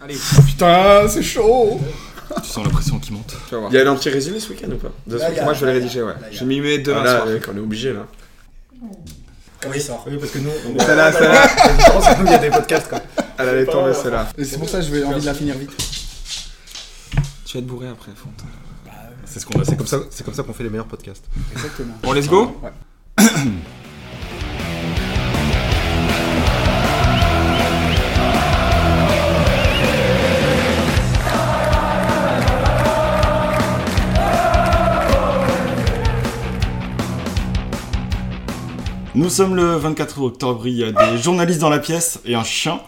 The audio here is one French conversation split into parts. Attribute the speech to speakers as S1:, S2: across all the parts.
S1: Allez,
S2: Putain, c'est chaud
S3: Tu sens la pression qui monte.
S1: tu vas voir.
S4: Il y a un petit résumé ce week-end ou pas De ce
S5: Là,
S4: week-end
S5: y a-
S4: Moi je vais le
S5: là,
S4: rédiger,
S5: y a-
S4: ouais.
S5: là, y a-
S4: Je m'y mets demain
S5: Ah, là,
S4: soir.
S5: ouais,
S4: on est obligé là.
S5: Comment il sort
S6: Oui, parce que nous, on
S4: Ça là, ça là,
S6: je pense que nous, il y a des podcasts quoi.
S4: elle allait tomber celle-là.
S2: Et c'est pour ça que j'ai envie de la finir vite.
S4: Tu vas te bourrer après, Fonte.
S3: C'est ce qu'on a. C'est comme ça.
S6: C'est comme ça qu'on fait les meilleurs podcasts.
S2: Exactement.
S4: Bon, let's go
S2: Ouais.
S3: Nous sommes le 24 octobre, il y a des journalistes dans la pièce et un chien.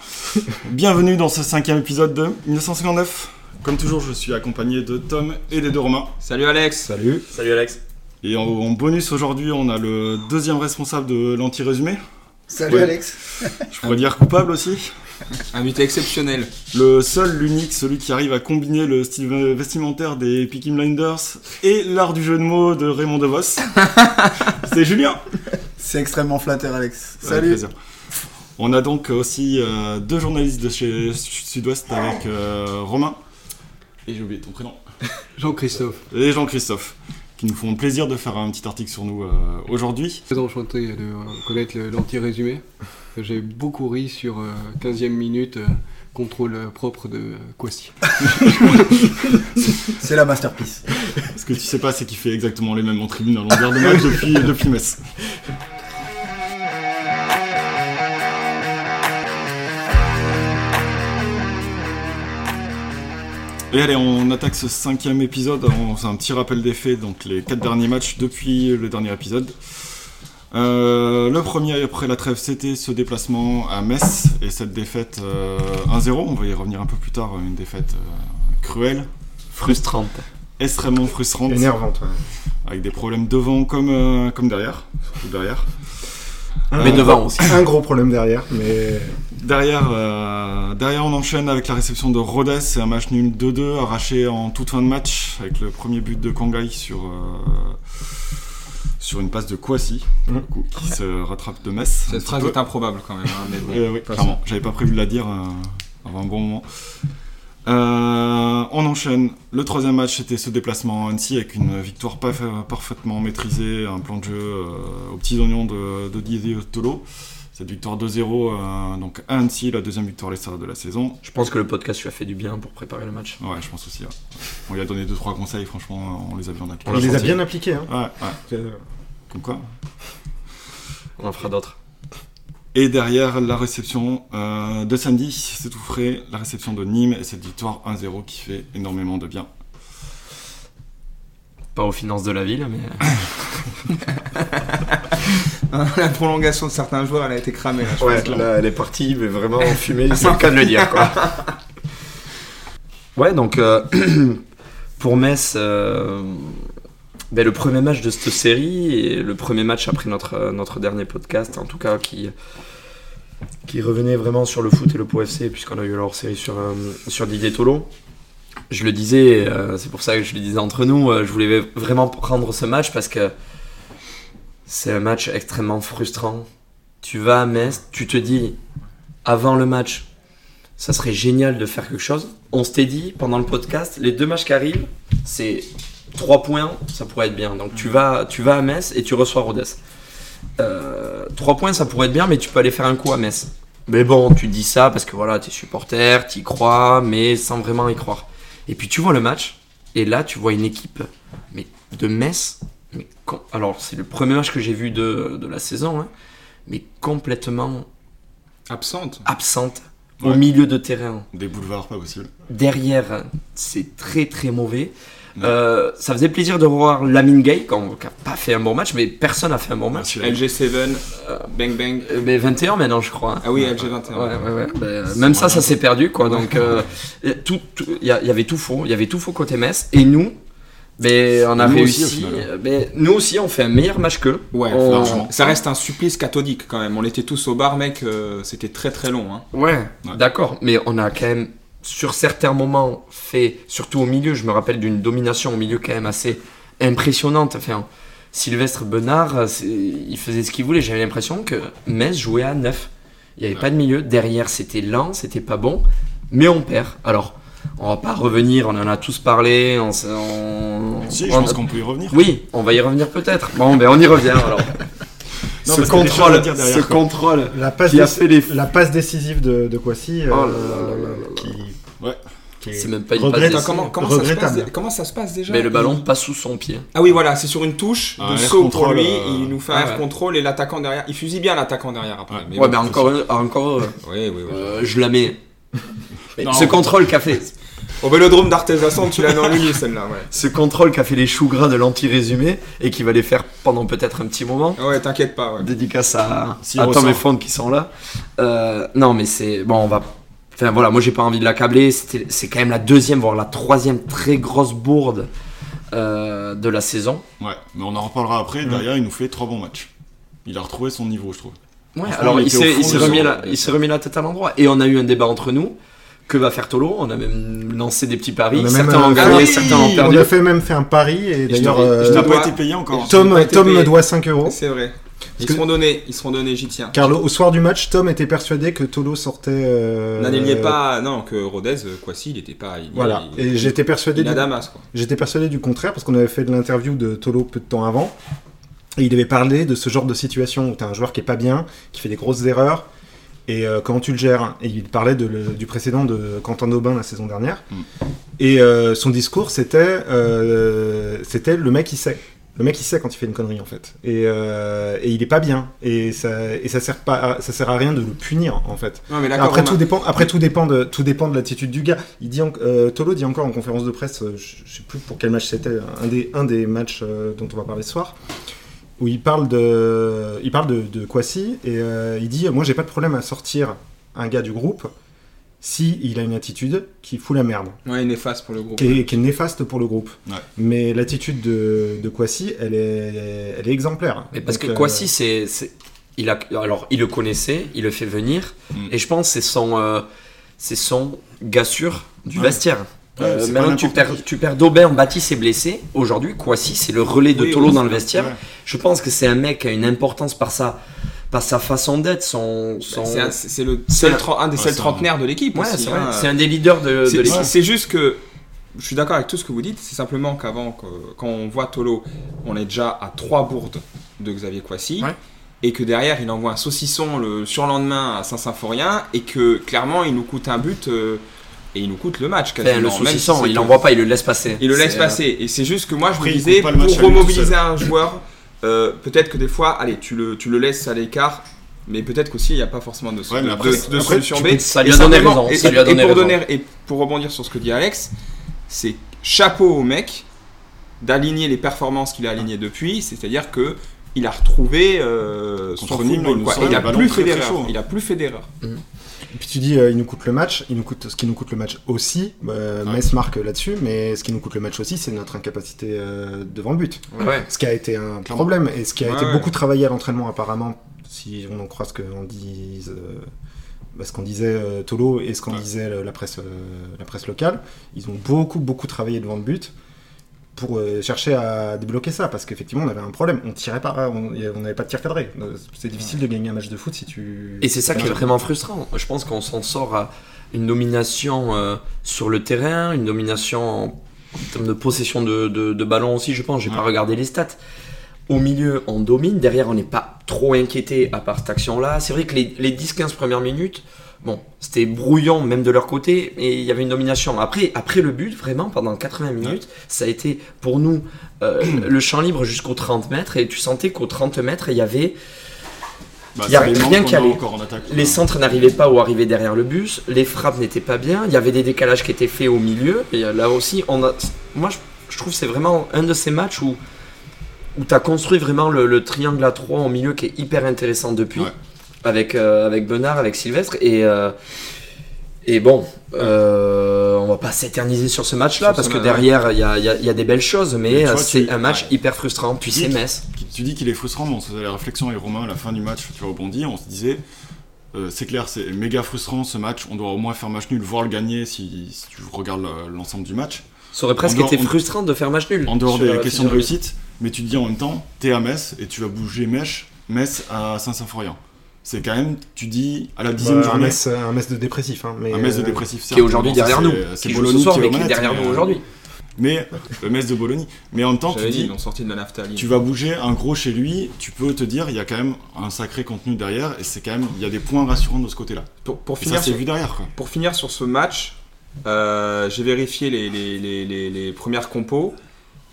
S3: Bienvenue dans ce cinquième épisode de 1959. Comme toujours, je suis accompagné de Tom et des deux Romains.
S1: Salut Alex
S6: Salut.
S4: Salut Alex.
S3: Et en, en bonus aujourd'hui, on a le deuxième responsable de l'anti-résumé.
S2: Salut
S3: Ouais.
S2: Alex.
S3: Je pourrais dire coupable aussi.
S1: Un but exceptionnel.
S3: Le seul, l'unique, celui qui arrive à combiner le style vestimentaire des Peaky Blinders et l'art du jeu de mots de Raymond DeVos. C'est Julien
S2: C'est extrêmement flatteur Alex.
S3: Avec
S2: Salut.
S3: plaisir. On a donc aussi euh, deux journalistes de chez Sud-Ouest avec euh, Romain. Et j'ai oublié ton prénom.
S7: Jean-Christophe,
S3: Et Jean-Christophe, qui nous font le plaisir de faire un petit article sur nous euh, aujourd'hui.
S7: très enchanté de euh, connaître le- l'anti-résumé. J'ai beaucoup ri sur euh, 15e minute, euh, contrôle euh, propre de euh, Kwasi.
S2: C'est la masterpiece.
S3: Ce que tu sais pas, c'est qu'il fait exactement les mêmes en tribune à longueur de match depuis, depuis Metz. Et allez, on attaque ce cinquième épisode. On fait un petit rappel des faits, donc les quatre derniers matchs depuis le dernier épisode. Euh, le premier après la trêve, c'était ce déplacement à Metz et cette défaite euh, 1-0. On va y revenir un peu plus tard. Une défaite euh, cruelle,
S8: Frustrante.
S3: extrêmement frustrante
S6: Énervante. ouais.
S3: avec des problèmes devant comme, euh, comme derrière. Surtout derrière.
S8: Mais devant aussi.
S6: Un gros problème derrière, mais
S3: Derrière, euh, derrière, on enchaîne avec la réception de Rodez. C'est un match nul 2-2, arraché en toute fin de match, avec le premier but de Kangai sur, euh, sur une passe de Kouassi, pour le coup, qui se rattrape de Metz. Un
S1: Cette
S3: petit
S1: phrase
S3: peu.
S1: est improbable quand même.
S8: Ah,
S1: hein, mais bon.
S3: Euh, oui, clairement. J'avais pas prévu de la dire euh, avant un bon moment. Euh, on enchaîne. Le troisième match, c'était ce déplacement à Annecy avec une victoire parfa- parfaitement maîtrisée, un plan de jeu euh, aux petits oignons de, de Didier Tolo. Cette victoire 2-0, euh, donc à Annecy, la deuxième victoire Lestard de la saison.
S8: Je pense que le podcast lui a fait du bien pour préparer le match.
S3: Ouais, je pense aussi. ouais. On lui a donné 2-3 conseils, franchement, on les a bien appliqués.
S6: on les a bien appliqués. Hein.
S3: Ouais, ouais,
S6: Euh,
S3: comme quoi.
S8: On en fera d'autres.
S3: Et derrière, la réception euh, de samedi, c'est tout frais, la réception de Nîmes et cette victoire 1-0 qui fait énormément de bien.
S8: Pas aux finances de la ville, mais euh.
S1: Hein, La prolongation de certains joueurs, elle a été cramée. Là, je
S6: Ouais,
S1: pense, là.
S6: là, elle est partie, mais vraiment en fumée.
S8: c'est le cas de le dire, quoi. ouais, donc euh, pour Metz, euh, ben, le premier match de cette série et le premier match après notre, euh, notre dernier podcast, en tout cas, qui, qui revenait vraiment sur le foot et le POFC, puisqu'on a eu leur série sur, euh, sur Didier Tolo. Je le disais, euh, c'est pour ça que je le disais entre nous, euh, je voulais vraiment prendre ce match parce que c'est un match extrêmement frustrant. Tu vas à Metz, tu te dis, avant le match, ça serait génial de faire quelque chose. On s'était dit pendant le podcast, les deux matchs qui arrivent, c'est 3 points, ça pourrait être bien. Donc tu vas, tu vas à Metz et tu reçois Rodez. Euh, 3 points, ça pourrait être bien, mais tu peux aller faire un coup à Metz. Mais bon, tu dis ça parce que voilà, t'es supporter, t'y crois, mais sans vraiment y croire. Et puis tu vois le match, et là tu vois une équipe mais de Metz. Mais com- alors, c'est le premier match que j'ai vu de, de la saison, hein, mais complètement
S1: Absente.
S8: absente
S3: Ouais.
S8: au milieu de terrain.
S3: Des boulevards, pas possible.
S8: Derrière, c'est très très mauvais.
S3: Ouais.
S8: Euh, ça faisait plaisir de revoir Lamine Gay, qui n'a pas fait un bon match, mais personne n'a fait un bon match.
S3: Merci, la-
S1: LG7, Bang Bang.
S8: Euh, Mais 21 maintenant, je crois. hein.
S1: Ah oui, LG21.
S8: Ouais, ouais, ouais. Ben, euh, même ça, ça s'est perdu, quoi. Donc, euh, tout, tout- il y, a- il y avait tout faux. Il y avait tout faux côté Metz. Et nous, ben, on a
S3: Nous aussi,
S8: réussi.
S3: au final. hein.
S8: euh, ben, nous aussi, on fait un meilleur match qu'eux.
S1: Ouais,
S8: On-
S3: largement.
S1: ça reste un supplice cathodique quand même. On était tous au bar, mec. euh, C'était très très long. Hein.
S8: Ouais,
S3: Ouais.
S8: d'accord. Mais on a quand même, sur certains moments, fait, surtout au milieu, je me rappelle d'une domination au milieu quand même assez impressionnante. Enfin, Sylvestre Benard, euh, c'est- il faisait ce qu'il voulait. J'avais l'impression que Metz jouait à 9. Il n'y avait pas de milieu. Derrière, c'était lent, c'était pas bon. mais on perd. Alors, on va pas revenir, on en a tous parlé. On, s- on-
S3: Si, je
S8: on-
S3: pense qu'on peut y revenir.
S8: Oui, on va y revenir peut-être. Bon, ben on y revient
S3: Non,
S8: alors. ce
S3: parce qu'il y a des choses à
S8: contrôle,
S3: dire derrière,
S8: ce
S3: quoi.
S8: contrôle
S6: La passe,
S8: qui a
S6: déci-
S8: fait les.
S6: la passe décisive de, de Kwasi. euh,
S8: Oh là là là là là.
S6: qui-
S3: Ouais.
S6: qui est-
S8: C'est même pas une
S6: Regrette
S8: passe
S6: un
S1: Attends,
S8: d'essai.
S1: Bah, comment, comment, ça se passe,
S6: Regrettable.
S1: comment ça se passe déjà
S8: Mais le ballon passe sous son pied.
S1: Ah oui, voilà, c'est sur une touche
S3: Ah,
S1: de
S3: air
S1: saut pour
S3: contrôle,
S1: lui.
S3: euh,
S1: Il nous fait un
S8: ah
S1: air
S8: ouais.
S1: contrôle et l'attaquant derrière. Il fusille bien l'attaquant derrière après.
S3: Ouais.
S1: mais
S8: Ouais,
S1: bon,
S8: ben encore, une- encore, euh,
S1: Oui, oui, oui.
S8: euh, je la mets. Mais
S3: Non.
S8: ce contrôle qu'a fait,
S1: Au vélodrome d'Artezasson, tu l'as mis en ligne celle-là, ouais.
S8: ce contrôle qu'a fait les choux gras de l'anti-résumé et qui va les faire pendant peut-être un petit moment.
S1: Ah Ouais, t'inquiète pas, ouais.
S8: Dédicace à,
S3: Si
S8: à
S3: on
S8: Tom
S3: ressort.
S8: et Fond qui sont là. Euh, non, mais c'est. Bon, on va. Enfin, voilà, moi j'ai pas envie de l'accabler. C'était- C'est quand même la deuxième, voire la troisième très grosse bourde euh, de la saison.
S3: Ouais, mais on en reparlera après. Derrière, il nous fait trois bons matchs. Il a retrouvé son niveau, je trouve.
S8: Ouais,
S3: Franchement,
S8: alors
S3: il
S8: il
S3: était
S8: s'est
S3: au fond
S8: il s'est
S3: de
S8: remis,
S3: son-
S8: la- il s'est remis la tête à l'endroit. Et on a eu un débat entre nous. Que va faire Tolo On a même lancé des petits paris.
S6: On a
S8: Certains
S6: même,
S8: l'ont
S6: euh,
S8: gagné,
S6: oui,
S8: certains l'ont
S6: On
S8: perdu.
S6: a fait même fait un pari et
S3: Et je t'ai-
S6: d'ailleurs
S3: je
S6: euh,
S3: t'ai
S1: dois-
S3: pas été payé encore.
S1: je
S6: Tom, euh,
S1: t'ai
S6: Tom
S1: payé.
S6: me doit 5 euros.
S1: C'est vrai. Ils
S6: que-
S1: seront donnés, ils seront donnés, j'y tiens.
S6: Carlo, au soir du match, Tom était persuadé que Tolo sortait. euh,
S1: N'alliez pas, non, que Rodez, euh, Kwasi, il était pas. il-
S6: Voilà.
S1: il-
S6: Et j'étais persuadé
S1: Il
S6: du
S1: a Damas, quoi.
S6: J'étais persuadé du contraire parce qu'on avait fait de l'interview de Tolo peu de temps avant. Et il avait parlé de ce genre de situation où t'as un joueur qui est pas bien, qui fait des grosses erreurs, et euh, comment tu le gères. Et il parlait de le- du précédent de Quentin Aubin la saison dernière.
S3: Mm.
S6: Et euh, son discours, c'était euh, c'était le mec qui sait. Le mec il sait quand il fait une connerie en fait. Et, euh, et il est pas bien. Et ça, et ça sert pas à- ça sert à rien de le punir en fait.
S1: Non, mais d'accord.
S6: Après
S1: on a-
S6: tout dépend. Après tout dépend de tout dépend de l'attitude du gars. Il dit en- euh, Tolo dit encore en conférence de presse, euh, je je sais plus pour quel match c'était, un des un des matchs euh, dont on va parler ce soir, où il parle de il parle de, de Kwasi et euh, il dit moi j'ai pas de problème à sortir un gars du groupe si il a une attitude qui fout la merde,
S1: Ouais, il est face pour le groupe.
S6: qui est, qui est néfaste pour le groupe.
S3: Ouais.
S6: Mais l'attitude de, de Kwasi, elle est elle est exemplaire.
S8: Mais parce
S6: Donc,
S8: que
S6: euh,
S8: Kwasi, c'est, c'est- il a, alors il le connaissait, il le fait venir,
S3: Mm.
S8: et je pense que c'est son, euh, c'est son gars sûr du
S3: Ouais.
S8: vestiaire.
S3: Ouais,
S8: Euh,
S3: c'est pas
S8: maintenant, tu
S3: n'importe
S8: perds, tu perds Daubert, Baptiste est blessé. Aujourd'hui, Kwasi, c'est le relais de
S1: Oui,
S8: Tolo
S1: oui,
S8: dans le vestiaire.
S3: ouais.
S8: Je pense que c'est un mec qui a une importance par sa, par sa façon d'être, son,
S1: Bah,
S8: son-
S1: C'est un- c'est le
S8: C'est
S1: seul
S8: un-
S1: tren- un des
S3: Ouais,
S1: seuls
S3: c'est un-
S1: trentenaires de l'équipe
S8: Ouais,
S1: aussi,
S8: c'est,
S1: hein.
S8: vrai. C'est un des leaders de, de
S1: C'est-
S8: l'équipe.
S1: C'est c'est juste que je suis d'accord avec tout ce que vous dites. C'est simplement qu'avant, que- quand on voit Tolo, on est déjà à trois bourdes de Xavier Coissy.
S8: Ouais.
S1: Et que derrière, il envoie un saucisson le surlendemain à Saint-Symphorien. Et que clairement, il nous coûte un but. euh, et il nous coûte le match
S8: Enfin,
S1: quasiment.
S8: le
S1: même si
S8: saucisson, il
S1: c'est que-
S8: l'envoie pas, il le laisse passer.
S1: Il le laisse
S8: C'est, euh,
S1: passer. Et c'est juste que moi, je
S3: Après,
S1: me
S3: il
S1: disais,
S3: coupe pas le match
S1: pour
S3: à lui tout
S1: remobiliser
S3: seul.
S1: un joueur, euh, peut-être que des fois, allez, tu le, tu le laisses à l'écart. Mais peut-être qu'aussi, il n'y a pas forcément de,
S3: Ouais, mais
S1: de-
S3: après,
S1: de- de
S3: après,
S1: solution
S3: tu
S1: B.
S3: peux-
S8: euh, ça lui
S1: Et
S8: a donné
S1: simplement,
S8: raison.
S1: Et,
S8: ça lui a
S1: et
S8: donné
S1: pour
S8: raison.
S1: donner- et pour rebondir sur ce que dit Alex, c'est chapeau au mec d'aligner les performances qu'il a alignées depuis, c'est-à-dire que il a retrouvé euh, son
S3: Contre Nîmes,
S1: football,
S3: il nous
S1: quoi.
S3: sort
S1: Il
S3: un
S1: a
S3: ballon
S1: plus
S3: très,
S1: fait
S3: très
S1: d'erreur.
S3: chaud. hein.
S1: Il a plus fait d'erreur.
S6: Et Puis tu dis, euh, il nous coûte le match, il nous coûte ce qui nous coûte le match aussi. Euh, Metz marque là-dessus, mais ce qui nous coûte le match aussi, c'est notre incapacité euh, devant le but.
S8: Ouais.
S6: Ce qui a été un problème et ce qui a
S1: Ouais,
S6: été
S1: ouais.
S6: beaucoup travaillé à l'entraînement apparemment, si on en croit ce qu'on dise, euh, bah, ce qu'on disait euh, Tolo et ce qu'on
S3: Ouais.
S6: disait euh, la presse, euh, la presse locale. Ils ont beaucoup beaucoup travaillé devant le but pour euh, chercher à débloquer ça parce qu'effectivement on avait un problème, on tirait pas, on on n'avait pas de tir cadré. Euh, C'est difficile de gagner un match de foot si tu.
S8: Et c'est ça qui est vraiment frustrant. Je pense qu'on s'en sort à une domination euh, sur le terrain, une domination en termes de possession de, de- de ballon aussi, je pense. J'ai pas regardé les stats. Au milieu, on domine. Derrière, on n'est pas trop inquiété à part cette action-là. C'est vrai que les, les 10-15 premières minutes, bon, c'était brouillon même de leur côté, et il y avait une domination. Après, après le but, vraiment, pendant 80 minutes, ça a été pour nous euh, le champ libre jusqu'aux 30 mètres. Et tu sentais qu'aux 30 mètres, il y avait
S3: Bah,
S8: Il y a
S3: c'est les
S8: rien
S3: manques qu'on
S8: qui allait.
S3: encore en attaque.
S8: les centres n'arrivaient pas ou arrivaient derrière le bus, les frappes n'étaient pas bien, il y avait des décalages qui étaient faits au milieu, et euh, là aussi, on a... moi je, je trouve que c'est vraiment un de ces matchs où, où tu as construit vraiment le, le triangle à 3 au milieu qui est hyper intéressant depuis,
S3: Ouais.
S8: avec, euh, avec Benard, avec Sylvestre, et, euh, et bon, euh, on va pas s'éterniser sur ce match-là,
S1: Sur
S8: parce
S1: ce
S8: que
S1: match-là.
S8: derrière, il y a, il y a- il y a des belles choses, mais,
S3: Mais tu
S8: euh,
S3: vois,
S8: c'est
S3: tu-
S8: un match
S3: ouais.
S8: hyper frustrant, puis
S3: Tu
S8: c'est
S3: dis-
S8: Metz.
S3: Qui- Tu dis qu'il est frustrant, mais on se faisait la réflexion avec Romain à la fin du match, tu rebondis, on se disait, euh, c'est clair, c'est méga frustrant ce match, on doit au moins faire match nul, voire le gagner si, si tu regardes la- l'ensemble du match.
S8: Ça aurait presque
S3: dehors-
S8: été
S3: en-
S8: frustrant de faire match nul.
S3: En dehors
S8: sur,
S3: des
S8: euh,
S3: questions de
S8: plusieurs-
S3: réussite, mais tu te dis en même temps, t'es à Metz et tu vas bouger Metz, Metz à Saint-Symphorien. c'est quand même, tu dis, à la dixième
S6: Dixième Bah, un,
S3: journée,
S6: mess, euh, un mess de dépressif. Hein, mais,
S3: un mess de
S6: euh,
S3: dépressif.
S8: Bah, Qui est
S3: certes,
S8: aujourd'hui
S3: bon,
S8: derrière
S3: c'est-
S8: nous.
S3: C'est
S8: Qui joue ce
S3: Bologna
S8: soir,
S3: qui est
S8: mais
S3: aux
S8: euh, qui hein.
S3: manettes,
S8: est derrière
S3: mais,
S8: nous
S3: euh,
S8: aujourd'hui.
S3: Mais le mess de Bologna. Mais en même temps, tu
S1: J'avais dit,
S3: dis,
S1: ils l'ont sorti de la naphtaline.
S3: tu vas bouger un gros chez lui, tu peux te dire, il y a quand même un sacré contenu derrière, et c'est quand même, il y a des points rassurants de ce côté-là.
S1: Pour, pour
S3: Et ça,
S1: finir,
S3: c'est
S1: sur-
S3: vu derrière, quoi.
S1: pour finir sur ce match, euh, j'ai vérifié les, les- les- les- les premières compos.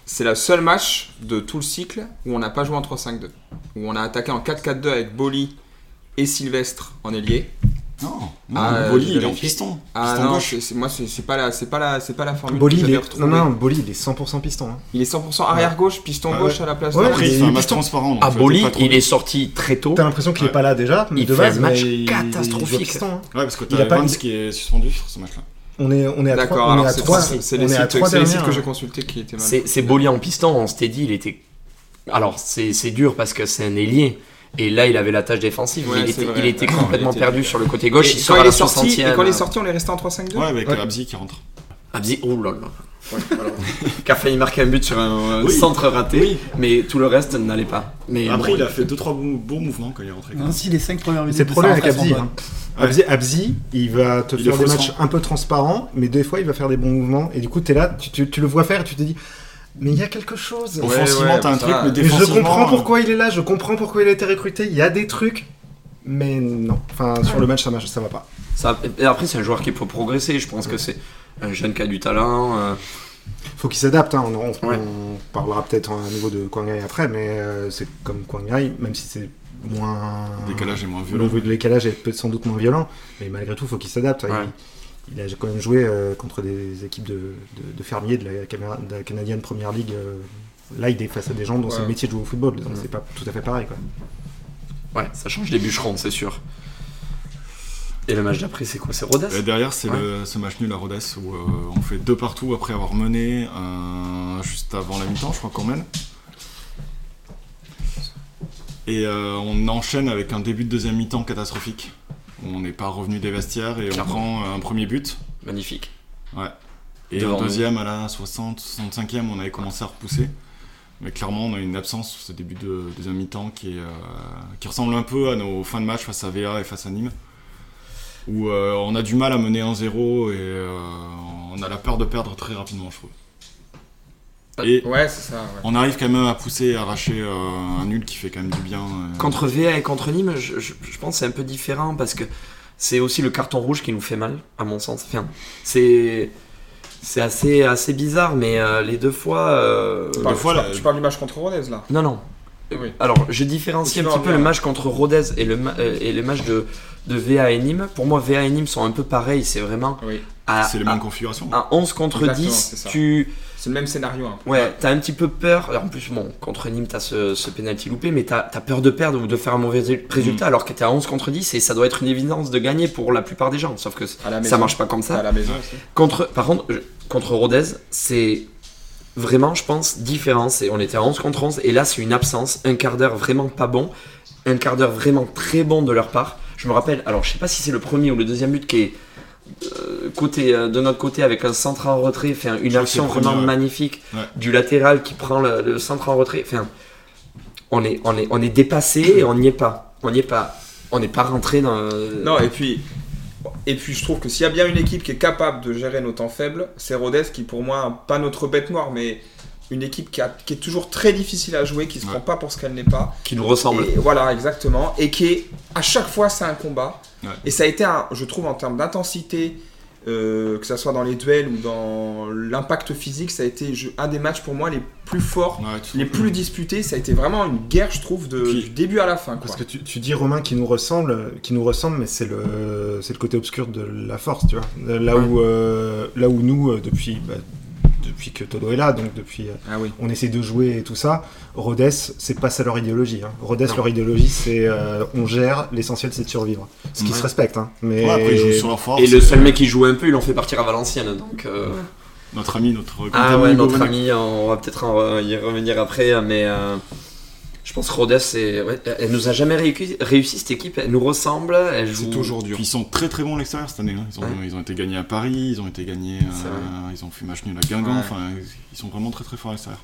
S1: C'est le seul match de tout le cycle où on n'a pas joué en 3-5-2. Où on a attaqué en 4-4-2 avec Boli et Sylvestre en ailier.
S3: Non,
S1: Ah,
S3: non,
S1: euh,
S3: Bolly,
S1: j'ai
S3: il est en
S1: vérifié.
S3: piston.
S1: Ah
S3: piston
S1: non,
S3: gauche.
S1: c'est- c'est- moi c'est c'est pas la, c'est pas la, c'est pas la formule
S6: Boli,
S1: que
S6: il
S1: j'avais
S6: est...
S1: retrouvée.
S6: Non, non, Boli, il est 100% piston. hein.
S1: Il est 100% arrière gauche, piston
S6: Ah
S1: gauche
S6: ouais.
S1: à la place
S6: Ouais,
S1: de
S3: Après,
S6: il
S3: il fait
S6: est
S3: un match
S6: piston.
S3: transparent. donc,
S8: À
S3: faut
S8: Ah, Boli,
S3: pas trop-
S8: il est sorti très tôt.
S6: T'as l'impression qu'il est
S3: Ouais.
S6: pas là déjà,
S8: Il
S6: de
S8: fait un
S6: base,
S8: match
S6: mais il- il joue à
S8: catastrophique.
S6: piston, hein.
S3: Ouais, parce que
S6: Il a
S3: t'as
S6: pas-
S3: Evans qui est suspendu sur ce match-là.
S6: On est, on est à
S1: D'accord,
S6: 3 on
S1: alors
S6: est à
S1: c'est
S6: trois-
S1: c'est- c'est
S6: on
S1: les
S6: est à
S1: sites
S6: trois hein.
S1: c'est les sites
S6: dernières.
S1: que j'ai consultés qui étaient mal.
S8: C'est c'est Bollier en piston, en steady, il était. Alors, c'est c'est dur parce que c'est un ailier. Et là, il avait la tâche défensive.
S1: Ouais,
S8: il, était,
S1: c'est vrai,
S8: il était
S1: d'accord,
S8: complètement
S1: il était-
S8: perdu sur le côté
S1: Et
S8: gauche. il
S1: quand
S8: sort à
S1: il est
S8: la
S1: sorti,
S8: 60e.
S1: et quand il est sorti, on est resté en 3-5-2
S3: Ouais, avec euh,
S6: Ouais.
S3: Abzi qui rentre.
S8: Abzi, oh là là. Qui a failli marquer un but sur un euh,
S3: Oui.
S8: centre raté, mais tout le reste n'allait pas. Mais
S3: Après,
S8: bon,
S3: il a fait 2-3 beaux mouvements quand il est rentré. quand même.
S2: Ainsi, les 5 premières minutes.
S6: C'est le
S2: de
S6: problème avec
S2: Sarah
S6: Abzi.
S2: sont
S6: hein.
S2: bonnes.
S3: Ouais.
S6: Abzi, Abzi, il va te
S3: Il est
S6: faire des
S3: frustrant.
S6: matchs un peu transparents, mais des fois il va faire des bons mouvements, et du coup t'es là, tu, tu- tu le vois faire, et tu te dis, mais il y a quelque chose.
S1: Ouais,
S3: Offensivement,
S1: ouais,
S3: t'as un
S1: ça
S3: truc,
S1: va.
S3: mais
S6: Mais je
S3: défensivement.
S6: comprends
S3: euh,
S6: pourquoi il est là, je comprends pourquoi il a été recruté, il y a des trucs, mais non. Enfin, sur le match, ça marche, ça va pas.
S8: ça- et après, c'est un joueur qui peut progresser. Je pense que c'est un jeune qui a du talent. euh,
S6: Faut qu'il s'adapte, hein, on, on-
S8: Ouais.
S6: on parlera peut-être à nouveau de Kwangai après, mais euh, c'est comme Kwangai, même si c'est moins.
S3: Le décalage est moins
S6: Le
S3: violent.
S6: niveau de l'écalage est peut-être sans doute moins violent, mais malgré tout, faut qu'il s'adapte.
S8: Ouais.
S6: Il, il a quand même joué euh, contre des équipes de, de- de fermiers de la, Cana- de la Canadian Premier League. euh, là, il est face à des gens dont c'est le
S1: Ouais.
S6: métier de jouer au football, donc
S8: Ouais.
S6: c'est pas tout à fait pareil. Quoi.
S8: ouais, ça change des bûcherons, c'est sûr. Et le match d'après, c'est quoi C'est Rodas
S3: Et derrière, c'est
S8: Ouais.
S3: le- ce match nul à Rodez où euh, on fait deux partout après avoir mené euh, juste avant la mi-temps, je crois qu'on mène. Et euh, on enchaîne avec un début de deuxième mi-temps catastrophique. On n'est pas revenu des vestiaires et on
S8: Clairement.
S3: prend euh, un premier but.
S8: Magnifique.
S3: Et
S8: Devant
S3: un
S8: nous.
S3: deuxième à la 60, 65e, on avait commencé à repousser. Mais clairement, on a une absence sur ce début de deuxième mi-temps qui, est, euh, qui ressemble un peu à nos fins de match face à VA et face à Nîmes. Où euh, on a du mal à mener 1-0 et euh, on a la peur de perdre très rapidement, je trouve. Et
S1: Ouais, c'est ça. ouais.
S3: on arrive quand même à pousser et arracher euh, un nul qui fait quand même du bien. euh.
S8: Contre VA et contre Nîmes, je, je- je pense que c'est un peu différent parce que c'est aussi le carton rouge qui nous fait mal, à mon sens. Enfin, c'est c'est assez assez bizarre, mais euh, les deux fois. euh,
S1: Tu
S3: Bah,
S1: parles-
S3: fois,
S1: tu
S3: là-
S1: parles- tu parles du match contre Rodez là
S8: Non, non.
S1: Eh Oui. euh,
S8: Alors, je différencie un
S1: Sinon,
S8: petit peu
S1: on-
S8: le match contre Rodez et le, ma- euh, et le match de, de VA et Nîmes. Pour moi, VA et Nîmes sont un peu pareils. C'est vraiment
S1: Oui.
S8: à,
S3: C'est les mêmes configurations.
S8: à, à 11 contre
S1: Exactement,
S8: 10,
S1: c'est ça.
S8: tu,
S1: C'est le même scénario. hein.
S8: Ouais, t'as un petit peu peur. Alors, en plus, bon, contre Nîmes, t'as ce, ce penalty loupé, mais t'as as peur de perdre ou de faire un mauvais ré- résultat alors que t'es à 11 contre 10 et ça doit être une évidence de gagner pour la plupart des gens. Sauf que c-
S1: À la maison.
S8: ça marche pas comme
S1: À
S8: ça. Euh.
S1: la maison aussi.
S8: Contre, par contre, je- contre Rodez, c'est vraiment, je pense, différent. C'est- On était à 11 contre 11 et là, c'est une absence. Un quart d'heure vraiment pas bon. Un quart d'heure vraiment très bon de leur part. Je me rappelle, alors je sais pas si c'est le premier ou le deuxième but qui est euh, côté, euh, de notre côté avec un centre en retrait, enfin,
S3: crois
S8: une
S3: que
S8: action
S3: c'est le premier,
S8: vraiment
S3: ouais.
S8: magnifique
S3: Ouais.
S8: du latéral qui prend le, le centre en retrait. Enfin, on est, on est, on est dépassé et on n'y est pas. On n'y est pas. On n'est pas rentré dans.
S1: Non, et puis, et puis je trouve que s'il y a bien une équipe qui est capable de gérer nos temps faibles, c'est Rodez qui, pour moi, pas notre bête noire, mais une équipe qui, a- qui est toujours très difficile à jouer, qui se
S3: Ouais.
S1: prend pas pour ce qu'elle n'est pas.
S8: qui nous ressemble.
S1: Et voilà, exactement. Et qui est, à chaque fois, c'est un combat.
S3: Ouais.
S1: Et ça a été, un, je trouve, en termes d'intensité, euh, que ce soit dans les duels ou dans l'impact physique, ça a été je- un des matchs pour moi les plus forts,
S3: Ouais, tu-
S1: les plus disputés. Ça a été vraiment une guerre, je trouve, de,
S3: Puis-
S1: du début à la fin. Quoi.
S6: Parce que tu, tu dis Romain qui nous ressemble, qui nous ressemble, mais c'est le c'est le côté obscur de la force, tu vois. Euh, Là
S8: Ouais.
S6: où euh, là où nous euh, depuis bah, depuis que Todo est là, donc depuis euh,
S1: Ah oui.
S6: on essaie de jouer et tout ça. Rodez, c'est pas ça leur idéologie. Hein. Rodez,
S8: Non.
S6: leur idéologie, c'est euh, on gère, l'essentiel c'est de survivre. Ce qui
S8: Ouais.
S6: se respecte, hein. Mais
S3: Ouais, après, ils jouent sur leur force.
S8: Et le seul mec qui joue un peu, ils l'ont fait partir à Valenciennes. Donc, euh,
S3: Notre ami, notre
S8: Ah
S3: compagnon
S8: ouais,
S3: Hugo
S8: notre
S3: Venet.
S8: ami, on va peut-être en- y revenir après, mais euh, Je pense que Rodez, c'est- ouais, elle nous a jamais récu- réussi cette équipe. Elle nous ressemble. Elle joue.
S1: C'est toujours dur.
S3: Puis ils sont très très bons à l'extérieur cette année. hein. Ils, ont,
S8: Ouais.
S3: ils ont été gagnés à Paris, ils ont été gagnés,
S8: C'est
S3: euh, ils ont fait match nul à Guingamp.
S1: Ouais.
S3: Enfin, ils sont vraiment très très forts à l'extérieur.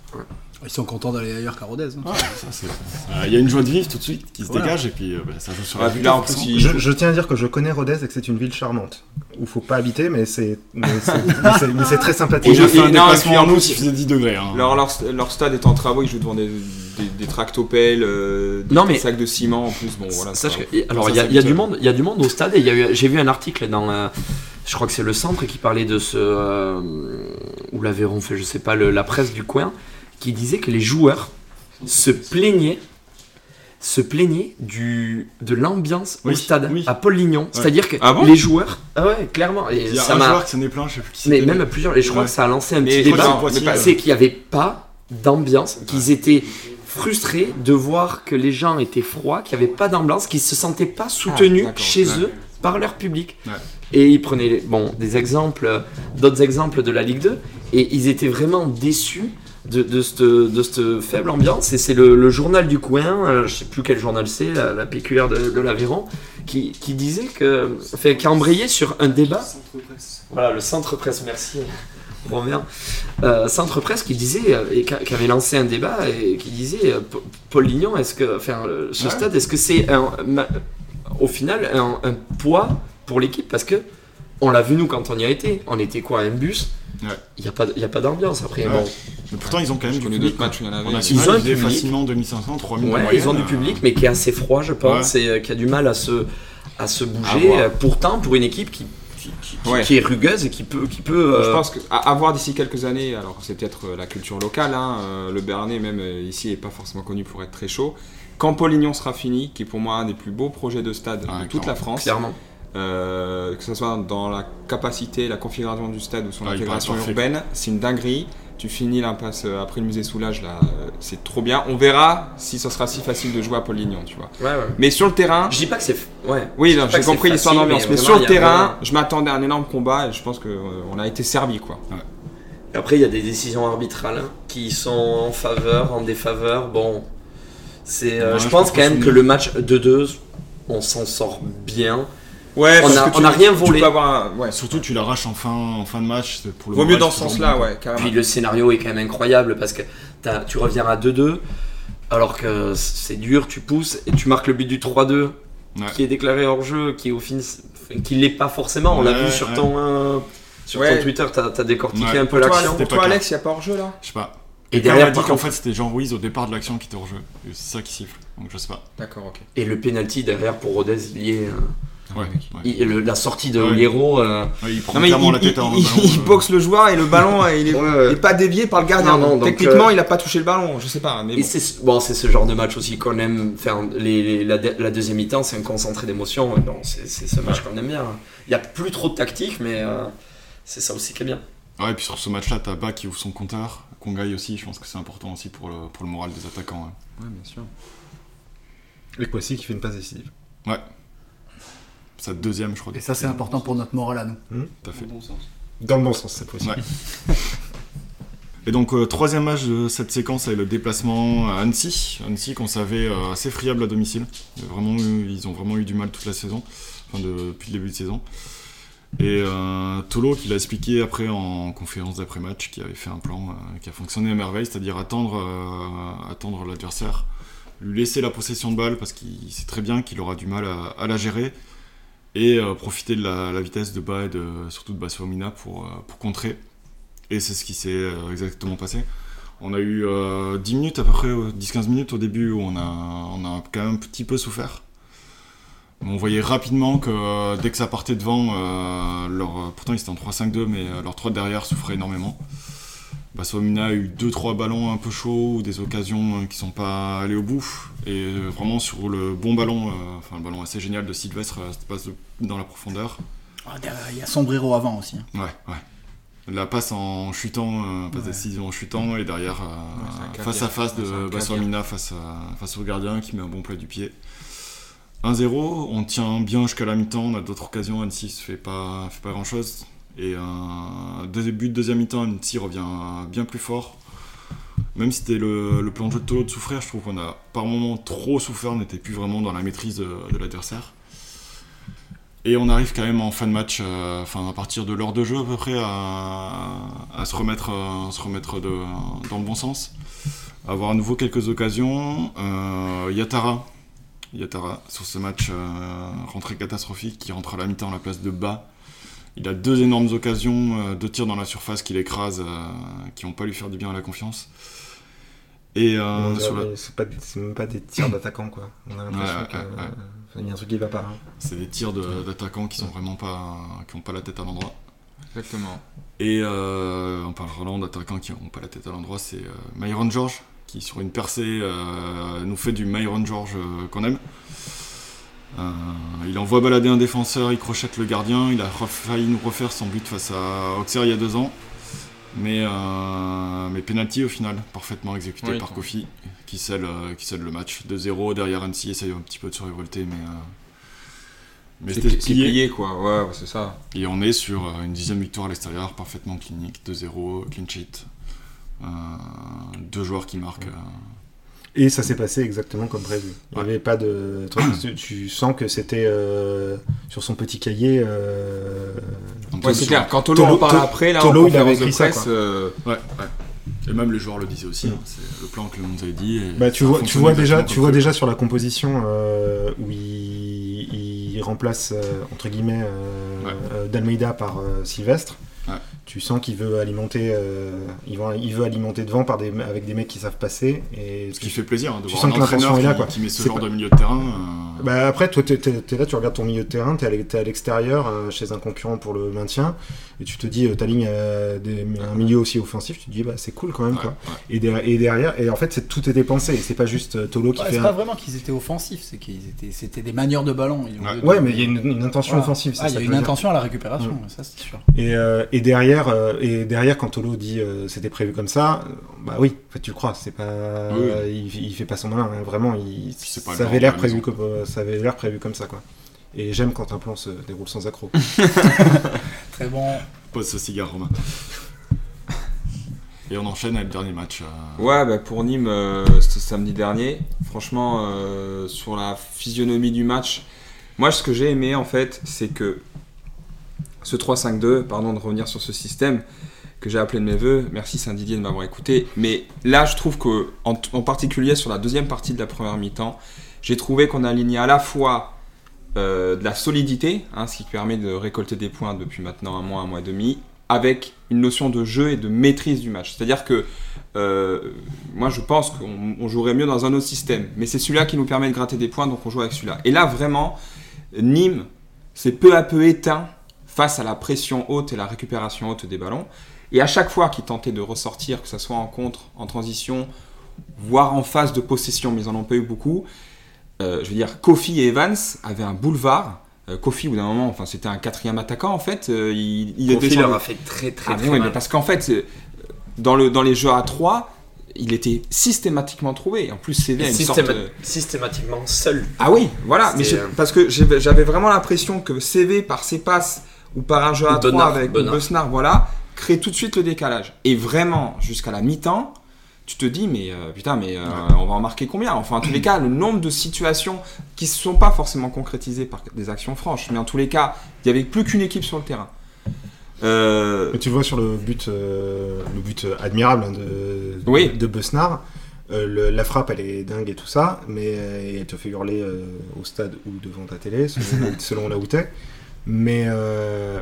S2: Ils sont contents d'aller ailleurs qu'à Rodez. hein.
S3: Ah, ça, c'est- Euh, Il y a une joie de vivre tout de suite qui se
S2: Voilà.
S3: dégage et puis euh, bah, ça joue sur
S1: Ah,
S3: la
S1: puis
S3: vue.
S1: là, en plus, il-
S6: Je, je tiens à dire que je connais Rodez et que c'est une ville charmante où faut pas habiter, mais c'est mais c'est- mais c'est- mais c'est très sympathique.
S1: Et
S3: Ils ont
S1: je-
S3: fait un
S1: et non,
S3: déplacement
S1: et puis en
S3: en août,
S1: plus,
S3: il faisait 10 degrés. hein.
S1: Leur, leur, leur stade est en travaux, ils jouent devant des, des, des tractopelles, euh, des
S8: Non, mais-
S1: sacs de ciment en plus. Bon, voilà.
S8: Sache
S1: c'est
S8: que- et- alors
S1: ça,
S8: il y, a-
S1: c'est
S8: il y a du
S1: habituel.
S8: monde, il y a du monde au stade et il y a eu- j'ai vu un article dans, euh, je crois que c'est le Centre qui parlait de ce euh, ou l'Aveyron fait, je sais pas, le- la presse du coin qui disait que les joueurs se plaignaient, se plaignaient du de l'ambiance au
S3: Oui,
S8: stade
S3: oui.
S8: à Paul Lignon, c'est-à-dire que
S1: Ah bon
S8: les joueurs, ah ouais, clairement, et
S3: Il y a
S8: ça
S3: un
S8: m'a,
S3: joueur qui s'en est plein, je sais plus qui
S8: mais
S3: c'était,
S8: même à plusieurs, et je crois
S3: Ouais.
S8: que ça a lancé un
S1: Mais
S8: petit
S1: je crois
S8: débat
S1: que
S3: c'est Poitiers,
S1: mais pas-
S3: ouais.
S8: c'est qu'il n'y avait pas d'ambiance, qu'ils étaient frustrés de voir que les gens étaient froids, qu'il n'y avait pas d'ambiance, qu'ils se sentaient pas soutenus
S1: Ah, d'accord,
S8: chez
S1: ouais.
S8: eux par leur public.
S3: Ouais.
S8: Et ils prenaient les- bon, des exemples, d'autres exemples de la Ligue 2, et ils étaient vraiment déçus de, de cette, de cette faible ambiance. Et c'est le, le journal du coin, euh, je sais plus quel journal c'est, la, la PQR de, de l'Aveyron, qui, qui disait que, fait, qui a embrayé sur un débat voilà, le Centre Presse, merci Romain. Euh, Centre Presse qui disait, euh, et qui a- qui avait lancé un débat, et qui disait euh, P- Paul Lignon, est-ce que, enfin, euh, ce
S3: Ouais.
S8: stade, est-ce que c'est un- ma- au final un, un poids pour l'équipe Parce que on l'a vu nous quand on y a été, on était quoi, un bus Il
S3: Ouais.
S8: n'y a pas, il y a pas d'ambiance après.
S3: Ouais.
S8: Bon,
S3: Mais pourtant, ils ont quand même
S1: Je
S3: du
S1: connais
S3: public,
S1: d'autres matchs, où il y en avait.
S3: On a
S1: mais-
S3: su
S8: Ils ont un
S3: ils
S8: public.
S3: facilement 2500, 3000
S8: Ouais, ils ont du public, mais qui est assez froid, je pense, et euh, qui a du mal à se, à se bouger.
S1: voir.
S8: Euh, Pourtant, pour une équipe qui, qui, qui- qui-
S1: Ouais.
S8: qui est rugueuse et qui peut, qui peut
S1: Je
S8: euh,
S1: pense qu'à avoir d'ici quelques années, alors c'est peut-être euh, la culture locale, hein, euh, le Béarnais même euh, ici est pas forcément connu pour être très chaud. Quand Polignon sera fini, qui est pour moi un des plus beaux projets de stade
S3: Ah,
S1: de toute la France,
S8: clairement.
S1: euh, que ce soit dans la capacité, la configuration du stade ou son
S3: Ah, il
S1: intégration
S3: paraît parfait.
S1: urbaine, c'est une dinguerie. Tu finis l'impasse euh, après le musée Soulage, là, euh, c'est trop bien. On verra si ce sera si facile de jouer à Polignon, tu vois.
S8: Ouais, ouais.
S1: Mais sur le terrain,
S8: Je dis pas que c'est. f- Ouais.
S1: oui,
S8: Je
S1: non,
S8: dis pas
S1: j'ai
S8: que c'est
S1: compris l'histoire
S8: facile,
S1: d'ambiance, mais,
S8: vraiment,
S1: sur
S8: il
S1: le
S8: y a
S1: terrain,
S8: vraiment-
S1: je m'attendais à un énorme combat et je pense qu'on a été servi, quoi.
S8: Après, il y a des décisions arbitrales hein, qui sont en faveur, en défaveur. Bon. C'est, euh,
S3: Ouais,
S8: je
S3: je
S8: pense
S3: pense
S8: quand même
S3: que
S8: que le match 2-2, on s'en sort bien.
S1: Ouais,
S8: On
S1: parce
S8: a-
S1: que tu-
S8: on a rien
S1: tu
S8: volé.
S1: peux avoir un- ouais.
S3: Surtout, tu l'arraches en fin, en fin de match. c'est Pour le
S1: Vaut mieux
S3: moral,
S1: dans ce
S3: c'est toujours
S1: sens-là,
S3: bon.
S1: ouais, carrément.
S8: Puis le scénario est quand même incroyable parce que t'as- tu reviens à 2-2, alors que c'est dur, tu pousses et tu marques le but du 3-2
S3: Ouais.
S8: qui est déclaré hors jeu, qui au fin, qui l'est pas forcément. On l'a
S3: Ouais,
S8: vu sur
S3: ouais.
S8: ton. euh, sur
S1: Ouais.
S8: ton Twitter, t'as as décortiqué
S3: Ouais.
S8: un peu
S1: Toi,
S8: l'action.
S3: c'était
S1: toi,
S3: pas
S1: Alex, il a pas hors-jeu là
S3: Je sais pas.
S8: Et
S3: Et
S8: derrière,
S3: derrière, dit
S8: par
S3: qu'en
S8: contre-
S3: fait, c'était Jean Ruiz au départ de l'action qui était hors jeu. Et C'est ça qui siffle. Donc, je sais pas.
S1: D'accord, ok.
S8: Et le penalty derrière pour Rodez, il y est. euh,
S3: Ouais. ouais.
S8: Et le- la sortie de
S3: Ouais.
S8: Oliero. euh,
S3: Ouais, il prend
S1: Non, mais il,
S3: clairement la
S1: il-
S3: tête en
S1: il-
S3: ballon,
S1: il
S3: euh,
S1: boxe le joueur et le ballon, euh, il est, il est pas dévié par le gardien.
S8: Non, non,
S1: donc
S8: donc,
S1: Techniquement,
S8: euh,
S1: il a pas touché le ballon, je sais pas. Mais
S8: Et
S1: bon.
S8: c'est ce- bon, c'est ce genre de match aussi qu'on aime faire. les- les- la, de- la deuxième mi-temps, c'est un concentré d'émotions. Et bon, c'est c'est ce match qu'on aime bien. Il n'y a plus trop de tactique, mais euh, c'est ça aussi qui est bien.
S3: Ouais, et puis sur ce match-là, t'as Bach qui ouvre son compteur. Kongai aussi, je pense que c'est important aussi pour le, pour le moral des attaquants. hein.
S1: Ouais, bien sûr.
S6: Et Kwasi qui fait une passe décisive.
S3: Sa deuxième, je crois.
S2: Et ça, c'est important pour notre morale à nous.
S3: Tout à fait.
S6: Dans le bon sens cette fois-ci.
S3: Ouais. Et donc, euh, troisième match de cette séquence avec le déplacement à Annecy. Annecy qu'on savait euh, assez friable à domicile. Il y a Vraiment, eu- ils ont vraiment eu du mal toute la saison, enfin de- depuis le début de saison. Et euh, Tolo qui l'a expliqué après en conférence d'après-match, qui avait fait un plan euh, qui a fonctionné à merveille, c'est-à-dire attendre, euh, attendre l'adversaire, lui laisser la possession de balle parce qu'il sait très bien qu'il aura du mal à, à la gérer et euh, profiter de la, la vitesse de bas et de, surtout de Bassomina pour, euh, pour contrer. Et c'est ce qui s'est euh, exactement passé. On a eu euh, 10 minutes à peu près, euh, 10-15 minutes au début où on a, on a quand même un petit peu souffert. Mais on voyait rapidement que euh, dès que ça partait devant, euh, leur, euh, pourtant ils étaient en 3-5-2, mais euh, leurs 3 derrière souffraient énormément. Bassomina a eu 2-3 ballons un peu chauds, ou des occasions euh, qui sont pas allées au bout. Et euh, vraiment sur le bon ballon, euh, enfin le ballon assez génial de Sylvestre, euh, cette passe de- dans la profondeur.
S2: Ah, derrière, Il y a Sombrero avant aussi. hein.
S3: Ouais, ouais. La passe en chutant, euh, passe
S2: Ouais.
S3: décision en chutant, et derrière, euh,
S1: Ouais, c'est un clavier.
S3: face à face
S1: C'est un
S3: de
S1: clavier.
S3: Bassamina face, à- face au gardien qui met un bon plat du pied. 1-0, on tient bien jusqu'à la mi-temps, on a d'autres occasions, Annecy ne fait pas, fait pas grand-chose. Et un début de deuxième mi-temps, Annecy revient bien plus fort. Même si c'était le, le plan de jeu de Tolo de souffrir, je trouve qu'on a par moments trop souffert, on n'était plus vraiment dans la maîtrise de, de l'adversaire. Et on arrive quand même en fin de match, euh, enfin à partir de l'heure de jeu à peu près, à, à se remettre, euh, se remettre de- dans le bon sens. Avoir à nouveau quelques occasions. Euh, Yatara, Yatara, sur ce match euh, rentrée catastrophique, qui rentre à la mi-temps à la place de bas. Il a deux énormes occasions, euh, deux tirs dans la surface qu'il écrase, euh, qui vont pas lui faire du bien à la confiance. Et euh,
S6: Mais,
S3: sur la-
S6: mais C'est pas- c'est même pas des tirs d'attaquants, quoi. On a l'impression
S3: Ouais,
S6: qu'il
S3: ouais, ouais, ouais.
S6: y a un truc qui va pas. hein.
S3: c'est des tirs de- d'attaquants qui sont vraiment pas, qui ont pas la tête à l'endroit.
S1: Exactement.
S3: Et euh, en parlant d'attaquants qui n'ont pas la tête à l'endroit, c'est euh, Myron George qui, sur une percée, euh, nous fait du Myron George euh, qu'on aime. Euh, il envoie balader un défenseur, il crochette le gardien, il a ref- failli nous refaire son but face à Auxerre il y a deux ans. Mais, euh, mais penalty au final, parfaitement exécuté
S1: Oui.
S3: par Kofi, qui scelle, euh, qui scelle le match. 2-0 derrière Annecy, essaye un petit peu de se révolter, mais, euh, mais
S1: C'est
S3: c'était
S1: c'est
S3: plié.
S1: plié, quoi. Ouais, c'est ça.
S3: Et on est sur euh, une dixième victoire à l'extérieur, parfaitement clinique, 2-0, clean sheet. Euh, deux joueurs qui marquent. euh,
S6: Et ça s'est passé exactement comme prévu. Il n'y
S3: Ouais.
S6: avait pas de. truc. Tu- tu sens que c'était euh, sur son petit cahier. euh,
S3: en
S1: Ouais,
S3: tout
S1: c'est
S3: cas.
S1: clair. Quand Tolo en
S6: Tolo-
S1: parle
S6: Tolo-
S1: après, là,
S6: Tolo,
S1: en
S6: il avait
S1: conférence de
S6: écrit ça,
S1: presse,
S6: quoi.
S1: euh,
S3: Ouais, ouais. Et même les joueurs le disaient aussi. hein, C'est le plan que le monde avait dit. et
S6: Bah, tu,
S3: ça a
S6: vois, tu
S3: fonctionné
S6: vois déjà,
S3: exactement
S6: tu
S3: comme
S6: vois
S3: prévu.
S6: déjà sur la composition euh, où il, il remplace euh, entre guillemets euh,
S3: Ouais.
S6: euh, d'Almeida par euh, Sylvestre.
S3: Ouais.
S6: Tu sens qu'il veut alimenter, euh, il, va- il veut alimenter devant par des, avec des mecs qui savent passer et
S3: Ce qui fait plaisir hein, de
S6: Tu
S3: voir
S6: sens
S3: un
S6: que l'intention
S3: entraîneur
S6: est là,
S3: qui,
S6: quoi.
S3: qui met ce
S6: C'est
S3: genre
S6: pas-
S3: de milieu de terrain. euh,
S6: Bah après, toi, t'es t'es- t'es là, tu regardes ton milieu de terrain, t'es à l'e- t'es à l'extérieur, euh, chez un concurrent pour le maintien, et tu te dis, euh, ta ligne a des- un milieu aussi offensif, tu te dis, bah c'est cool quand même,
S3: ouais,
S6: quoi.
S3: ouais.
S6: Et, der- et derrière, et en fait, c'est tout était pensé, et c'est pas juste euh, Tolo qui
S2: Ouais,
S6: fait
S2: c'est pas
S6: un...
S2: vraiment qu'ils étaient offensifs, c'est qu'ils étaient, c'était des manières de ballon. Ils ont
S3: Ouais.
S2: eu de-
S6: Ouais, mais il y a une, une intention
S2: Voilà.
S6: offensive, c'est
S2: Ah, il y
S6: ça
S2: a
S6: que
S2: une
S6: je veux dire.
S2: intention à la récupération, ça c'est sûr.
S6: Et, euh, et derrière, euh, et derrière, quand Tolo dit euh, c'était prévu comme ça, euh, bah oui, en fait, tu le crois, c'est pas,
S3: Oui, oui.
S6: euh, il, il fait pas son malin, hein, vraiment,
S3: Puis
S6: il,
S3: c'est pas
S6: ça
S3: le
S6: avait
S3: grand
S6: l'air
S3: à la
S6: prévu
S3: maison.
S6: comme, euh, ça avait l'air prévu comme ça, quoi. Et j'aime quand un plan se déroule sans accroc.
S2: Très bon.
S3: Pose ce cigare, Romain. Et on enchaîne avec le dernier match. euh,
S1: ouais, bah, pour Nîmes, euh, c'était samedi dernier. Franchement, euh, sur la physionomie du match, moi, ce que j'ai aimé, en fait, c'est que ce 3-5-2, pardon de revenir sur ce système que j'ai appelé de mes voeux, merci Saint-Didier de m'avoir écouté, mais là, je trouve que, en, t- en particulier sur la deuxième partie de la première mi-temps, j'ai trouvé qu'on a aligné à la fois euh, de la solidité, hein, ce qui permet de récolter des points depuis maintenant un mois, un mois et demi, avec une notion de jeu et de maîtrise du match. C'est-à-dire que euh, moi, je pense qu'on on jouerait mieux dans un autre système, mais c'est celui-là qui nous permet de gratter des points, donc on joue avec celui-là. Et là, vraiment, Nîmes s'est peu à peu éteint face à la pression haute et la récupération haute des ballons. Et à chaque fois qu'ils tentaient de ressortir, que ce soit en contre, en transition, voire en phase de possession, mais ils en ont pas eu beaucoup, euh, je veux dire, Kofi et Evans avaient un boulevard. Euh, Kofi, au bout d'un moment, enfin, c'était un quatrième attaquant en fait. Euh, il, il
S8: Kofi
S1: était sur
S8: leur
S1: le-
S8: a fait très très
S1: ah, mais
S8: très
S1: oui, mais
S8: mal.
S1: parce qu'en fait, euh, dans, le, dans les jeux à 3, il était systématiquement trouvé. En plus,
S8: Et
S1: CV a une sorte
S8: systéma-
S1: de-
S8: Systématiquement seul.
S1: Ah oui, voilà. Mais
S8: C'était,
S1: je-
S8: euh,
S1: parce que j'ai- j'avais vraiment l'impression que CV, par ses passes ou par un jeu à 3
S8: Bonnard,
S1: avec
S8: Bonnard.
S1: Besnard, voilà, crée tout de suite le décalage. Et vraiment, jusqu'à la mi-temps, tu te dis, mais euh, putain, mais euh, on va en marquer combien Enfin, en tous les cas, le nombre de situations qui ne se sont pas forcément concrétisées par des actions franches, mais en tous les cas, il n'y avait plus qu'une équipe sur le terrain. Euh,
S6: Mais tu le vois sur le but, euh, le but admirable hein, de, de,
S1: Oui.
S6: de Besnard. euh, le- la frappe, elle est dingue et tout ça, mais euh, elle te fait hurler euh, au stade ou devant ta télé, selon, là où- selon là où t'es. Mais euh,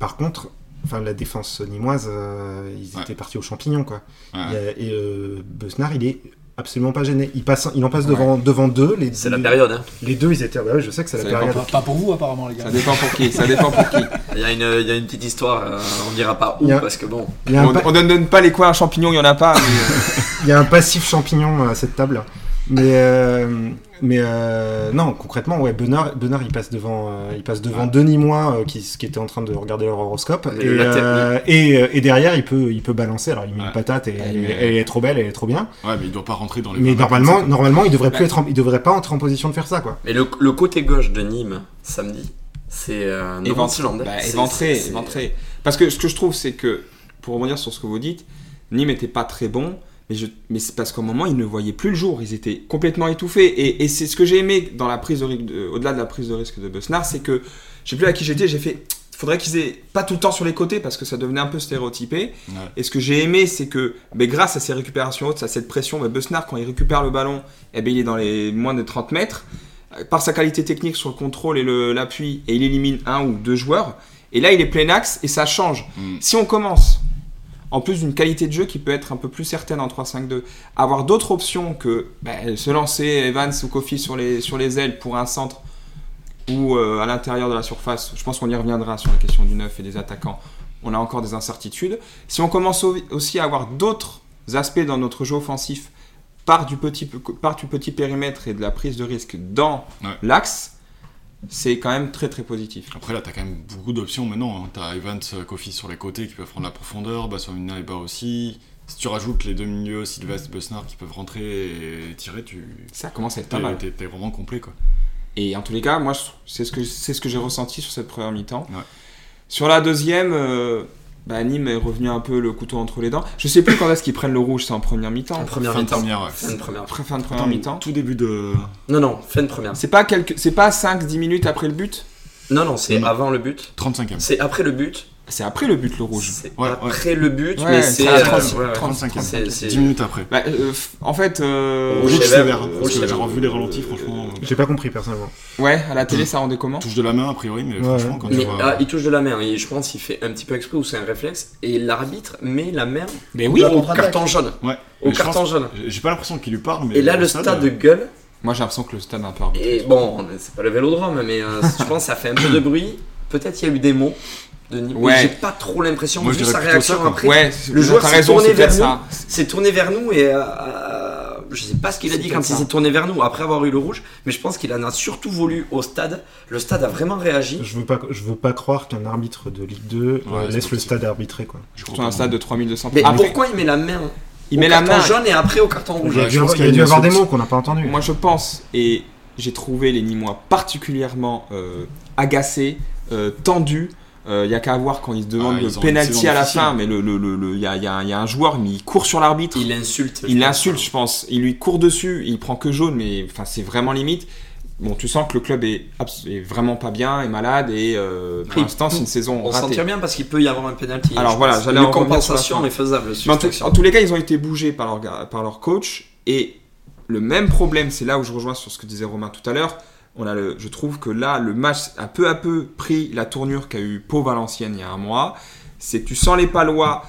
S6: par contre, enfin la défense nîmoise, euh, ils
S3: Ouais.
S6: étaient partis aux champignons quoi.
S3: Ouais.
S6: Il y a- et euh, Besnard, il est absolument pas gêné. Il passe, il en passe devant devant deux. Les,
S8: C'est la période. hein.
S6: Les deux, ils étaient. bah oui, je sais que c'est
S1: Ça
S6: la
S1: dépend
S6: période.
S2: Pas, pas pour vous apparemment les gars.
S1: ça dépend pour qui, ça dépend pour qui.
S8: Il y, a une- il y a une petite histoire, euh, on dira pas où
S6: Il y a-
S8: parce que bon.
S6: Il y a un
S1: on,
S6: pa-
S1: on ne donne pas les coins à champignons, il n'y en a pas. mais, euh,
S6: Il y a un passif champignon à cette table. Mais, euh, mais euh, non, concrètement, ouais, Benard, Benard, il passe devant, euh, il passe devant Denis moi qui, qui était en train de regarder leur horoscope.
S8: Et
S6: Et,
S8: la tête,
S6: euh, et, euh, et derrière, il peut, il peut balancer. Alors, il met
S3: Ouais.
S6: une patate et elle,
S3: mais-
S6: est- elle est trop belle, elle est trop bien.
S3: Ouais, mais il doit pas rentrer dans les.
S6: Mais
S3: 20,
S6: normalement,
S3: 25.
S6: normalement, il devrait plus
S1: Ouais.
S6: être, en- il devrait pas entrer en position de faire ça, quoi.
S8: Mais le, le côté gauche de Nîmes, samedi, c'est euh,
S1: euh,
S8: Nouvelle-Zélande.
S1: bah,
S8: C'est-
S1: éventré,
S8: c'est- c'est-
S1: éventré. Parce que ce que je trouve, c'est que, pour rebondir sur ce que vous dites, Nîmes n'était pas très bon, Mais, je- mais c'est parce qu'au moment, ils ne voyaient plus le jour. Ils étaient complètement étouffés. Et, et c'est ce que j'ai aimé dans la prise de ri- de- au-delà de la prise de risque de Besnard, c'est que je sais plus à qui j'ai dit, j'ai fait. Faudrait qu'ils aient pas tout le temps sur les côtés parce que ça devenait un peu stéréotypé.
S3: Ouais.
S1: Et ce que j'ai aimé, c'est que, mais grâce à ces récupérations hautes, à cette pression, bah, Besnard quand il récupère le ballon, eh ben, il est dans les moins de 30 mètres. Euh, Par sa qualité technique sur le contrôle et le- l'appui, et il élimine un ou deux joueurs. Et là, il est plein axe et ça change.
S3: Mm.
S1: Si on commence, en plus d'une qualité de jeu qui peut être un peu plus certaine en 3-5-2, avoir d'autres options que bah, se lancer Evans ou Kofi sur les, sur les ailes pour un centre ou euh, à l'intérieur de la surface, je pense qu'on y reviendra sur la question du neuf et des attaquants, on a encore des incertitudes. Si on commence au- aussi à avoir d'autres aspects dans notre jeu offensif par du petit, par du petit périmètre et de la prise de risque dans
S3: Ouais.
S1: l'axe, c'est quand même très très positif.
S3: Après, là, t'as quand même beaucoup d'options maintenant. hein. T'as Evans, euh, Kofi sur les côtés qui peuvent prendre la profondeur, Bassomina et Bas aussi. Si tu rajoutes les deux milieux, Sylvestre, Besnard qui peuvent rentrer et tirer, tu.
S1: Ça commence à être pas
S3: T'es
S1: mal.
S3: t'es- t'es vraiment complet quoi.
S1: Et en tous les cas, moi, je- c'est ce que c'est ce que j'ai ressenti sur cette première mi-temps.
S3: Ouais.
S1: Sur la deuxième, euh, bah, Nîmes est revenu un peu le couteau entre les dents. Je sais plus quand est-ce qu'ils prennent le rouge, c'est en première mi-temps,
S8: En première
S3: Fin de
S8: mi-temps.
S3: première, ouais.
S8: Fin de première.
S1: après fin de première
S3: Attends,
S1: mi-temps.
S3: Tout début de.
S8: Non, non, fin de première.
S1: C'est pas quelques, c'est pas 5-10 minutes après le but.
S8: Non, non, c'est
S3: Non.
S8: avant le but.
S3: 35 e
S8: C'est après le but.
S1: C'est après le but le rouge.
S8: C'est
S3: Ouais, ouais.
S8: après le but,
S1: Ouais,
S8: mais c'est.
S1: ça,
S8: euh,
S1: 30,
S8: ouais, ouais.
S3: 35 e
S8: C'est- c'est-
S3: 10 minutes après.
S1: Bah, euh, f- en fait, euh,
S8: Rouge
S3: Rouge
S8: sévère,
S3: sévère, hein,
S8: rouge
S3: parce que j'ai
S8: sévère.
S3: revu les ralentis, franchement. euh,
S6: J'ai pas compris personnellement.
S1: ouais, à la télé ça rendait comment
S3: Touche de la main a priori, mais
S6: Ouais.
S3: franchement, quand tu
S8: Mais,
S3: vois.
S8: ah, il touche de la main, il- je pense qu'il fait un petit peu exprès ou c'est un réflexe, et l'arbitre met la main
S1: Mais oui.
S5: La
S8: au
S5: contre-attaque.
S8: carton jaune.
S3: Ouais.
S8: Au
S3: Mais je
S8: carton
S3: pense-
S8: jaune.
S3: J'ai- J'ai pas l'impression qu'il lui parle, mais.
S8: Et là,
S3: au
S8: le stade
S3: euh,
S8: de gueule,
S1: Moi j'ai l'impression que le stade a un peu arbitré.
S8: et bon, c'est pas le vélodrome, mais euh, je pense que ça fait un peu de bruit. Peut-être il y a eu des mots de Nîmes, mais
S1: Ouais.
S8: j'ai pas trop l'impression,
S3: Moi,
S8: vu
S3: je dirais
S8: sa
S3: plutôt
S8: réaction
S3: ça, quoi.
S8: après,
S1: Ouais,
S8: le
S1: t'as
S8: joueur s'est
S1: raison,
S8: tourné
S1: c'est peut-être
S8: vers
S1: ça.
S8: s'est tourné vers nous et. euh, euh, je sais pas ce qu'il a
S1: C'est
S8: dit
S1: peut-être
S8: quand il
S1: ça.
S8: s'est tourné vers nous après avoir eu le rouge, mais je pense qu'il en a surtout voulu au stade. Le stade a vraiment réagi.
S6: Je veux pas, je veux pas croire qu'un arbitre de Ligue
S3: Ouais,
S6: 2 euh,
S3: c'est
S6: laisse le
S3: possible.
S6: stade arbitrer quoi.
S3: Je
S1: Sur un stade de 3200.
S8: Mais
S1: Après,
S8: Ah, pourquoi il met la main
S1: il
S8: au
S1: met la
S8: carton
S1: main.
S8: jaune et après au carton rouge
S6: Il y a
S3: je
S6: dû,
S3: pense
S6: avoir-
S3: qu'il y
S6: il y a
S3: a
S6: dû
S3: une
S6: avoir des
S3: solution.
S6: mots qu'on n'a pas entendus.
S1: Moi, je pense, et j'ai trouvé les Nîmois particulièrement euh, agacés, euh, tendus. Il n'y a qu'à voir quand ils se demandent
S3: Ah,
S1: le
S3: ils ont une
S1: penalty
S3: saison
S1: à la
S3: difficile.
S1: fin, mais il le, le, le- le- y, a, y a un- y a un joueur, mais il court sur l'arbitre, il,
S8: Il insulte.
S1: l'insulte, je pense. Il lui court dessus, il prend que jaune, mais enfin, c'est vraiment limite. Bon, tu sens que le club est, abs- est vraiment pas bien, est malade, et euh, pour
S8: Il-
S1: l'instant, c'est une saison
S8: On s'en
S1: ratée.
S8: tire bien parce qu'il peut y avoir un penalty.
S1: Alors
S8: je
S1: voilà,
S8: pense.
S1: j'allais
S8: Une
S1: en revenir sur
S8: compensation
S1: la
S8: est faisable.
S1: Mais en, tout-
S8: substitution.
S1: en tous les cas, ils ont été bougés par leur, ga- par leur coach. Et le même problème, c'est là où je rejoins sur ce que disait Romain tout à l'heure. On a le, je trouve que là, le match a peu à peu pris la tournure qu'a eu Pau Valenciennes il y a un mois. C'est que tu sens les Palois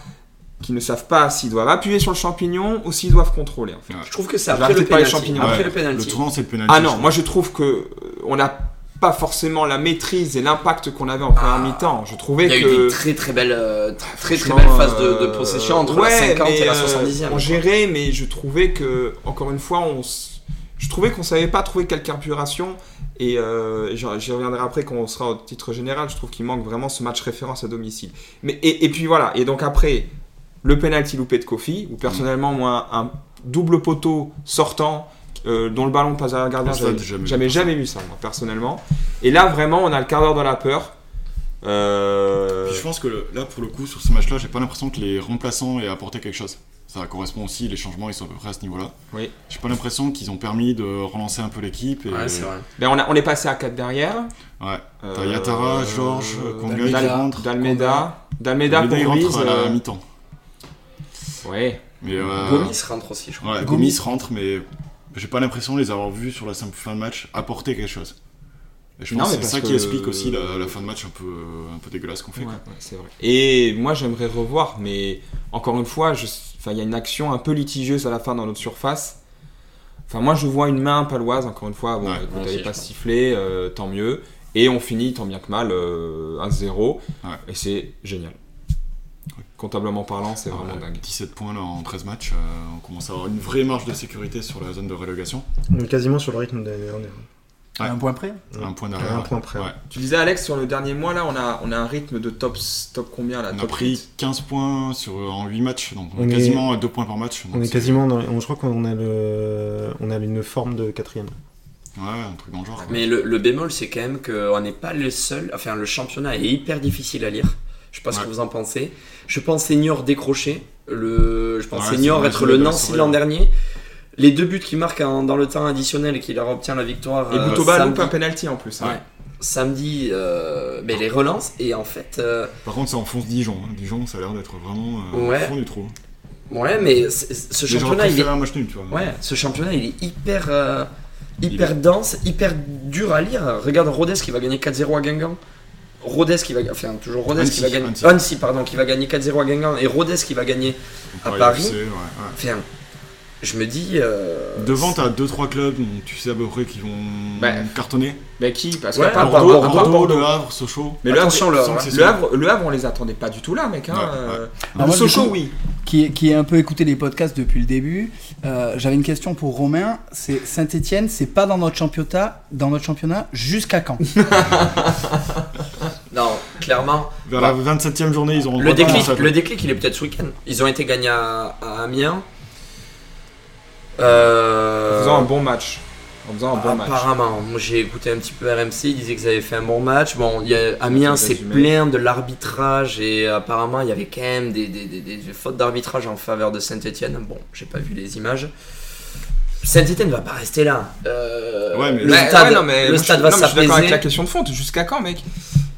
S1: qui ne savent pas s'ils doivent appuyer sur le champignon ou s'ils doivent contrôler. en fait.
S8: Je trouve que c'est après
S1: J'arrête
S8: le
S1: pas les
S8: penalty.
S1: champignons.
S8: Après
S3: Ouais,
S8: le penalty.
S3: Le tournant, c'est le penalty.
S1: Ah non,
S3: je
S1: moi je trouve que euh, on n'a pas forcément la maîtrise et l'impact qu'on avait en première
S8: Ah.
S1: mi-temps. Je trouvais
S8: Il y a eu
S1: que
S8: des très très belles, euh, très très belles
S1: Franchement,
S8: phases de, de
S1: euh,
S8: possession entre la
S1: ouais,
S8: 50 et
S1: mais,
S8: la
S1: euh,
S8: 70e.
S1: On gérait, mais je trouvais que, encore une fois, on s- je trouvais qu'on savait pas trouver quelle carburation. Et euh, j'y j'y reviendrai après quand on sera au titre général. Je trouve qu'il manque vraiment ce match référence à domicile. Mais, et, et puis voilà. Et donc après, le penalty loupé de Kofi, où personnellement, moi, un double poteau sortant. euh, dont le ballon passe à la gardien,
S3: Ah, ça,
S1: j'avais
S3: t'as jamais vu
S1: jamais, jamais vu ça, moi, personnellement. Et là, vraiment, on a le quart d'heure de la peur. Euh,
S3: Puis je pense que le- là, pour le coup, sur ce match-là, j'ai pas l'impression que les remplaçants aient apporté quelque chose. Ça correspond aussi, les changements, ils sont à peu près à ce niveau-là.
S1: Oui.
S3: J'ai pas l'impression qu'ils ont permis de relancer un peu l'équipe. Et...
S8: Ouais, c'est vrai.
S1: ben, on, a- on est passé à 4 derrière.
S3: Ouais.
S1: Euh,
S3: T'as Yatara, Georges,
S1: euh,
S3: Konga qui
S2: Dalmeda.
S3: rentre.
S1: D'Almeida. D'Almeida
S3: Dalmeda, il
S1: pour
S3: rentre
S1: Ruiz.
S3: à la
S1: euh,
S3: mi-temps.
S1: Ouais.
S3: Mais euh,
S8: Gomis rentre aussi, je crois.
S3: ouais, Gomis rentre, mais j'ai pas l'impression de les avoir vus sur la simple fin de match apporter quelque chose. Et je
S1: Non,
S3: pense
S1: mais
S3: que c'est
S1: parce
S3: ça
S1: que-
S3: qui explique aussi la, la fin de match un peu, un peu dégueulasse qu'on fait.
S1: ouais,
S3: quoi.
S1: ouais, c'est vrai. Et moi, j'aimerais revoir, mais encore une fois, je... enfin, il y a une action un peu litigieuse à la fin dans notre surface. Enfin, moi, je vois une main paloise, encore une fois. Bon,
S3: Ouais,
S1: écoute,
S8: moi
S1: elle
S8: aussi,
S1: est
S8: je
S1: pas
S8: crois.
S1: sifflée, euh, tant mieux. Et on finit, tant bien que mal, euh, à 0.
S3: Ouais.
S1: Et c'est génial. Comptablement parlant, c'est vraiment
S3: Ouais,
S1: dingue.
S3: 17 points là en 13 matchs, euh, on commence à avoir une vraie marge de sécurité sur la zone de relégation.
S6: On est quasiment sur le rythme de l'année dernière.
S3: Ouais.
S2: Un point près hein.
S3: Un point
S6: À
S3: derrière.
S6: un point près.
S3: Ouais.
S1: Tu disais, Alex, sur le dernier mois, là, on a, on a un rythme de top, top combien là
S3: On a
S1: Top
S3: pris
S1: 8.
S3: 15 points sur, euh, en 8 matchs, donc on
S6: On
S3: est
S6: est-
S3: quasiment à 2 points par match. donc
S6: On est
S3: c'est-
S6: quasiment dans, on- je crois qu'on a le, on a une forme de quatrième.
S3: Ouais, un truc dans le genre. quoi.
S8: Ah, Mais le, le bémol, c'est quand même qu'on n'est pas le seul. Enfin, le championnat est hyper difficile à lire. Je sais pas ce
S3: Ouais.
S8: que vous en pensez. Je pense senior décroché. le, je pense,
S3: Ouais,
S8: senior
S3: c'est
S8: être
S3: vrai,
S8: le
S3: c'est
S8: Nancy
S3: vrai.
S8: l'an dernier. Les deux buts qu'il marque en- dans le temps additionnel et qui leur obtient la victoire
S1: Et
S8: euh,
S1: Boutoba loupe
S8: samedi,
S1: un penalty en plus. hein.
S8: Ouais. samedi, euh, mais les relance et en fait, euh,
S3: Par contre, ça enfonce Dijon. hein. Dijon, ça a l'air d'être vraiment euh, au
S8: Ouais.
S3: fond du trou.
S8: ouais, mais c- c- ce
S3: Mais j'aurais
S8: championnat, il est
S3: préféré un match nul, tu vois.
S8: Ouais, ce championnat il est hyper, euh, hyper dense, hyper dur à lire. Regarde Rodez qui va gagner 4-0 à Guingamp. Rodez qui va enfin toujours Rodez qui
S3: Annecy,
S8: va gagner
S3: Annecy.
S8: Annecy, pardon qui va gagner 4-0 à Guingamp et Rodez qui va gagner
S3: On
S8: À
S3: parlait
S8: Paris.
S3: d'FC, ouais, ouais.
S8: enfin je me dis euh,
S3: Devant, t'as 2-3 clubs dont tu sais à peu près qu'ils vont
S1: Bah,
S3: cartonner.
S1: Bah qui Parce
S8: Ouais,
S1: qu'à part
S8: à part
S1: Bordeaux, à
S8: Bordeaux,
S1: part Bordeaux.
S3: Le Havre, Sochaux.
S1: Mais le Havre,
S8: Attention, le Havre,
S3: ouais.
S1: le, Havre, le Havre, on les attendait pas du tout là, mec. Hein.
S3: Ouais, ouais.
S1: euh,
S2: Alors moi,
S1: le
S2: du
S1: Sochaux,
S2: coup-
S1: oui.
S2: qui, qui a un peu écouté les podcasts depuis le début, euh, j'avais une question pour Romain. C'est Saint-Etienne, c'est pas dans notre championnat, dans notre championnat jusqu'à quand
S8: non clairement
S3: Vers la 27 e journée, ils auront
S8: le
S3: droit de
S8: déclic
S3: commencer à-
S8: le déclic il est peut-être ce week-end. Ils ont été gagnés à, à Amiens. Euh,
S1: En faisant un bon match. En faisant un
S8: Ah,
S1: bon match.
S8: Apparemment, moi j'ai écouté un petit peu RMC, ils disaient qu'ils avaient fait un bon match. Bon, il y a- Amiens s'est
S1: résumé.
S8: plaint de l'arbitrage et apparemment il y avait quand même des, des- des- des fautes d'arbitrage en faveur de Saint-Etienne. Bon, j'ai pas vu les images. Saint-Etienne va pas rester là. Euh,
S3: Ouais, mais-
S8: le
S1: Ouais,
S8: stade,
S1: ouais, non, mais
S8: le
S1: moi, je-
S8: stade
S1: non,
S8: va
S1: mais Je suis d'accord avec
S8: s'apaiser.
S1: la question de fond. Jusqu'à quand, mec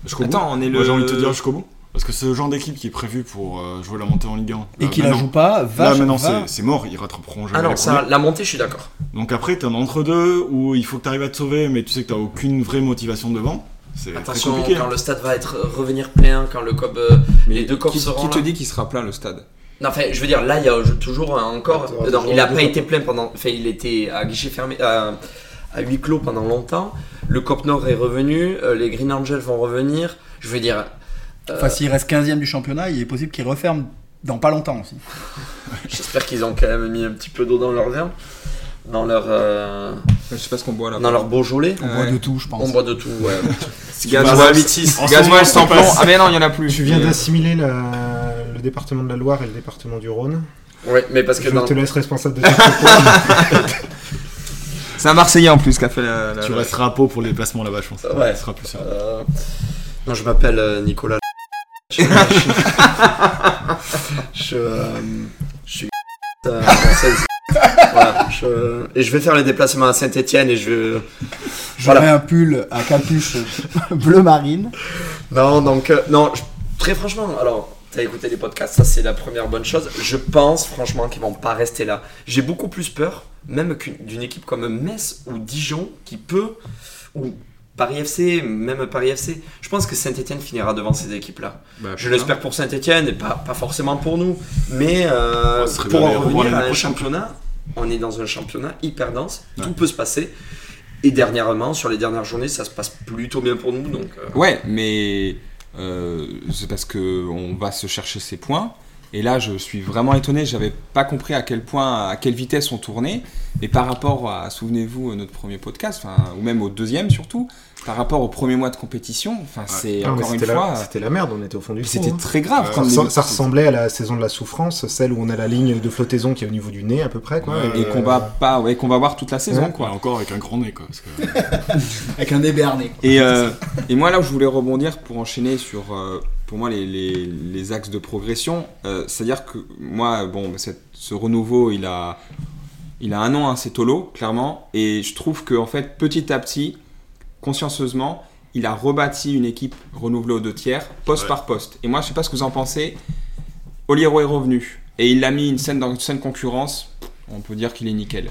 S3: Jusqu'au bout.
S1: Attends, on est le.
S3: Moi, j'ai envie de te dire jusqu'au bout. Parce que ce genre d'équipe qui est prévu pour euh, jouer la montée en Ligue 1.
S6: Euh,
S2: Et
S3: là,
S2: qui la
S3: maintenant-
S2: joue pas, va.
S3: Là, maintenant,
S2: va-
S3: c'est- c'est mort. Ils rattraperont jamais
S8: Ah non,
S3: les
S8: ça,
S3: premiers.
S8: la montée, je suis d'accord.
S3: Donc après, t'es un entre-deux où il faut que t'arrives à te sauver, mais tu sais que t'as aucune vraie motivation devant. C'est très
S8: Attention,
S3: compliqué. hein.
S8: quand le stade va être revenir plein, quand le COB. euh,
S1: Mais
S8: les deux corps
S1: qui,
S8: seront
S1: qui te
S8: là.
S1: dit qu'il sera plein le stade
S8: Non, enfin, je veux dire, là, il y a toujours euh, encore.
S4: Attends,
S8: non,
S4: attends,
S8: il n'a
S4: attends.
S8: pas été plein pendant. Enfin, il était à guichet fermé, à, à huis clos pendant longtemps. Le Cop Nord est revenu. euh, les Green Angels vont revenir. Je veux dire,
S2: Enfin, s'il reste 15ème du championnat, il est possible qu'il referme dans pas longtemps aussi.
S8: j'espère qu'ils ont quand même mis un petit peu d'eau dans leur verre, dans leur, euh,
S1: Je sais pas ce qu'on boit là.
S8: dans leur Beaujolais.
S2: On boit de tout, je pense.
S8: On boit de tout, ouais.
S1: Gasoil 8-6.
S3: En ce moment, ça
S1: Gasoil sans plomb.
S3: passe.
S1: Ah, mais non, il y en a plus.
S6: Tu viens d'assimiler la- le département de la Loire et le département du Rhône.
S8: Ouais, mais parce que
S6: Je
S8: dans.
S6: te laisse responsable de tes propos.
S1: C'est un Marseillais en plus qui a fait la. la-
S3: Tu
S1: la-
S3: resteras à peau pour les placements là-bas, je pense.
S8: Ouais.
S3: Ce sera plus simple.
S8: euh, Non, je m'appelle euh, Nicolas. Je, je, euh, je suis euh, française. Voilà, je- et je vais faire les déplacements à Saint-Etienne et je.
S2: J'aurais un pull à capuche bleu marine.
S8: Non, donc, euh, non, je- très franchement, alors, t'as écouté les podcasts, ça c'est la première bonne chose. Je pense franchement qu'ils vont pas rester là. J'ai beaucoup plus peur, même qu'une- d'une équipe comme Metz ou Dijon qui peut, ou Paris FC, même Paris FC. Je pense que Saint-Etienne finira devant ces équipes-là.
S1: Bah,
S8: Je
S1: putain.
S8: l'espère pour Saint-Etienne et pas, pas forcément pour nous. Mais
S3: Ça
S8: euh,
S3: Oh, serait
S8: pour
S3: bien
S8: en
S3: d'aller revoir
S8: revenir à
S3: l'année
S8: un
S3: prochaine.
S8: championnat, on est dans un championnat hyper dense, tout
S3: Ouais.
S8: peut se passer. Et dernièrement, sur les dernières journées, ça se passe plutôt bien pour nous. Donc, euh,
S1: Ouais, mais euh, c'est parce que on va se chercher ses points. Et là, je suis vraiment étonné. J'avais pas compris à quel point, à quelle vitesse on tournait. Mais par rapport à, souvenez-vous, euh, notre premier podcast, enfin, ou même au deuxième surtout, par rapport au premier mois de compétition, enfin, c'est
S6: Non, Ah, mais
S1: encore une
S6: C'était la,
S1: fois,
S6: c'était la merde, on était au fond du trou.
S1: c'était
S6: hein.
S1: très grave.
S3: Euh,
S1: comme
S6: ça,
S1: début.
S6: ça ressemblait à la saison de la souffrance, celle où on a la ligne de flottaison qui est au niveau du nez à peu près. Quoi,
S1: Et qu'on va pas, ouais, qu'on va voir toute la saison,
S6: euh, Ouais.
S1: quoi.
S3: Ouais, encore avec un grand nez, quoi. Parce que...
S2: Avec un déberné.
S1: Et, euh, et moi, là où je voulais rebondir pour enchaîner sur, euh, pour moi, les, les- les axes de progression, euh, c'est-à-dire que moi, bon, bah, cette- ce renouveau, il a, il a un nom, hein, c'est Tolo, clairement. Et je trouve que, en fait, petit à petit, consciencieusement, il a rebâti une équipe renouvelée aux deux tiers, poste
S3: Ouais.
S1: par poste. Et moi, je sais pas ce que vous en pensez. Oliero est revenu et il a mis une scène dans une scène concurrence. On peut dire qu'il est nickel.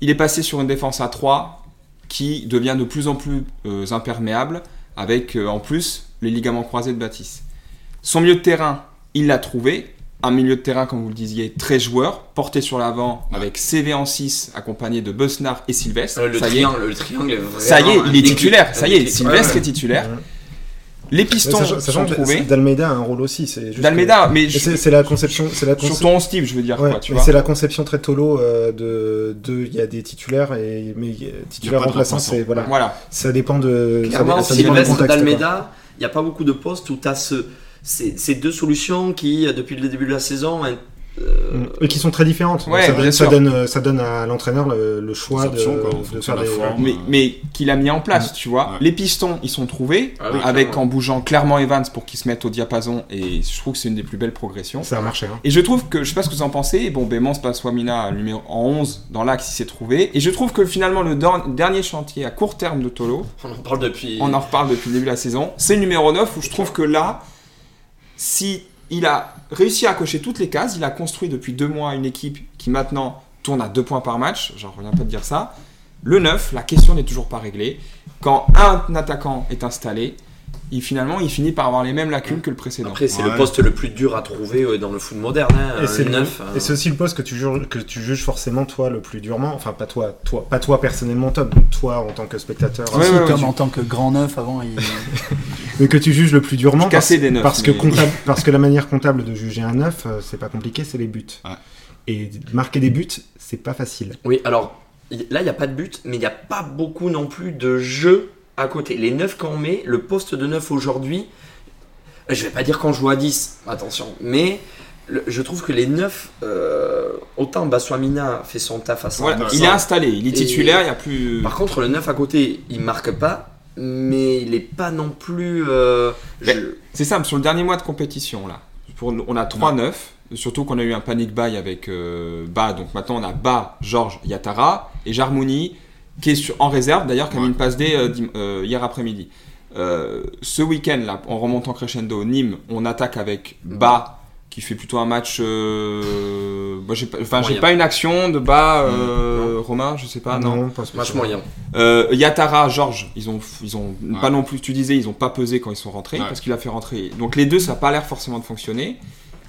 S1: Il est passé sur une défense à 3 qui devient de plus en plus euh, imperméable avec euh, en plus les ligaments croisés de Baptiste. Son milieu de terrain, il l'a trouvé. Un milieu de terrain, comme vous le disiez, très joueur, porté sur l'avant avec CV en 6, accompagné de Besnard et Sylvestre.
S8: Euh, Le,
S1: Ça y est,
S8: triangle, le triangle est vraiment
S1: ça y est,
S8: un
S1: il est
S8: déclic.
S1: titulaire. Ça y
S8: Un
S1: est,
S8: déclic.
S1: Sylvestre
S8: Ouais,
S1: est titulaire.
S6: Ouais.
S1: Les pistons
S6: Sachant- sachant
S1: sont
S6: que
S1: trouvés.
S6: D'Almeida a un rôle aussi. c'est juste que-
S1: D'Almeida, mais
S6: Et
S1: je-
S6: C'est c'est la conception. C'est la
S1: sur
S6: conception.
S1: ton Steve, je veux dire
S6: Ouais,
S1: quoi, tu
S6: mais
S1: vois.
S6: c'est la conception très tolo euh, de de il y a des titulaires et mais il y a- titulaires
S3: pas de
S6: remplaçants
S3: remplaçants.
S6: c'est voilà
S1: Voilà.
S6: ça dépend de ça,
S8: Clairement,
S6: dé- ça dépend du
S8: Sylvestre
S6: contexte quoi.
S8: d'Almeida, il euh, n'y a pas beaucoup de postes où tu as ce, ces, ces deux solutions qui, depuis le début de la saison, in-
S1: Mm.
S8: euh,
S6: Et qui sont très différentes.
S1: Ouais,
S6: ça,
S1: bien
S6: donne, ça
S1: sûr.
S6: donne, euh, ça donne à l'entraîneur le, le choix de,
S3: options, quoi, en
S6: de
S3: fonction
S6: faire
S3: de la
S6: des.
S3: forme.
S1: mais, mais qu'il a mis en place, tu vois.
S3: Ouais.
S1: Les pistons, ils sont trouvés,
S4: Ah oui,
S1: avec
S4: clairement.
S1: en bougeant clairement Evans pour qu'il se mette au diapason, et je trouve que c'est une des plus belles progressions.
S6: Ça a marché. hein.
S1: Et je trouve que, je sais pas ce que vous en pensez, bon, ben Mans passe Wamina numéro en 11 dans l'axe, il s'est trouvé. Et je trouve que finalement, le dor- dernier chantier à court terme de Tolo,
S8: on en parle depuis.
S1: on en reparle depuis le début de la saison, c'est le numéro 9 où je trouve que là, si il a réussi à cocher toutes les cases, il a construit depuis deux mois une équipe qui maintenant tourne à deux points par match, j'en reviens pas de dire ça. Le 9, la question n'est toujours pas réglée. Quand un attaquant est installé, il, finalement, il finit par avoir les mêmes lacunes que le précédent.
S8: Après, c'est
S3: Ouais.
S8: le poste le plus dur à trouver euh, dans le foot moderne. hein,
S6: Et c'est
S8: le
S6: le-
S8: 9.
S6: Et c'est aussi le poste que tu, juges, que tu juges forcément toi le plus durement. Enfin, pas toi, toi, pas toi personnellement, Tom, toi en tant que spectateur.
S1: Ouais,
S2: Si,
S1: ouais, ouais,
S2: Tom
S1: tu-
S2: en tant que grand neuf avant, il...
S6: Mais que tu juges le plus durement. parce-
S1: Casser des 9.
S6: Parce que, comptable- parce que la manière comptable de juger un neuf, euh, c'est pas compliqué, c'est les buts.
S3: Ouais.
S6: Et marquer des buts, c'est pas facile.
S8: Oui, alors y- là, il n'y a pas de but, mais il n'y a pas beaucoup non plus de jeu à côté. Les 9 qu'on met, le poste de 9 aujourd'hui, je vais pas dire qu'on joue à 10, attention, mais le- je trouve que les 9, autant Baswamina fait son taf à 100%.
S1: Voilà, il est installé, il est
S8: Et-
S1: titulaire, il n'y a plus.
S8: Par contre, le 9 à côté, il marque pas, mais il est pas non plus. euh, je-
S1: C'est simple, sur le dernier mois de compétition, là, pour, on a 3-9, surtout qu'on a eu un panic buy avec euh, Ba, donc maintenant on a Ba, Georges, Yatara et Jarmouni, qui est sur- en réserve d'ailleurs, qui a mis
S3: Ouais.
S1: une passe D euh, dim- euh, hier après-midi. Euh, ce week-end, là, en remontant crescendo, Nîmes, on attaque avec Ba, qui fait plutôt un match. euh, moi, j'ai pas- Enfin, j'ai
S8: Moyen.
S1: pas une action de Ba, euh, Romain, je sais pas, non.
S6: parce que-
S8: match moyen.
S1: Euh, Yatara, Georges, ils ont, ils ont
S3: Ouais.
S1: pas non plus, tu disais, ils ont pas pesé quand ils sont rentrés,
S3: Ouais.
S1: parce qu'il a fait rentrer. Donc les deux, ça a pas l'air forcément de fonctionner.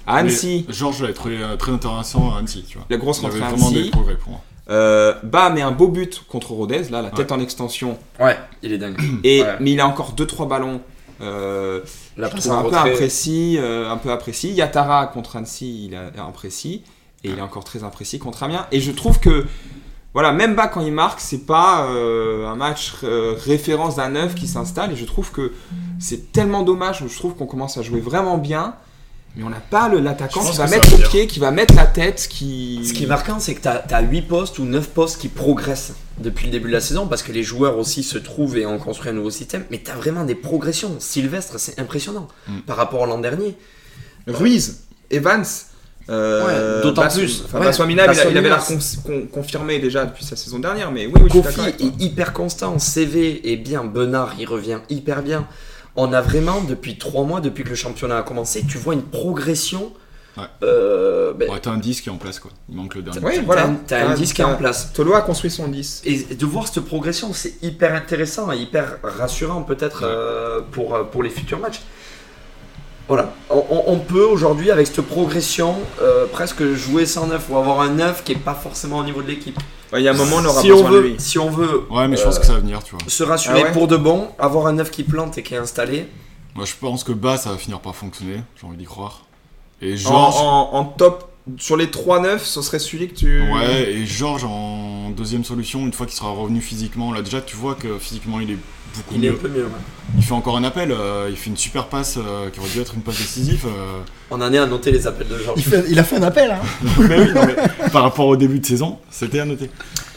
S1: À Annecy,
S3: Mais Georges l'a trouvé euh, très intéressant à Annecy, tu vois.
S1: la grosse
S3: Il y avait
S1: rentrée à
S3: vraiment des
S1: Annecy.
S3: progrès pour moi.
S1: Euh, bah, met un beau but contre Rodez, là, la tête en extension.
S8: Ouais, il est dingue.
S3: Hmm.
S1: Et,
S8: Ouais.
S1: Mais il a encore 2-3 ballons. Euh,
S8: La
S1: je
S8: passe
S1: trouve
S8: en
S1: un peu
S8: retrait.
S1: imprécis, euh, un peu imprécis. Yatara contre Annecy, il est imprécis. Et il est encore très imprécis contre Amiens. Et je trouve que, voilà, même bas quand il marque, c'est pas euh, un match euh, référence d'un neuf qui s'installe. Et je trouve que c'est tellement dommage. Je trouve qu'on commence à jouer vraiment bien. Mais on n'a pas le- l'attaquant
S3: Je
S1: qui
S3: pense
S1: va
S3: que ça
S1: mettre
S3: va
S1: le
S3: venir.
S1: pied, qui va mettre la tête, qui.
S8: Ce qui est marquant, c'est que tu as, 8 postes ou 9 postes qui progressent depuis le début de la saison parce que les joueurs aussi se trouvent et ont construit un nouveau système. Mais tu as vraiment des progressions. Sylvestre, c'est impressionnant
S3: Mm.
S8: par rapport à l'an dernier.
S1: Ruiz, Evans. euh,
S8: Ouais, d'autant
S1: Bassou-
S8: plus.
S1: Enfin,
S8: Ouais,
S1: Bassoamina, il a- il, avait
S8: Bassoamina,
S1: l'air con- con- confirmé déjà depuis sa saison dernière, mais oui, oui, je suis
S8: Kofi
S1: d'accord avec toi.
S8: est hyper constant. CV est bien. Benard, il revient hyper bien. On a vraiment, depuis 3 mois, depuis que le championnat a commencé, tu vois une progression.
S3: Ouais.
S8: Euh, ben,
S3: Ouais, t'as un 10 qui est en place, quoi. Il manque le dernier.
S1: Ouais,
S8: t'as-
S1: voilà.
S8: T'as un
S1: Ouais,
S8: 10 qui est
S1: t'as-
S8: en place.
S1: Tolo a construit son 10.
S8: Et de voir cette progression, c'est hyper intéressant et hyper rassurant peut-être
S3: Ouais.
S8: euh, pour, euh, pour les futurs matchs. Voilà, on, on- on peut aujourd'hui avec cette progression euh, presque jouer sans neuf ou avoir un neuf qui est pas forcément au niveau de l'équipe.
S1: Ouais, Il y a un moment, on aura
S8: si, on
S1: besoin de
S8: veut,
S1: lui.
S8: si on veut
S3: Ouais, mais je
S8: Euh.
S3: pense que ça va venir, tu vois.
S8: se rassurer
S1: Ah ouais
S8: pour de bon, avoir un neuf qui plante et qui est installé,
S3: Moi, je pense que bas, ça va finir par fonctionner. J'ai envie d'y croire. Et
S1: En,
S3: Georges.
S1: en- en top, sur les 3-9, ce serait celui que tu.
S3: Ouais, et Georges en deuxième solution, une fois qu'il sera revenu physiquement, là déjà tu vois que physiquement il est beaucoup
S8: il est
S3: mieux.
S8: un peu mieux. ouais.
S3: Il fait encore un appel, euh, il fait une super passe euh, qui aurait dû être une passe décisive. euh.
S8: On en est à noter les appels de Georges.
S2: Il, fait- il a fait un appel. Hein.
S3: Mais oui, non, mais par rapport au début de saison, c'était à noter.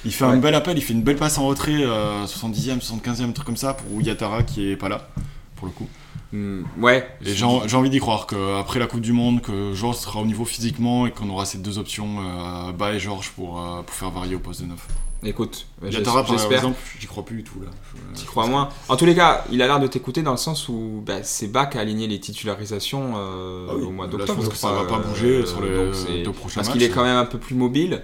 S3: Il fait un bel appel, il fait une belle passe en retrait, euh, 70e, 75e, truc comme ça, pour Yatara qui est pas là, pour le coup.
S1: Hmm, ouais.
S3: Et j'ai en- j'ai envie d'y croire qu'après la Coupe du Monde, que Georges sera au niveau physiquement et qu'on aura ces deux options, euh, Bas et Georges, pour, euh, pour faire varier au poste de neuf.
S1: Écoute, j'es-
S3: Yatara par
S1: j'espère.
S3: exemple, j'y crois plus du tout là.
S1: T'y crois moins. En tous les cas, il a l'air de t'écouter dans le sens où bah, c'est Bach qui a aligné les titularisations euh,
S3: Ah oui.
S1: au mois
S3: Là,
S1: d'octobre. euh,
S3: je pense que ça va pas bouger sur les
S1: donc c'est-
S3: deux prochains
S1: Parce
S3: matchs.
S1: qu'il est quand même un peu plus mobile.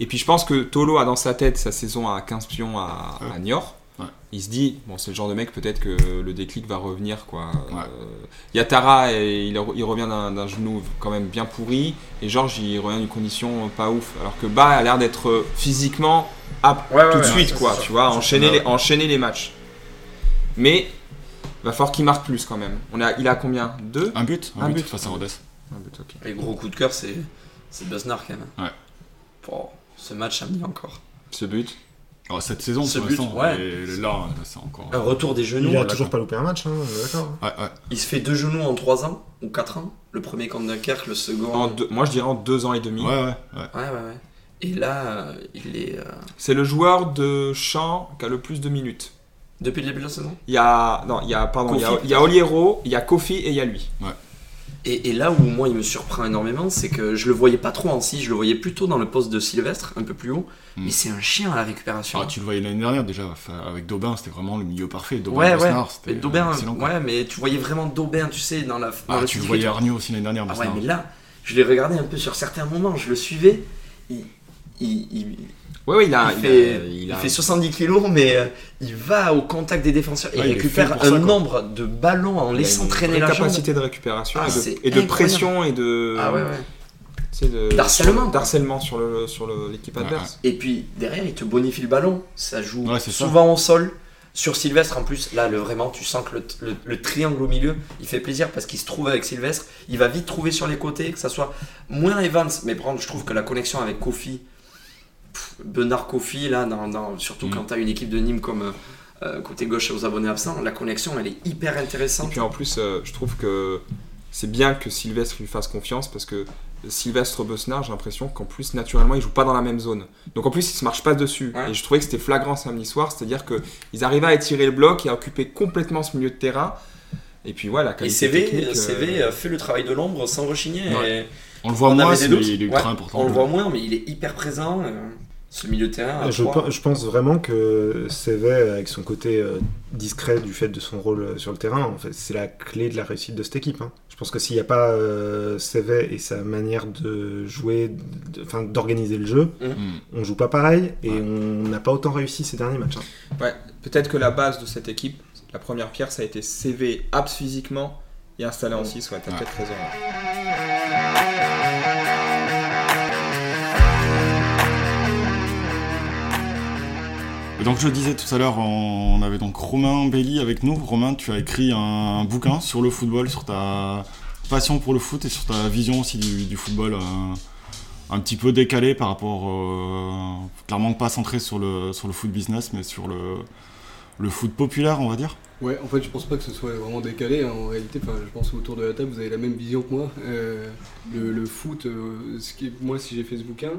S1: Et puis je pense que Tolo a dans sa tête sa saison à 15 pions à,
S3: Ouais.
S1: à Niort.
S3: Ah. Ouais.
S1: Il se dit, bon, c'est le genre de mec peut-être que le déclic va revenir. quoi.
S3: Ouais.
S1: Euh, Yatara, et il, il revient d'un d'un genou quand même bien pourri. Et Georges, il revient d'une condition pas ouf. Alors que Ba a l'air d'être euh, physiquement apte
S4: Ouais, ouais,
S1: tout de
S4: ouais,
S1: suite,
S4: ça,
S1: quoi,
S4: c'est sûr.
S1: tu vois, enchaîner
S3: Ouais.
S1: les, enchaîner les matchs. Mais va falloir qu'il marque plus quand même. On a, il a combien
S8: Ah.
S1: Deux
S3: Un but Un,
S1: Un
S3: but,
S1: but.
S3: face à Rodez.
S1: Un but, ok.
S8: Les gros coup de cœur, c'est c'est Besnard quand même.
S3: Ouais.
S8: Bon, ce match a mis encore.
S1: Ce but.
S3: Alors, cette saison,
S8: Ce
S3: pour
S8: but,
S3: l'instant.
S8: ouais. Ah.
S3: Et là, c'est encore.
S8: Un retour des genoux.
S6: Il a
S8: là,
S6: toujours pas
S8: quoi.
S6: loupé un match, hein, on est d'accord.
S3: Ouais, ouais.
S8: Il se fait deux genoux en 3 ans ou 4 ans. Le premier contre Dunkerque, le second.
S1: En deux- moi, je dirais en deux ans et demi.
S3: Ouais, ouais, ouais.
S8: Ouais, ouais, ouais. Et là, euh, il est. euh,
S1: C'est le joueur de champ qui a le plus de minutes.
S8: Depuis le début de la saison
S1: Il y a, non, il y a, pardon, il y a,
S8: Kofi.
S1: il y a Oliero, il y a Kofi et il y a lui.
S8: Et, et là où moi il me surprend énormément, c'est que je le voyais pas trop en scie, je le voyais plutôt dans le poste de Sylvestre, un peu plus haut.
S3: Mm.
S8: Mais c'est un chien à la récupération.
S3: Ah, tu le voyais l'année dernière déjà, enfin, avec Daubin, c'était vraiment le milieu parfait. Daubin
S8: ouais, ouais.
S3: Besnard, c'était euh,
S8: Mais Daubin,
S3: excellent, quoi.
S8: ouais, mais tu voyais vraiment Daubin, tu sais, dans la. dans
S3: Ah,
S8: le
S3: tu
S8: physique
S3: le
S8: et
S3: voyais
S8: tout.
S3: Arnaud aussi l'année dernière,
S8: Ah ouais,
S3: Besnard.
S8: mais là, je l'ai regardé un peu sur certains moments, je le suivais. Il, il, il-
S1: Ouais, ouais, Ah, il a,
S8: il
S1: il a-
S8: fait,
S1: il
S8: il
S1: a-
S8: fait 70 kilos, mais euh, il va au contact des défenseurs et
S3: Ouais,
S8: il
S3: il est fait
S8: récupère
S3: pour ça,
S8: un
S3: quoi.
S8: nombre de ballons en
S1: il a
S8: laissant
S1: une
S8: traîner
S1: vraie
S8: la jambe.
S1: capacité de récupération
S8: Ah,
S1: et, de,
S8: c'est
S1: et de
S8: incroyable.
S1: pression et de,
S8: Ah ouais, ouais.
S1: tu sais, de-
S8: D'harcèlement.
S1: d'harcèlement sur le, sur le- l'équipe
S3: Ouais,
S1: adverse.
S8: Et puis derrière, il te bonifie le ballon. Ça joue
S3: Ouais, c'est ça.
S8: souvent au sol. Sur Sylvestre, en plus, là, le, vraiment, tu sens que le, le- le triangle au milieu, il fait plaisir parce qu'il se trouve avec Sylvestre. Il va vite trouver sur les côtés, que ça soit moins Evans. Mais par contre, je trouve que la connexion avec Kofi, pff, Bernard Kofi, là, dans- dans- surtout
S3: Mm.
S8: quand tu as une équipe de Nîmes comme euh, euh, côté gauche aux abonnés absents, la connexion, elle est hyper
S1: Et
S8: intéressante.
S1: puis en plus, euh, je trouve que c'est bien que Sylvestre lui fasse confiance parce que Sylvestre Besnard, j'ai l'impression qu'en plus, naturellement, il joue pas dans la même zone. Donc en plus, il se marche pas dessus.
S8: Ouais.
S1: Et je trouvais que c'était flagrant samedi soir, c'est-à-dire qu'ils arrivaient à étirer le bloc et à occuper complètement ce milieu de terrain. Et puis voilà, la
S8: Et
S1: qualité technique,
S8: CV,
S1: euh,
S8: CV fait le travail de l'ombre sans rechigner.
S3: Ouais.
S8: Et-
S3: On le voit
S8: On
S3: moins,
S8: avait des
S3: mais
S8: doutes.
S3: il est ultra
S8: Ouais,
S3: important.
S8: On le voit moins, mais il est hyper présent. euh, ce milieu de terrain, à
S6: Je,
S8: Ah, trois.
S6: pe- je pense vraiment que Sévet, avec son côté euh, discret du fait de son rôle euh, sur le terrain, en fait, c'est la clé de la réussite de cette équipe. hein. Je pense que s'il n'y a pas euh, Sévet et sa manière de jouer, de- enfin, d'organiser le jeu,
S3: Mm.
S6: on joue pas pareil et
S3: Ouais.
S6: on n'a pas autant réussi ces derniers matchs. hein.
S1: ouais, peut-être que la base de cette équipe, la première pierre, ça a été CV apte physiquement et installé
S8: Mm.
S1: en 6. Ouais, t'as
S3: Ouais.
S1: peut-être raison. ouais.
S3: Et donc je le disais tout à l'heure, on on avait donc Romain Belli avec nous. Romain, tu as écrit un bouquin sur le football, sur ta passion pour le foot et sur ta vision aussi du, du football, euh, un petit peu décalée par rapport, euh, clairement pas centré sur le sur le foot business, mais sur le le foot populaire, on va dire.
S7: Ouais, en fait, je pense pas que ce soit vraiment décalé. hein. En réalité, enfin, je pense autour de la table, vous avez la même vision que moi. Euh, le, le foot, euh, ce qui, est- moi, si j'ai fait ce bouquin,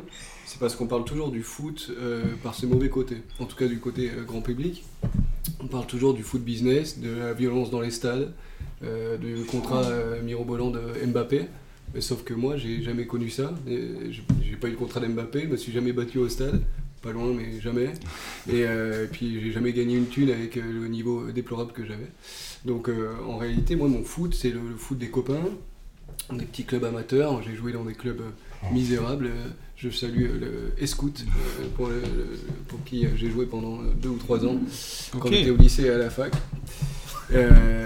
S7: c'est parce qu'on parle toujours du foot euh, par ses mauvais côtés. En tout cas, du côté euh, grand public. On parle toujours du foot business, de la violence dans les stades, euh, du contrat euh, mirobolant de Mbappé. Mais sauf que moi, j'ai jamais connu ça. Et J'ai j'ai pas eu le contrat d'Mbappé, je me suis jamais battu au stade. Pas loin, mais jamais. Et euh, puis j'ai jamais gagné une thune avec euh, le niveau déplorable que j'avais. Donc euh, en réalité, moi, mon foot, c'est le, le foot des copains, des petits clubs amateurs. J'ai joué dans des clubs euh,
S3: Oh.
S7: misérables. Euh, Je salue euh, le Escout, euh, pour, le- le- pour qui euh, j'ai joué pendant euh, deux ou trois ans, quand
S1: Ok.
S7: j'étais au lycée et à la fac. Euh,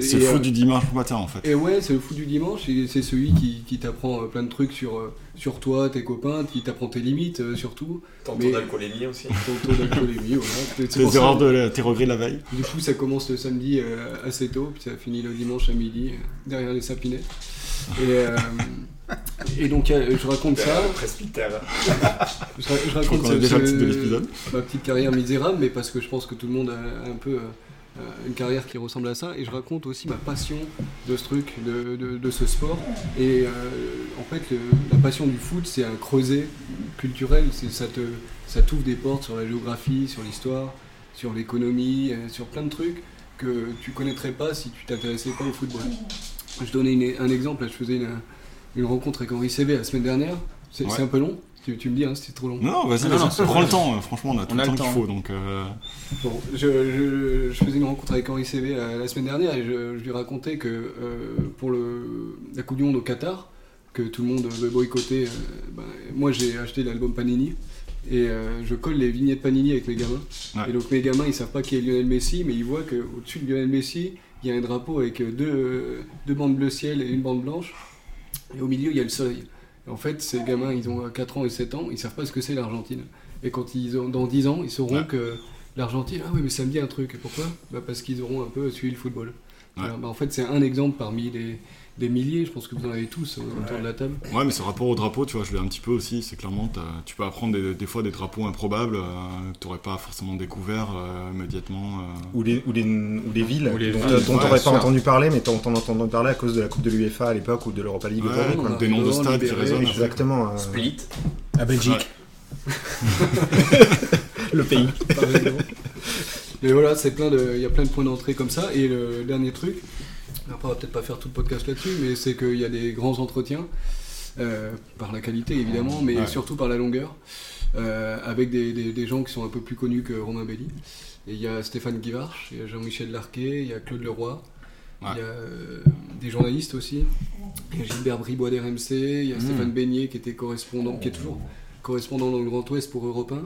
S3: C'est
S7: et,
S3: le foot
S7: euh,
S3: du dimanche matin en fait.
S7: et ouais, c'est le foot du dimanche, et c'est celui qui, qui t'apprend euh, plein de trucs sur, euh, sur toi, tes copains, qui t'apprend tes limites euh, surtout.
S4: Tantôt
S7: Mais-
S4: d'alcoolémie aussi.
S7: Ton taux d'alcoolémie, voilà. C'est- c'est pour
S3: Tes
S7: ça-
S3: erreurs de la- tes regrets de la veille.
S7: Du coup, ça commence le samedi euh, assez tôt, puis ça finit le dimanche à midi, euh, derrière les sapinets. Et, euh, et donc, euh, je raconte ça.
S4: Presbytère.
S7: Je, ra- je
S3: Je crois
S7: raconte
S3: qu'on a
S7: ce-
S3: déjà le titre de
S7: ce-
S3: l'épisode.
S7: ma petite carrière misérable, mais parce que je pense que tout le monde a un peu euh, une carrière qui ressemble à ça. Et je raconte aussi ma passion de ce truc, de, de- de ce sport. Et euh, en fait, le- la passion du foot, c'est un creuset culturel. C'est- Ça te, ça t'ouvre des portes sur la géographie, sur l'histoire, sur l'économie, euh, sur plein de trucs que tu connaîtrais pas si tu t'intéressais pas au football. Je donnais une- un exemple. là, Je faisais une, une rencontre avec Henri Cévé la semaine dernière. C'est
S3: Ouais.
S7: c'est un peu long. Tu, tu me dis, hein, c'était trop long.
S3: Non, non, vas-y,
S1: Non, non,
S3: vas-y,
S1: c'est
S3: prends
S1: vrai.
S3: le temps. euh, Franchement, on a tout
S1: a
S3: le
S1: le
S3: temps qu'il
S1: temps.
S3: faut. Donc, euh,
S7: Bon, je, je- je faisais une rencontre avec Henri CV la, la semaine dernière et je, je lui racontais que euh, pour le, la Coupe du Monde au Qatar, que tout le monde veut boycotter, euh, ben, moi j'ai acheté l'album Panini et euh, je colle les vignettes Panini avec mes gamins.
S3: Ouais.
S7: Et donc mes gamins ils savent pas qui est Lionel Messi, mais ils voient qu'au-dessus de Lionel Messi, il y a un drapeau avec euh, deux, euh, deux bandes bleu ciel et une bande blanche, et au milieu il y a le soleil. Et en fait, ces gamins ils ont euh, 4 ans et 7 ans, ils savent pas ce que c'est l'Argentine. Et quand ils ont dans 10 ans, ils sauront
S3: Ouais.
S7: que. L'Argentine, ah oui, mais ça me dit un truc. Et Pourquoi bah Parce qu'ils auront un peu suivi le football.
S3: Ouais.
S7: Voilà. Bah, en fait, c'est un exemple parmi les, des milliers, je pense que vous en avez tous hein, autour de la table.
S3: Ouais, mais ce rapport au drapeau, tu vois, je l'ai un petit peu aussi. C'est clairement, t'as- tu peux apprendre des, des fois des drapeaux improbables euh, que t'aurais pas forcément découvert euh, immédiatement. euh.
S6: Ou les, ou les, ou les villes
S1: Ou les
S6: dont
S1: villes,
S6: dont
S3: ouais,
S6: t'aurais
S1: sûr.
S6: pas entendu parler, mais t'en t'en entendu parler à cause de la Coupe de l'UEFA à l'époque ou de l'Europa League.
S3: Ouais,
S6: aujourd'hui, quoi.
S7: on a
S3: des noms de
S7: vraiment
S3: stades qui
S7: libéré,
S3: résonnent.
S6: Exactement. euh,
S8: Split.
S5: À Belgique.
S6: le pays.
S7: Pareillement. Mais voilà, c'est plein de, il y a plein de points d'entrée comme ça. Et le dernier truc, après on va peut-être pas faire tout le podcast là-dessus, mais c'est qu'il y a des grands entretiens euh, par la qualité évidemment, mais
S3: Ouais.
S7: surtout par la longueur, euh, avec des, des- des gens qui sont un peu plus connus que Romain Belli. Et il y a Stéphane Guivarch, il y a Jean-Michel Larquet, il y a Claude Leroy,
S3: Ouais.
S7: il y a euh, des journalistes aussi, il y a Gilbert Bribois d'RMC, il y a
S3: Hmm.
S7: Stéphane Beignet qui était correspondant, qui est toujours correspondant dans le Grand Ouest pour Europe 1.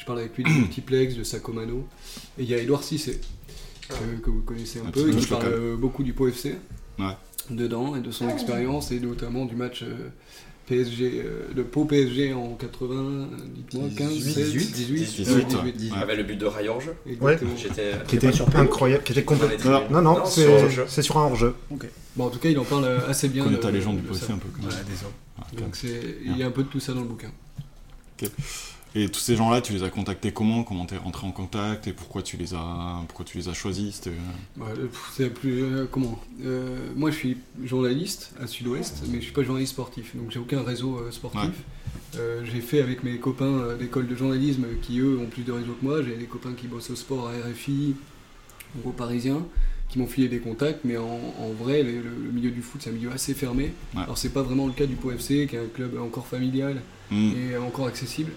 S7: Je parle avec lui
S3: Hmm.
S7: du multiplex, de Sacomano. Et il y a Édouard Cissé, que, que vous connaissez un
S3: Ah,
S7: peu,
S3: tu
S7: et
S3: vois,
S7: qui
S3: je le
S7: parle euh, beaucoup du POFC
S3: Ouais.
S7: dedans et de son expérience et notamment du match euh, PSG, euh, le Pau PSG en 80, euh, dites-moi, 15,
S5: 18,
S7: 16, 18,
S3: 18,
S7: 18,
S3: ouais.
S7: 18,
S3: Ouais.
S8: Avec le but de Ray Orge.
S7: exactement.
S8: J'étais.
S6: Qui était
S5: pas sur Pélo
S6: incroyable, qui était complètement. Non,
S8: Non,
S6: non, c'est
S8: sur le jeu.
S6: c'est sur un hors-jeu.
S7: Bon, en tout cas, il en parle euh, assez bien.
S3: connais ta
S7: le-
S3: légende du
S7: le-
S3: POFC
S7: ça.
S3: un peu quand même.
S5: Ouais, désolé.
S3: Ah, quand même.
S7: Donc, c'est- il y a un peu de tout ça dans le bouquin.
S3: Et tous ces gens-là, tu les as contactés comment Comment t'es rentré en contact Et pourquoi tu les as, pourquoi tu les as choisis C'était, euh,
S7: Ouais, euh, pff, c'est plus euh, comment Euh, Moi, je suis journaliste à Sud-Ouest, mais je suis pas journaliste sportif, donc j'ai aucun réseau euh, sportif.
S3: Ouais.
S7: Euh, j'ai fait avec mes copains euh, d'école de journalisme euh, qui eux ont plus de réseau que moi. J'ai des copains qui bossent au sport à RFI, au Gros Parisien, qui m'ont filé des contacts, mais en, en vrai, le, le- le milieu du foot c'est un milieu assez fermé.
S3: Ouais.
S7: Alors c'est pas vraiment le cas du Pau FC, qui est un club encore familial
S3: hmm.
S7: et encore accessible.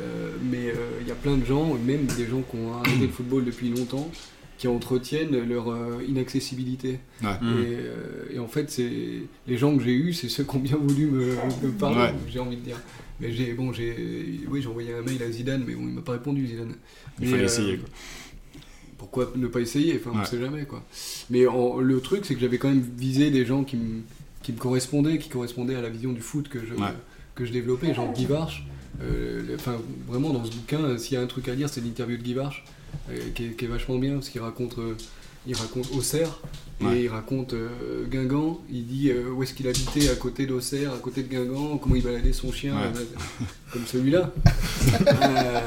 S7: Euh, mais euh, il y a plein de gens, même des gens qui ont arrêté le football depuis longtemps, qui entretiennent leur euh, inaccessibilité.
S3: Ouais.
S7: Et, euh, et en fait, c'est les gens que j'ai eus, c'est ceux qui ont bien voulu me, me parler,
S3: Ouais.
S7: j'ai envie de dire. Mais j'ai bon, j'ai oui, j'ai envoyé un mail à Zidane, mais bon, il m'a pas répondu Zidane.
S3: Il
S7: Mais,
S3: fallait
S7: euh,
S3: essayer. Quoi.
S7: pourquoi ne pas essayer Enfin, on
S3: Ouais.
S7: sait jamais quoi. Mais en- le truc, c'est que j'avais quand même visé des gens qui me, qui me correspondaient, qui correspondaient à la vision du foot que je,
S3: Ouais.
S7: que je développais. Genre Guy Varche, euh, le- enfin, vraiment dans ce bouquin, euh, s'il y a un truc à lire, c'est l'interview de Guy Varche, euh, qui, est, qui est vachement bien parce qu'il raconte, euh, il raconte Auxerre. Et
S3: Ouais.
S7: il raconte euh, Guingamp, il dit euh, où est-ce qu'il habitait à côté d'Auxerre, à côté de Guingamp, comment il baladait son chien,
S3: Ouais.
S7: euh, comme celui-là. Euh,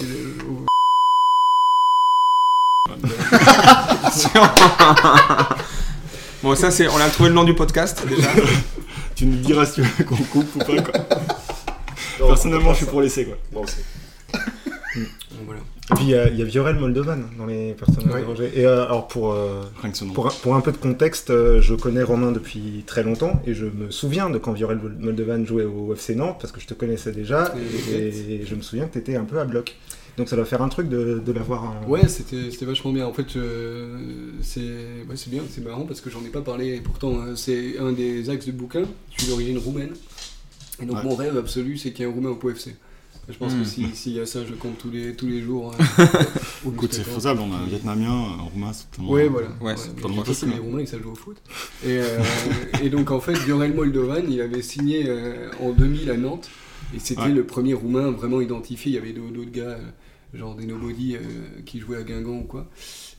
S7: le- au-
S1: Bon, ça, c'est, on a trouvé le nom du podcast déjà.
S3: Tu nous diras si tu veux qu'on coupe ou pas. Quoi. Personnellement, je suis pour laisser. Quoi.
S7: donc voilà.
S6: Et puis il y, a- il y a Viorel Moldovan dans les personnes
S7: Oui.
S6: interrogées. Et euh, alors pour. euh,
S3: Rien que ce nom.
S6: Pour, pour un peu de contexte, euh, je connais Romain depuis très longtemps et je me souviens de quand Viorel Moldovan jouait au FC Nantes parce que je te connaissais déjà
S7: Et-
S6: et, je me souviens que t'étais un peu à bloc. Donc ça doit faire un truc de, de l'avoir. euh, en-
S3: Euh,
S7: Ouais, c'était c'était vachement bien. En fait, euh, c'est ouais, c'est bien, c'est marrant parce que j'en ai pas parlé. Et pourtant, euh, c'est un des axes du bouquin. Je suis d'origine roumaine. Et donc,
S3: Ouais. Hmm.
S7: mon rêve absolu, c'est qu'il y ait un roumain au PFC. Je pense
S1: Mm.
S7: que si- s'il y a ça, je compte tous les, tous les jours. euh, au
S3: Écoute, c'est
S7: newspaper.
S3: faisable. On a un Vietnamien, euh, un Roumain, c'est totalement-
S7: Ouais, voilà.
S1: Ouais, c'est
S7: mais
S3: pas
S7: je
S3: mal
S7: dis que
S3: possible,
S7: les
S3: hein.
S7: Roumains, ils savent jouer au foot. Et, euh, et donc, en fait, Viorel Moldovan, il avait signé euh, en 2000 à Nantes. Et c'était
S3: Ouais.
S7: le premier Roumain vraiment identifié. Il y avait d'autres d'autres gars, euh, genre des nobody, euh, qui jouaient à Guingamp ou quoi.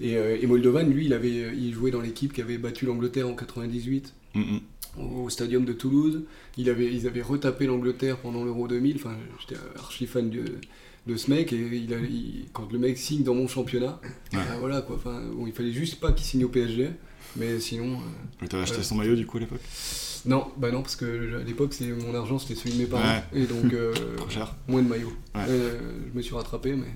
S7: Et, euh, et Moldovan, lui, il, avait, euh, il jouait dans l'équipe qui avait battu l'Angleterre en 98
S3: Mm, mm.
S7: au au Stadium de Toulouse. Il avait, ils avaient retapé l'Angleterre pendant l'Euro 2000. Enfin, j'étais archi fan de, de ce mec. Et il a- il- quand le mec signe dans mon championnat,
S3: Ouais.
S7: ben voilà quoi. Enfin, bon, il fallait juste pas qu'il signe au PSG. Mais sinon, euh,
S3: Mais t'avais acheté
S7: Ouais.
S3: son maillot du coup à l'époque
S7: non, bah non, parce que à l'époque, c'est mon argent, c'était celui de mes parents. Et donc, euh,
S3: Trop cher.
S7: moins de maillots.
S3: Ouais.
S7: Euh, je me suis rattrapé, mais.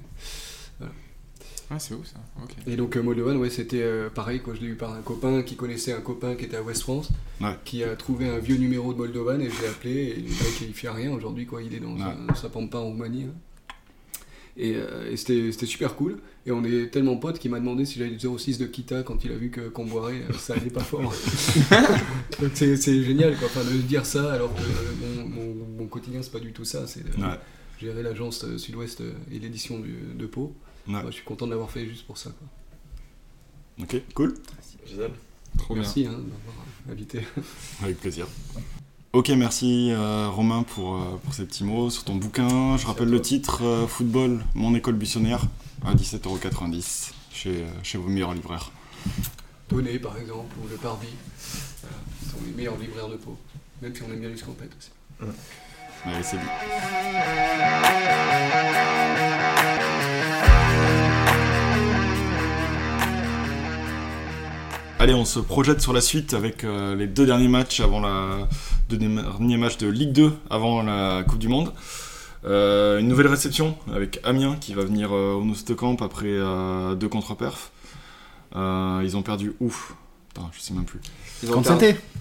S1: Ah, c'est ouf ça. Ok.
S7: Et donc euh, Moldovan, ouais, c'était euh, pareil, quoi. Je l'ai eu par un copain qui connaissait un copain qui était à West France,
S3: Ouais.
S7: qui a trouvé un vieux numéro de Moldovan et je l'ai appelé. Et le mec, il fait rien aujourd'hui, quoi. Il est dans
S3: Ouais.
S7: sa, sa pampa en Roumanie. hein. Et, euh, et c'était c'était super cool. Et on est tellement potes qu'il m'a demandé si j'avais du 06 de Kita quand il a vu que Camboiré, euh, ça allait pas fort. Donc c'est c'est génial, quoi. Enfin, de dire ça alors que euh, mon, mon- mon quotidien, c'est pas du tout ça. C'est de
S3: Ouais.
S7: gérer l'agence euh, Sud-Ouest euh, et l'édition du- de Pau.
S3: Ouais.
S7: Bah, je suis content de l'avoir fait juste pour ça, quoi.
S3: Ok, cool.
S1: Trop bien.
S7: Merci hein, d'avoir invité.
S3: Avec plaisir. Ok, merci euh, Romain pour, euh, pour ces petits mots sur ton bouquin. Je rappelle le titre euh, Football, mon école buissonnière, à 17,90€ chez, euh, chez vos meilleurs libraires.
S7: Poney, par exemple, ou Le Parvis. Voilà, ce sont les meilleurs libraires de peau, même si on aime bien les scampette aussi.
S3: Allez, c'est bon. Allez, on se projette sur la suite avec euh, les deux derniers matchs avant la deux derniers matchs de Ligue 2 avant la Coupe du Monde. Euh, une nouvelle réception avec Amiens qui va venir euh, au Nostocamp après euh, deux contre-perfs. Euh, ils ont perdu ouf. Putain, je sais même plus.
S1: Ils ont,
S2: Contre
S1: perdu,
S2: Saint-Étienne.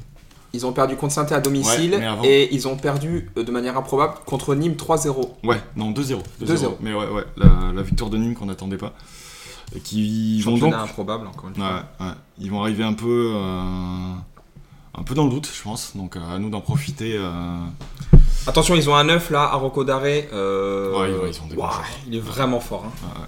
S1: ils ont perdu contre Saint-Étienne à domicile
S3: Ouais, mais avant.
S1: et ils ont perdu euh, de manière improbable contre Nîmes 3-0.
S3: Ouais, non, 2-0.
S1: 2-0.
S3: Mais ouais, ouais, la, la victoire de Nîmes qu'on n'attendait pas. Et qui vont donc.
S1: Championnat improbable encore une
S3: Ouais,
S1: fois.
S3: ouais. Ils vont arriver un peu, euh, un peu dans le doute, je pense. Donc euh, à nous d'en profiter. euh.
S1: Attention, ils ont un 9 là, à Rocco Daré. euh,
S3: Ouais, ouais, ils ont des bons
S1: Ouah,
S3: joueurs.
S1: Il est vraiment fort. hein.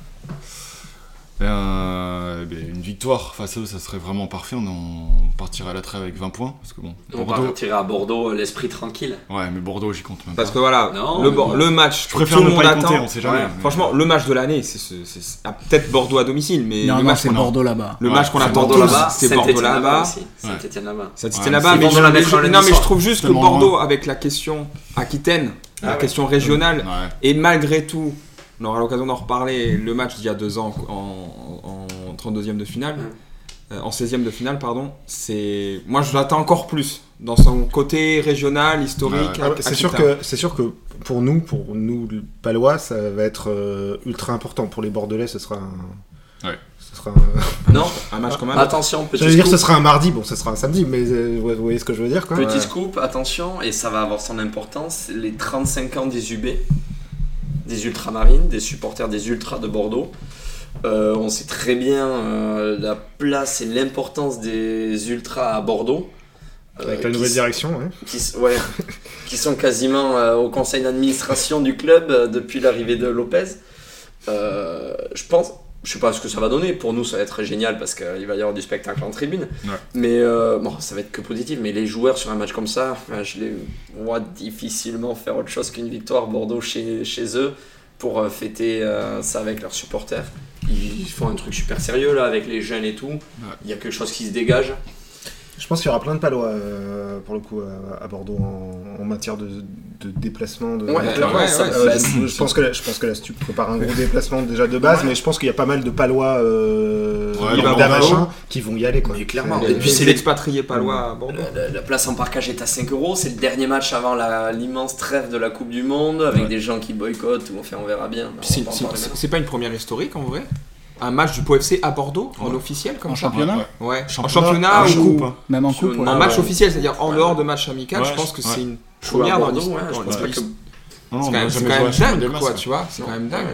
S3: Euh, eh ben, une victoire face à eux, ça serait vraiment parfait. On, en- on partirait à la trêve avec 20 points. Parce que bon,
S5: On
S3: Bordeaux-
S5: va tirer à Bordeaux euh, l'esprit tranquille.
S3: Ouais, mais Bordeaux, j'y compte même
S1: Parce
S3: pas.
S1: que voilà,
S5: Non,
S1: le,
S5: mais
S1: bor-
S5: bon.
S1: le match, que
S3: préfère
S1: tout
S3: ne
S1: le monde
S3: pas y compter,
S1: attend.
S3: on sait jamais, mais-
S1: Franchement, le match de l'année, c'est ce- c'est- c'est- ah, peut-être Bordeaux à domicile, mais
S2: Non,
S1: le
S2: non,
S1: match,
S2: c'est
S1: qu'on-
S2: Bordeaux là-bas.
S1: le
S3: Ouais,
S1: match qu'on
S3: c'est
S1: attend
S3: Bordeaux
S5: Bordeaux
S1: tous,
S5: là-bas,
S1: c'est
S5: Saint-Etienne
S1: Bordeaux là-bas.
S5: là-bas aussi. Saint-Etienne là-bas.
S1: Ça
S3: Ouais,
S1: c'était là-bas,
S5: c'est
S1: mais,
S5: bon, on la mettra
S1: je-
S5: le
S1: non, mais je
S5: soir.
S1: trouve juste que
S3: Tellement
S1: Bordeaux,
S3: loin.
S1: avec la question Aquitaine, la
S5: ouais.
S1: question régionale,
S3: Ouais.
S1: et malgré tout, on aura l'occasion d'en reparler, le match d'il y a deux ans en, en- en 32e de finale, euh, en 16e de finale, pardon, c'est. Moi je l'attends encore plus, dans son côté régional, historique.
S6: Ah ouais, c'est
S1: Aquitaine.
S6: sûr que c'est sûr que pour nous, pour nous le palois, ça va être euh, ultra important. Pour les bordelais, ce sera un.
S3: Ouais.
S6: Ce sera. un-
S5: Non,
S1: Un match quand même.
S8: Ah,
S5: attention,
S6: J'allais
S5: petit
S6: dire, ce
S5: scoop.
S6: sera un mardi. Bon, ce sera un samedi, mais euh, vous voyez ce que je veux dire, quoi. euh,
S5: Ouais.
S8: Petit scoop, attention, et ça va avoir son importance, les 35 ans des UB, des ultramarines, des supporters des ultras de Bordeaux. Euh, on sait très bien euh, la place et l'importance des ultras à Bordeaux. euh,
S6: Avec la
S8: qui
S6: nouvelle
S8: s-
S6: direction, ouais.
S8: qui, s- ouais, qui sont quasiment euh, au conseil d'administration du club euh, depuis l'arrivée de Lopez. Euh, je pense, je sais pas ce que ça va donner. Pour nous, ça va être génial parce qu'il va y avoir du spectacle en tribune.
S3: Ouais.
S8: Mais euh, bon, ça va être que positif. Mais les joueurs sur un match comme ça, enfin, je les vois difficilement faire autre chose qu'une victoire Bordeaux chez, chez eux pour euh, fêter euh, ça avec leurs supporters. Ils font un truc super sérieux là avec les jeunes et tout. Il y a quelque chose qui se dégage.
S6: Je pense qu'il y aura plein de palois euh, pour le coup à, à Bordeaux en, en matière de, de déplacement. De,
S8: Ouais,
S6: de-
S8: clairement,
S1: ouais,
S8: ça
S1: ouais,
S6: Euh,
S8: va
S6: je, je pense que la, je pense que la Stup prépare un gros déplacement déjà de base, mais je pense qu'il y a pas mal de palois euh,
S3: Ouais,
S6: lambda
S3: lambda,
S6: machin,
S1: ouais.
S6: qui vont y aller quoi. Euh,
S5: Mais clairement. Et
S1: Et puis
S5: puis,
S1: c'est
S5: c'est
S1: l'expatrié palois à Bordeaux.
S8: La, la- la place en parcage est à 5 euros. C'est le dernier match avant la- l'immense trêve de la Coupe du Monde avec
S3: Ouais.
S8: des gens qui boycottent. Ou enfin, on verra bien. On
S1: C'est-
S8: va en
S1: C'est
S8: parler
S1: c'est- c'est pas une première historique en vrai Un match du POFC à Bordeaux, en
S3: Ouais.
S1: officiel comme
S2: En
S1: ça
S2: championnat
S3: Ouais.
S1: Ouais, en
S3: Ah,
S1: championnat
S3: je
S1: ou
S3: coupe, hein.
S2: Même en euh, coupe, ouais.
S1: en
S8: Ah,
S1: match
S8: ouais.
S1: officiel, c'est-à-dire en
S8: Ouais.
S1: dehors de match amical,
S3: Ouais,
S1: je pense que
S3: je-
S1: c'est
S3: ouais.
S1: une
S8: maintenant. Jouer à
S1: première dans
S8: Bordeaux, ouais,
S1: l'histoire.
S8: je pense
S1: Ouais.
S8: pas que-
S3: Non, non,
S1: C'est
S3: on
S1: quand
S3: n'a
S1: même, c'est
S3: jamais joué
S1: quand
S3: à
S1: même
S3: Championnat
S1: dingue,
S3: des
S1: quoi,
S3: Masses.
S1: tu vois, c'est quand même dingue.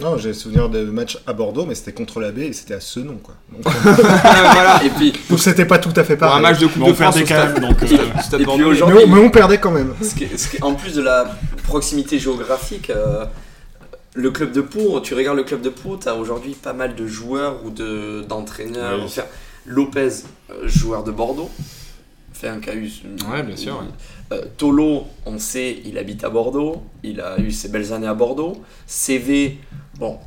S6: Non, j'ai souvenir de matchs à Bordeaux, mais c'était contre la baie et c'était à Senon quoi. Donc, euh,
S1: voilà.
S8: Et puis,
S6: donc c'était pas tout à fait
S1: Pour un
S6: pareil.
S1: match de Coupe
S3: Mais
S1: de
S3: on perd
S1: France
S3: des
S1: au stade,
S3: calmes, donc. euh,
S1: au stade
S8: Et puis
S1: Bordelais.
S8: aujourd'hui-
S6: mais, on, mais on perdait quand même.
S8: ce qui- ce qui- en plus de la proximité géographique, euh, le club de Pau, tu regardes le club de Pau, tu as aujourd'hui pas mal de joueurs ou de- d'entraîneurs.
S3: Ouais.
S8: Enfin, Lopez, euh, joueur de Bordeaux, fait un cas eu.
S1: Ouais, bien sûr, ouais.
S8: Euh, Tolo, on sait, il habite à Bordeaux, il a eu ses belles années à Bordeaux. CV, bon,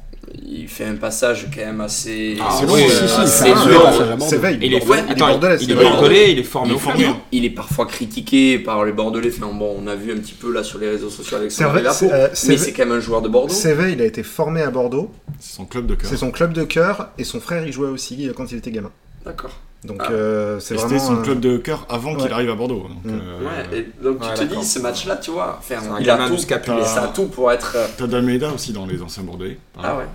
S8: il fait un passage quand même assez.
S1: Ah
S6: C'est
S1: oui,
S6: bon,
S1: si,
S6: euh,
S1: si, si,
S6: c'est
S8: c'est
S6: long,
S8: long.
S6: euh, c'est veille.
S1: Il est,
S8: Ouais,
S1: attends,
S6: attends, bordelais,
S1: il est
S6: c'est vrai.
S1: bordelais, il est formé
S3: Il est
S1: au
S3: formé,
S1: Flamand.
S3: hein.
S8: Il est parfois critiqué par les Bordelais. Enfin, bon, on a vu un petit peu là sur les réseaux sociaux avec
S6: C'est
S8: son
S6: vrai,
S8: arrivée à
S6: c'est,
S8: Pau.
S6: euh,
S8: Mais
S6: c'est-
S8: c'est quand même un joueur de Bordeaux.
S6: Séveille, il a été formé à Bordeaux,
S3: C'est son club de cœur.
S6: c'est son club de cœur et son frère y jouait aussi euh, quand il était gamin.
S8: D'accord.
S6: Donc
S8: Ah.
S6: euh, c'est
S3: Et
S6: vraiment
S3: C'était son
S6: un-
S3: club de cœur avant
S6: Ouais.
S3: qu'il arrive à Bordeaux. donc,
S6: Mm.
S3: euh,
S8: Ouais, et donc tu
S1: Ouais,
S8: te
S1: d'accord.
S8: dis, ce match-là, tu vois, enfin,
S1: C'est un
S8: il a
S1: gamin
S8: tout.
S1: du Scapulaire.
S8: Ça a tout pour être. euh,
S3: T'as Dalmeida aussi dans les anciens Bordelais.
S8: Ah ouais.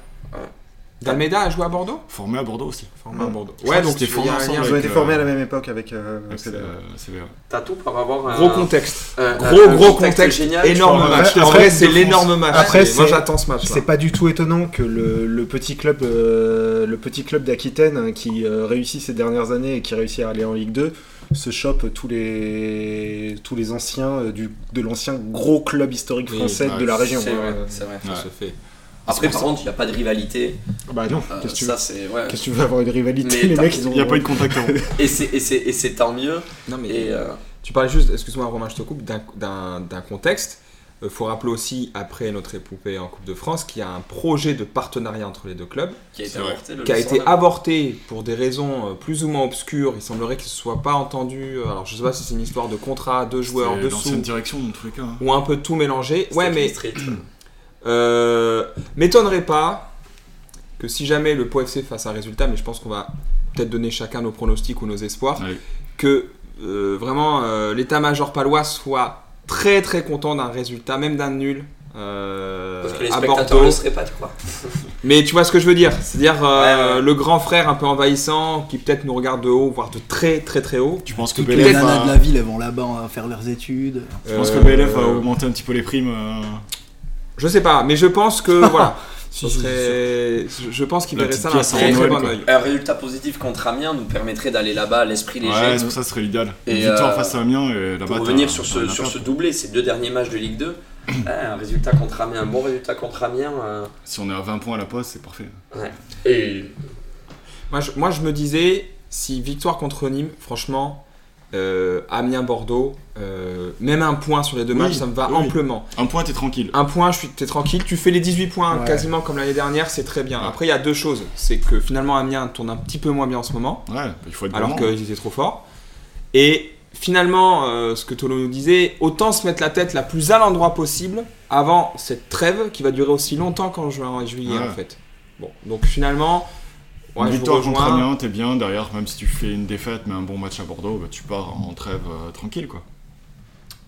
S1: Dalmeda a joué à Bordeaux
S3: Formé à Bordeaux aussi.
S1: Formé à Bordeaux.
S3: crois
S1: Ouais,
S3: que
S1: donc
S3: c'était
S1: il y
S3: formé
S1: a un
S3: ensemble
S1: lien.
S6: Ils ont été
S3: euh,
S6: formés à la même époque avec. euh,
S3: Avec,
S6: Séveille.
S3: euh, c'est vrai.
S8: T'as tout pour avoir un.
S1: Gros contexte.
S8: un- un-
S1: Gros,
S8: un
S1: gros contexte.
S8: génial,
S1: Énorme
S6: tu vois.
S1: match.
S6: Après,
S1: En vrai,
S6: après,
S1: c'est
S3: de
S1: l'énorme match.
S6: Après,
S1: Et Moi,
S6: c'est-
S1: j'attends ce match.
S6: C'est pas du tout étonnant que le, le petit club, euh, le petit club d'Aquitaine hein, qui euh, réussit ces dernières années et qui réussit à aller en Ligue 2 se chope tous les tous les anciens euh, du, de l'ancien gros club historique
S1: Oui,
S6: français
S3: ouais,
S6: de la
S8: C'est
S6: région. hein.
S8: vrai, c'est vrai.
S3: Ouais.
S1: Ça se fait.
S8: Après, par contre, il n'y a pas de rivalité.
S6: Bah non,
S8: Euh,
S6: qu'est-ce que tu veux
S8: ça, c'est. Ouais.
S6: Qu'est-ce que tu veux avoir une rivalité
S8: Mais
S6: Les
S8: t'as-
S6: mecs, ils ont.
S3: Il n'y a pas eu de contact avant.
S8: Et c'est- et c'est et c'est tant mieux.
S1: Non, mais
S8: Et euh,
S1: tu parlais juste, excuse-moi, Romain, je te coupe, d'un- d'un d'un contexte. Il faut rappeler aussi, après notre épopée en Coupe de France, qu'il y a un projet de partenariat entre les deux clubs
S5: Qui a été
S3: C'est vrai.
S5: avorté le
S1: qui a
S5: jour
S1: été
S5: sans la-
S1: avorté pour des raisons euh, plus ou moins obscures. Il semblerait qu'il ne soit pas entendu. euh, Alors, je sais pas si c'est une histoire de contrat, de joueurs,
S3: C'est
S1: de
S3: L'ancienne
S1: sous,
S3: direction, en tous les cas. hein.
S1: ou un peu tout mélangé. Ouais,
S5: C'était
S1: mais
S5: Street.
S1: euh, m'étonnerait pas que si jamais le POFC fasse un résultat, mais je pense qu'on va peut-être donner chacun nos pronostics ou nos espoirs,
S3: Ouais.
S1: que euh, vraiment euh, l'état-major palois soit très très content d'un résultat, même d'un nul. euh,
S5: Parce que les
S1: à
S5: spectateurs
S1: Bordeaux.
S5: ne seraient pas de quoi.
S1: Mais tu vois ce que je veux dire, c'est-à-dire euh,
S5: Ouais, ouais.
S1: le grand frère un peu envahissant qui peut-être nous regarde de haut, voire de très très très haut.
S3: Tu penses que
S2: Toutes les
S3: BLF
S2: nanas de
S3: a...
S2: la ville, elles vont là-bas euh, faire leurs études.
S3: Je pense que
S1: Euh,
S3: BLF a augmenté un petit peu les primes. euh,
S1: Je sais pas, mais je pense que voilà,
S3: Si,
S1: ce
S3: si,
S1: serait, je- je pense qu'il
S3: La
S1: verrait ça d'un
S3: petite pièce en
S1: très très
S3: Noël,
S1: bon
S3: quoi.
S1: oeil.
S5: Un résultat positif contre Amiens nous permettrait d'aller là-bas à l'esprit léger.
S3: Ouais, c'est pour ça, ce serait idéal. Une
S5: Et,
S3: victoire
S5: euh,
S3: face à Amiens et là-bas.
S5: Pour
S3: t'as-
S5: revenir sur
S3: t'as
S5: ce,
S3: rien à
S5: sur
S3: faire.
S5: ce doublé, ces deux derniers matchs de Ligue 2, ouais, un résultat contre Amiens, un bon résultat contre Amiens. euh,
S3: Si on est à 20 points à la poste, c'est parfait.
S5: et
S1: Moi je, moi, je me disais, si victoire contre Nîmes, franchement, euh, Amiens-Bordeaux, euh, même un point sur les deux
S3: Oui,
S1: matchs, ça me va
S3: oui.
S1: amplement.
S3: Un point, t'es tranquille.
S1: Un point, je suis, t'es tranquille, tu fais les 18 points
S2: Ouais.
S1: quasiment comme l'année dernière, c'est très bien.
S3: Ouais.
S1: Après, il y a deux choses, c'est que finalement Amiens tourne un petit peu moins bien en ce moment.
S3: Ouais, bah, il faut être
S1: alors
S3: gourmand.
S1: qu'ils étaient trop forts. Et finalement, euh, ce que Tolo nous disait, autant se mettre la tête la plus à l'endroit possible avant cette trêve qui va durer aussi longtemps qu'en juin et juillet
S3: Ouais.
S1: en fait. Bon, donc finalement, ouais,
S3: Une
S1: je vous
S3: victoire contre
S1: rejoins.
S3: Amiens, t'es bien. Derrière, même si tu fais une défaite, mais un bon match à Bordeaux, bah, tu pars en trêve euh, tranquille, quoi.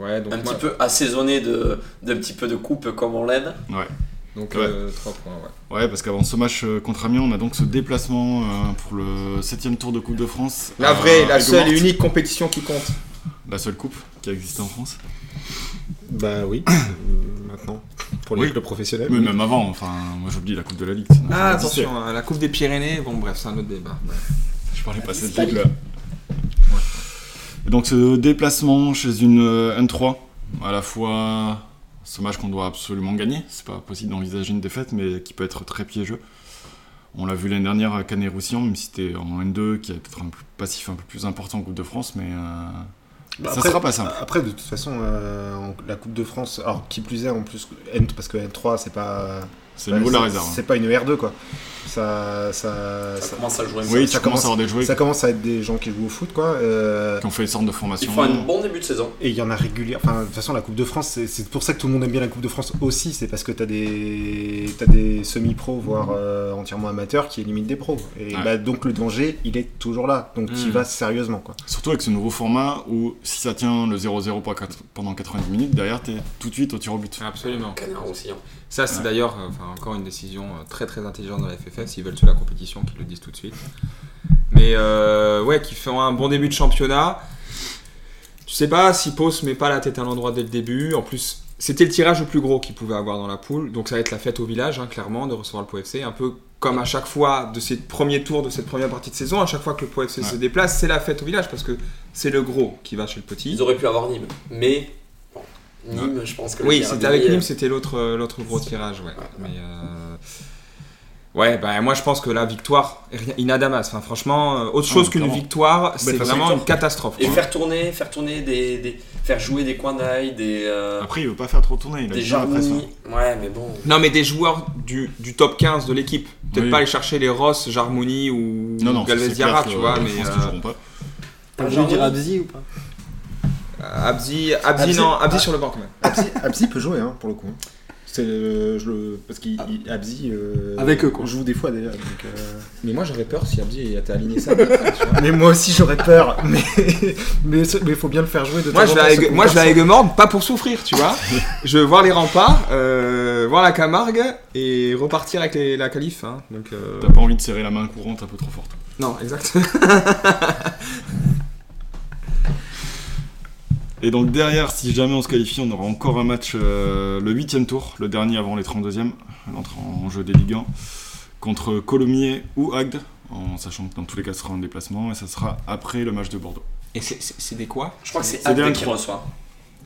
S1: Ouais, donc,
S5: un petit
S1: moi-
S5: peu assaisonné de, de petit peu de coupe comme on l'aide.
S1: donc
S3: Ouais.
S1: euh, trois points, ouais.
S3: Ouais, parce qu'avant ce match euh, contre Amiens, on a donc ce déplacement euh, pour le 7 tour de Coupe de France.
S1: La
S3: euh,
S1: vraie,
S3: à
S1: la seule Ah, et
S3: Aigues-Mortes.
S1: unique compétition qui compte.
S3: La seule coupe qui a existé en France.
S6: Bah oui, maintenant. Pour les
S3: Oui.
S6: clubs professionnels.
S3: Mais même avant, enfin, moi j'oublie la Coupe de la Ligue. ça n'a
S1: Ah,
S3: jamais existé.
S1: attention, hein, la Coupe des Pyrénées, bon bref, c'est un autre débat.
S3: Je parlais pas de cette ligue là. Et donc ce déplacement chez une euh, N3, à la fois ce match qu'on doit absolument gagner, c'est pas possible d'envisager une défaite, mais qui peut être très piégeux. On l'a vu l'année dernière à Canet-Roussillon, même si c'était en N2, qui a peut-être un passif un peu plus important en Coupe de France, mais euh,
S6: Bah,
S3: ça
S6: après-
S3: sera pas simple.
S6: Après, de toute façon, euh, en- la Coupe de France, alors qui plus est, en plus, N- parce que N3, c'est pas.
S3: C'est le niveau de la
S6: c'est-
S3: réserve. hein.
S6: C'est pas une R2, quoi. Ça, ça,
S5: Ça
S6: ça,
S5: commence à jouer. un peu.
S3: Oui,
S6: ça
S3: tu commences à avoir des joueurs
S6: ça commence à être des gens qui jouent au foot, quoi. euh,
S3: qui ont fait une sorte de formation.
S5: Ils font un bon début de saison.
S6: Et il y en a régulièrement. Enfin, de toute façon, la Coupe de France, c'est- c'est pour ça que tout le monde aime bien la Coupe de France aussi. C'est parce que t'as des, t'as des semi-pros, voire
S1: Mm.
S6: euh, entièrement amateurs, qui éliminent des pros. Et
S3: Ouais.
S6: bah, donc le danger, il est toujours là. Donc tu
S1: Mhm.
S6: vas sérieusement, quoi.
S3: Surtout avec ce nouveau format où si ça tient le 0-0 pas quatre- pendant 90 minutes, derrière t'es tout de suite au tir au but.
S1: Absolument.
S5: Canard aussi. hein.
S1: Ça, c'est
S3: Ouais.
S1: d'ailleurs euh, enfin, encore une décision euh, très très intelligente de la FFF. S'ils veulent tuer la compétition, qu'ils le disent tout de suite. Mais euh, ouais, qui font un bon début de championnat. Tu sais pas si Pau se met pas la tête à l'endroit dès le début. En plus, c'était le tirage le plus gros qu'ils pouvaient avoir dans la poule. Donc ça va être la fête au village, hein, clairement, de recevoir le Pau FC. Un peu comme à chaque fois de ces premiers tours de cette première partie de saison, à chaque fois que le Pau FC
S3: Ouais.
S1: se déplace, c'est la fête au village parce que c'est le gros qui va chez le petit.
S5: Ils auraient pu avoir Nîmes. Mais bon, Nîmes, je pense que le
S1: Oui,
S5: derby,
S1: c'était avec
S5: euh,
S1: Nîmes, c'était l'autre euh, l'autre gros tirage, ouais. Mais euh, ouais, bah moi je pense que la victoire est rien- inadamas. Enfin franchement, euh, autre
S3: Ah,
S1: chose qu'une
S3: clairement.
S1: victoire, c'est
S3: de toute façon,
S1: vraiment
S3: victoire.
S1: une catastrophe.
S5: Et
S1: quoi.
S5: faire tourner, faire tourner des, des- faire jouer des Kwanai, des euh,
S3: Après, il veut pas faire trop tourner, il a
S5: des
S3: bien après ça.
S5: Jarmouni. Ouais, mais bon.
S1: Non mais des joueurs du, du top 15 de l'équipe, peut-être
S3: Oui.
S1: pas aller chercher les Ross, Jarmouni ou
S3: Non, non, ça,
S1: Galvez
S3: c'est clair
S1: Diarra,
S3: que
S1: tu vois,
S3: je
S1: mais
S3: pense qu'ils
S1: euh,
S3: joueront pas.
S2: T'as
S5: Ah,
S2: voulu dire
S5: genre-
S2: Abzi ou pas
S1: Abzi, Abzi,
S6: Abzi-
S1: non, Abzi sur le banc quand même.
S6: Abzi, Abzi peut jouer, hein, pour le coup. C'est euh, je le- parce qu'il il- Abzi euh,
S2: Avec eux, quoi.
S6: joue des fois déjà. donc, euh,
S1: Mais moi j'aurais peur si Abzi était aligné ça.
S6: mais moi aussi j'aurais peur. Mais mais ce- mais faut bien le faire jouer de
S1: Moi
S6: temps
S1: je
S6: en
S1: vais
S6: temps.
S1: à
S6: ce
S1: Aigues- moi, je vais à
S6: comparse.
S1: Aigues-Mortes, pas pour souffrir, tu vois. je veux voir les remparts, euh, voir la Camargue et repartir avec les- la calife. hein. Donc, euh,
S3: T'as pas envie de serrer la main courante un peu trop forte.
S1: Non, exact.
S3: Et donc derrière, si jamais on se qualifie, on aura encore un match euh, le huitième tour, le dernier avant les 32e, l'entrée en jeu des Ligue 1, contre Colomiers ou Agde, en sachant que dans tous les cas, ce sera en déplacement, et ça sera après le match de Bordeaux.
S1: Et c'est des quoi
S5: Je crois que c'est
S3: C'est des
S5: Agde qui
S3: N3.
S5: reçoit.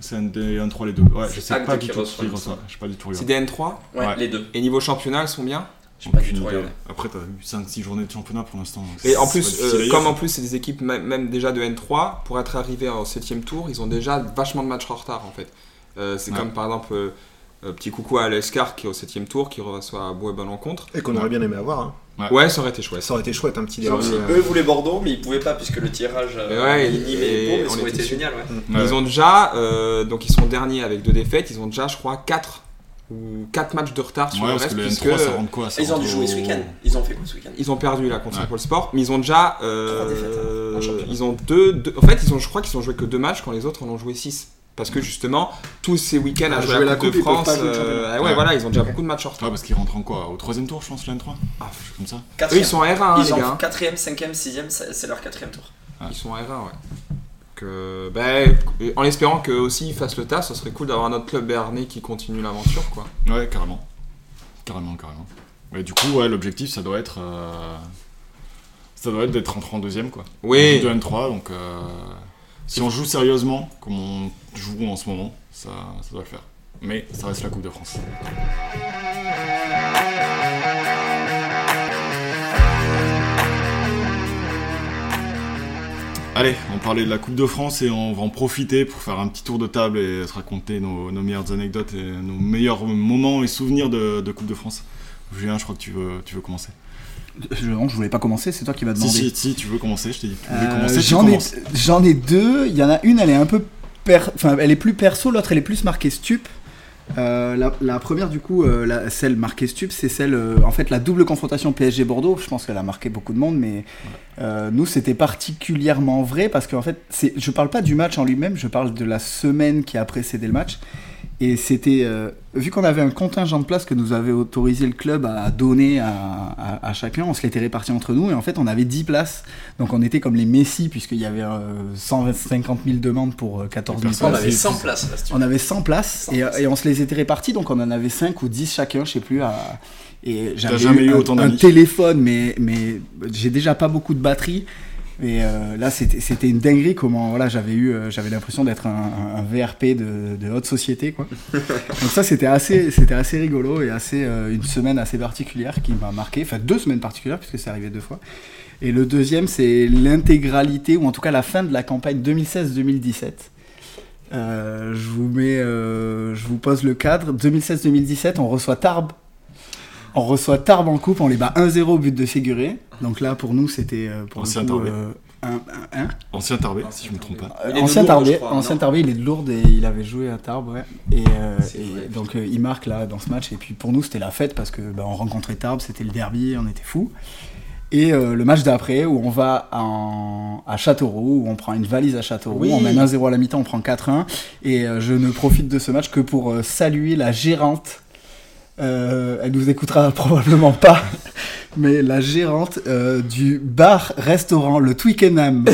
S3: C'est un des 1-3 les deux. Ouais, je
S5: C'est
S3: sais
S5: Agde
S3: pas
S5: qui
S3: du tout
S5: reçoit,
S3: qui
S5: il me
S3: reçoit.
S5: semble.
S3: Je sais pas du tout
S1: C'est
S3: regardé.
S1: des N3
S5: Ouais,
S3: Ouais.
S5: les deux.
S1: et niveau championnat, ils sont bien.
S5: J'ai pas du
S3: Aucune
S5: tout
S3: idée.
S5: regardé.
S3: Après, t'as eu 5-6 journées de championnat pour l'instant. donc
S1: Et en
S3: c'est
S1: plus,
S3: pas difficile
S1: euh,
S3: à dire.
S1: comme en plus, c'est des équipes même, même déjà de N3, pour être arrivées au 7 tour, ils ont déjà vachement de matchs en retard en fait. Euh, c'est
S3: Ouais.
S1: comme par exemple, euh, euh, petit coucou à Alescar qui est au 7ème tour, qui reçoit à beau et bonne rencontre.
S6: Et qu'on aurait bien aimé avoir. hein.
S1: Ouais, ça aurait été chouette.
S6: Ça aurait été chouette, un petit
S5: Genre,
S6: début.
S5: si
S1: E,
S6: euh,
S5: eux voulaient Bordeaux, mais ils pouvaient pas puisque le tirage
S1: Mais
S5: euh,
S1: ouais,
S5: Nîmes
S1: et-
S5: et Pau,
S1: et
S5: mais
S1: on
S5: ça aurait
S1: était
S5: été
S1: sûrs.
S5: génial. Ouais.
S3: Ouais.
S1: Ils ont déjà, euh, donc ils sont derniers avec deux défaites, ils ont déjà, je crois, 4 ou 4 matchs de retard sur
S3: Ouais,
S1: le
S3: parce
S1: reste,
S3: que le N3,
S1: puisque
S3: ça rentre quoi ça
S5: Ils ont
S3: rentre
S5: dû jouer
S3: au-
S5: ce week-end. Ils ont fait quoi ce week-end
S1: ils ont perdu là contre
S3: Ouais.
S1: Paul Sport, mais ils ont déjà.
S5: Trois défaites,
S7: hein.
S1: euh,
S5: en championnat.
S1: ils ont deux, deux- En fait, ils ont, je crois qu'ils ont joué que deux matchs quand les autres en ont joué 6. Parce que justement, tous ces week-ends à
S7: Ah,
S1: jouer
S7: jouer
S1: la
S7: la
S1: Coupe de
S7: Coupe, ils peuvent
S1: France,
S7: pas jouer le
S1: euh,
S7: championnat.
S1: ah ouais,
S3: Ouais.
S1: voilà, ils ont déjà beaucoup de matchs en
S3: Ouais,
S1: retard.
S3: parce qu'ils rentrent en quoi Au troisième tour, je pense, le N3
S1: Ah,
S3: Comme ça
S1: Eux,
S5: Quatrième.
S1: ils sont en R1, hein, les
S5: Ils
S1: gars.
S5: ont
S1: hein.
S5: 4ème, 5ème, 6ème, c'est leur quatrième tour.
S1: Ils sont en R1, ouais. Donc, euh, ben, en espérant qu'eux aussi ils fassent le tas, ça serait cool d'avoir un autre club béarnais qui continue l'aventure, quoi.
S3: Ouais, carrément. Carrément, carrément. Ouais, du coup, ouais, l'objectif, ça doit être. euh, Ça doit être d'être rentré en deuxième, quoi.
S1: Oui,
S3: On joue 2 N3, donc. euh, Si on joue sérieusement, comme on joue en ce moment, ça, ça doit le faire. Mais ça reste la Coupe de France. Allez, on parlait de la Coupe de France et on va en profiter pour faire un petit tour de table et se raconter nos, nos meilleures anecdotes et nos meilleurs moments et souvenirs de, de Coupe de France. Julien, je crois que tu veux, tu veux commencer.
S2: Je, non, je voulais pas commencer, c'est toi qui m'as
S3: Si,
S2: demandé.
S3: si, si, tu veux commencer, je t'ai dit. que Tu voulais
S2: Euh,
S3: commencer, tu
S2: J'en ai,
S3: commences.
S2: j'en ai deux. Il y en a une, elle est un peu. per- Enfin, elle est plus perso, l'autre, elle est plus marquée stup. Euh, la, la première, du coup, euh, la- celle marquée stup, c'est celle. euh, en fait, la double confrontation PSG-Bordeaux. Je pense qu'elle a marqué beaucoup de monde, mais euh, nous, c'était particulièrement vrai parce qu'en fait, c'est- je parle pas du match en lui-même, je parle de la semaine qui a précédé le match. Et c'était. euh, vu qu'on avait un contingent de places que nous avait autorisé le club à donner à, à- à chacun, on se l'était réparti entre nous et en fait, on avait 10 places. Donc on était comme les Messi, puisqu'il y avait euh, 150 000 demandes pour euh, 14 000
S5: On
S2: places.
S5: avait 100 places là, si tu veux.
S2: On avait 100 places
S5: 100
S2: et,
S5: places.
S2: et on se les était répartis, donc on en avait 5 ou 10 chacun, je sais plus. À... Et j'avais
S3: jamais eu
S2: un-
S3: autant
S2: un
S3: d'amis.
S2: téléphone, mais, mais j'ai déjà pas beaucoup de batterie. Et euh, là, c'était c'était une dinguerie comment voilà, j'avais eu, euh, j'avais l'impression d'être un, un- un VRP de, de haute société. Quoi. Donc ça, c'était assez, c'était assez rigolo et assez, euh, une semaine assez particulière qui m'a marqué. Enfin, deux semaines particulières puisque c'est arrivé deux fois. Et le deuxième, c'est l'intégralité, ou en tout cas la fin de la campagne 2016-2017. Euh, je vous mets, euh, je vous pose le cadre. 2016-2017, on reçoit Tarbes. On reçoit Tarbes en coupe, on les bat 1-0 au but de Séguré. Donc là, pour nous, c'était euh, pour
S3: Ancien
S2: le coup,
S3: Tarbais.
S2: euh, un- un- un.
S3: Ancien Tarbé, si je me trompe pas.
S2: Euh,
S1: Il est de
S2: ancien
S1: Lourdes,
S2: Tarbais,
S1: je crois,
S2: ancien
S1: non
S2: Tarbais, il est de Lourdes et il avait joué à Tarbes, ouais. Et, euh,
S5: C'est
S2: et
S5: vrai.
S2: donc euh, il marque là dans ce match. Et puis pour nous, c'était la fête parce que bah, on rencontrait Tarbes, c'était le derby, on était fous. Et euh, le match d'après où on va en- à Châteauroux, où on prend une valise à Châteauroux,
S6: Oui.
S2: on mène 1-0 à la mi-temps, on prend 4-1. Et euh, je ne profite de ce match que pour euh, saluer la gérante. Euh, elle nous écoutera probablement pas, mais la gérante euh, du bar-restaurant Le Twickenham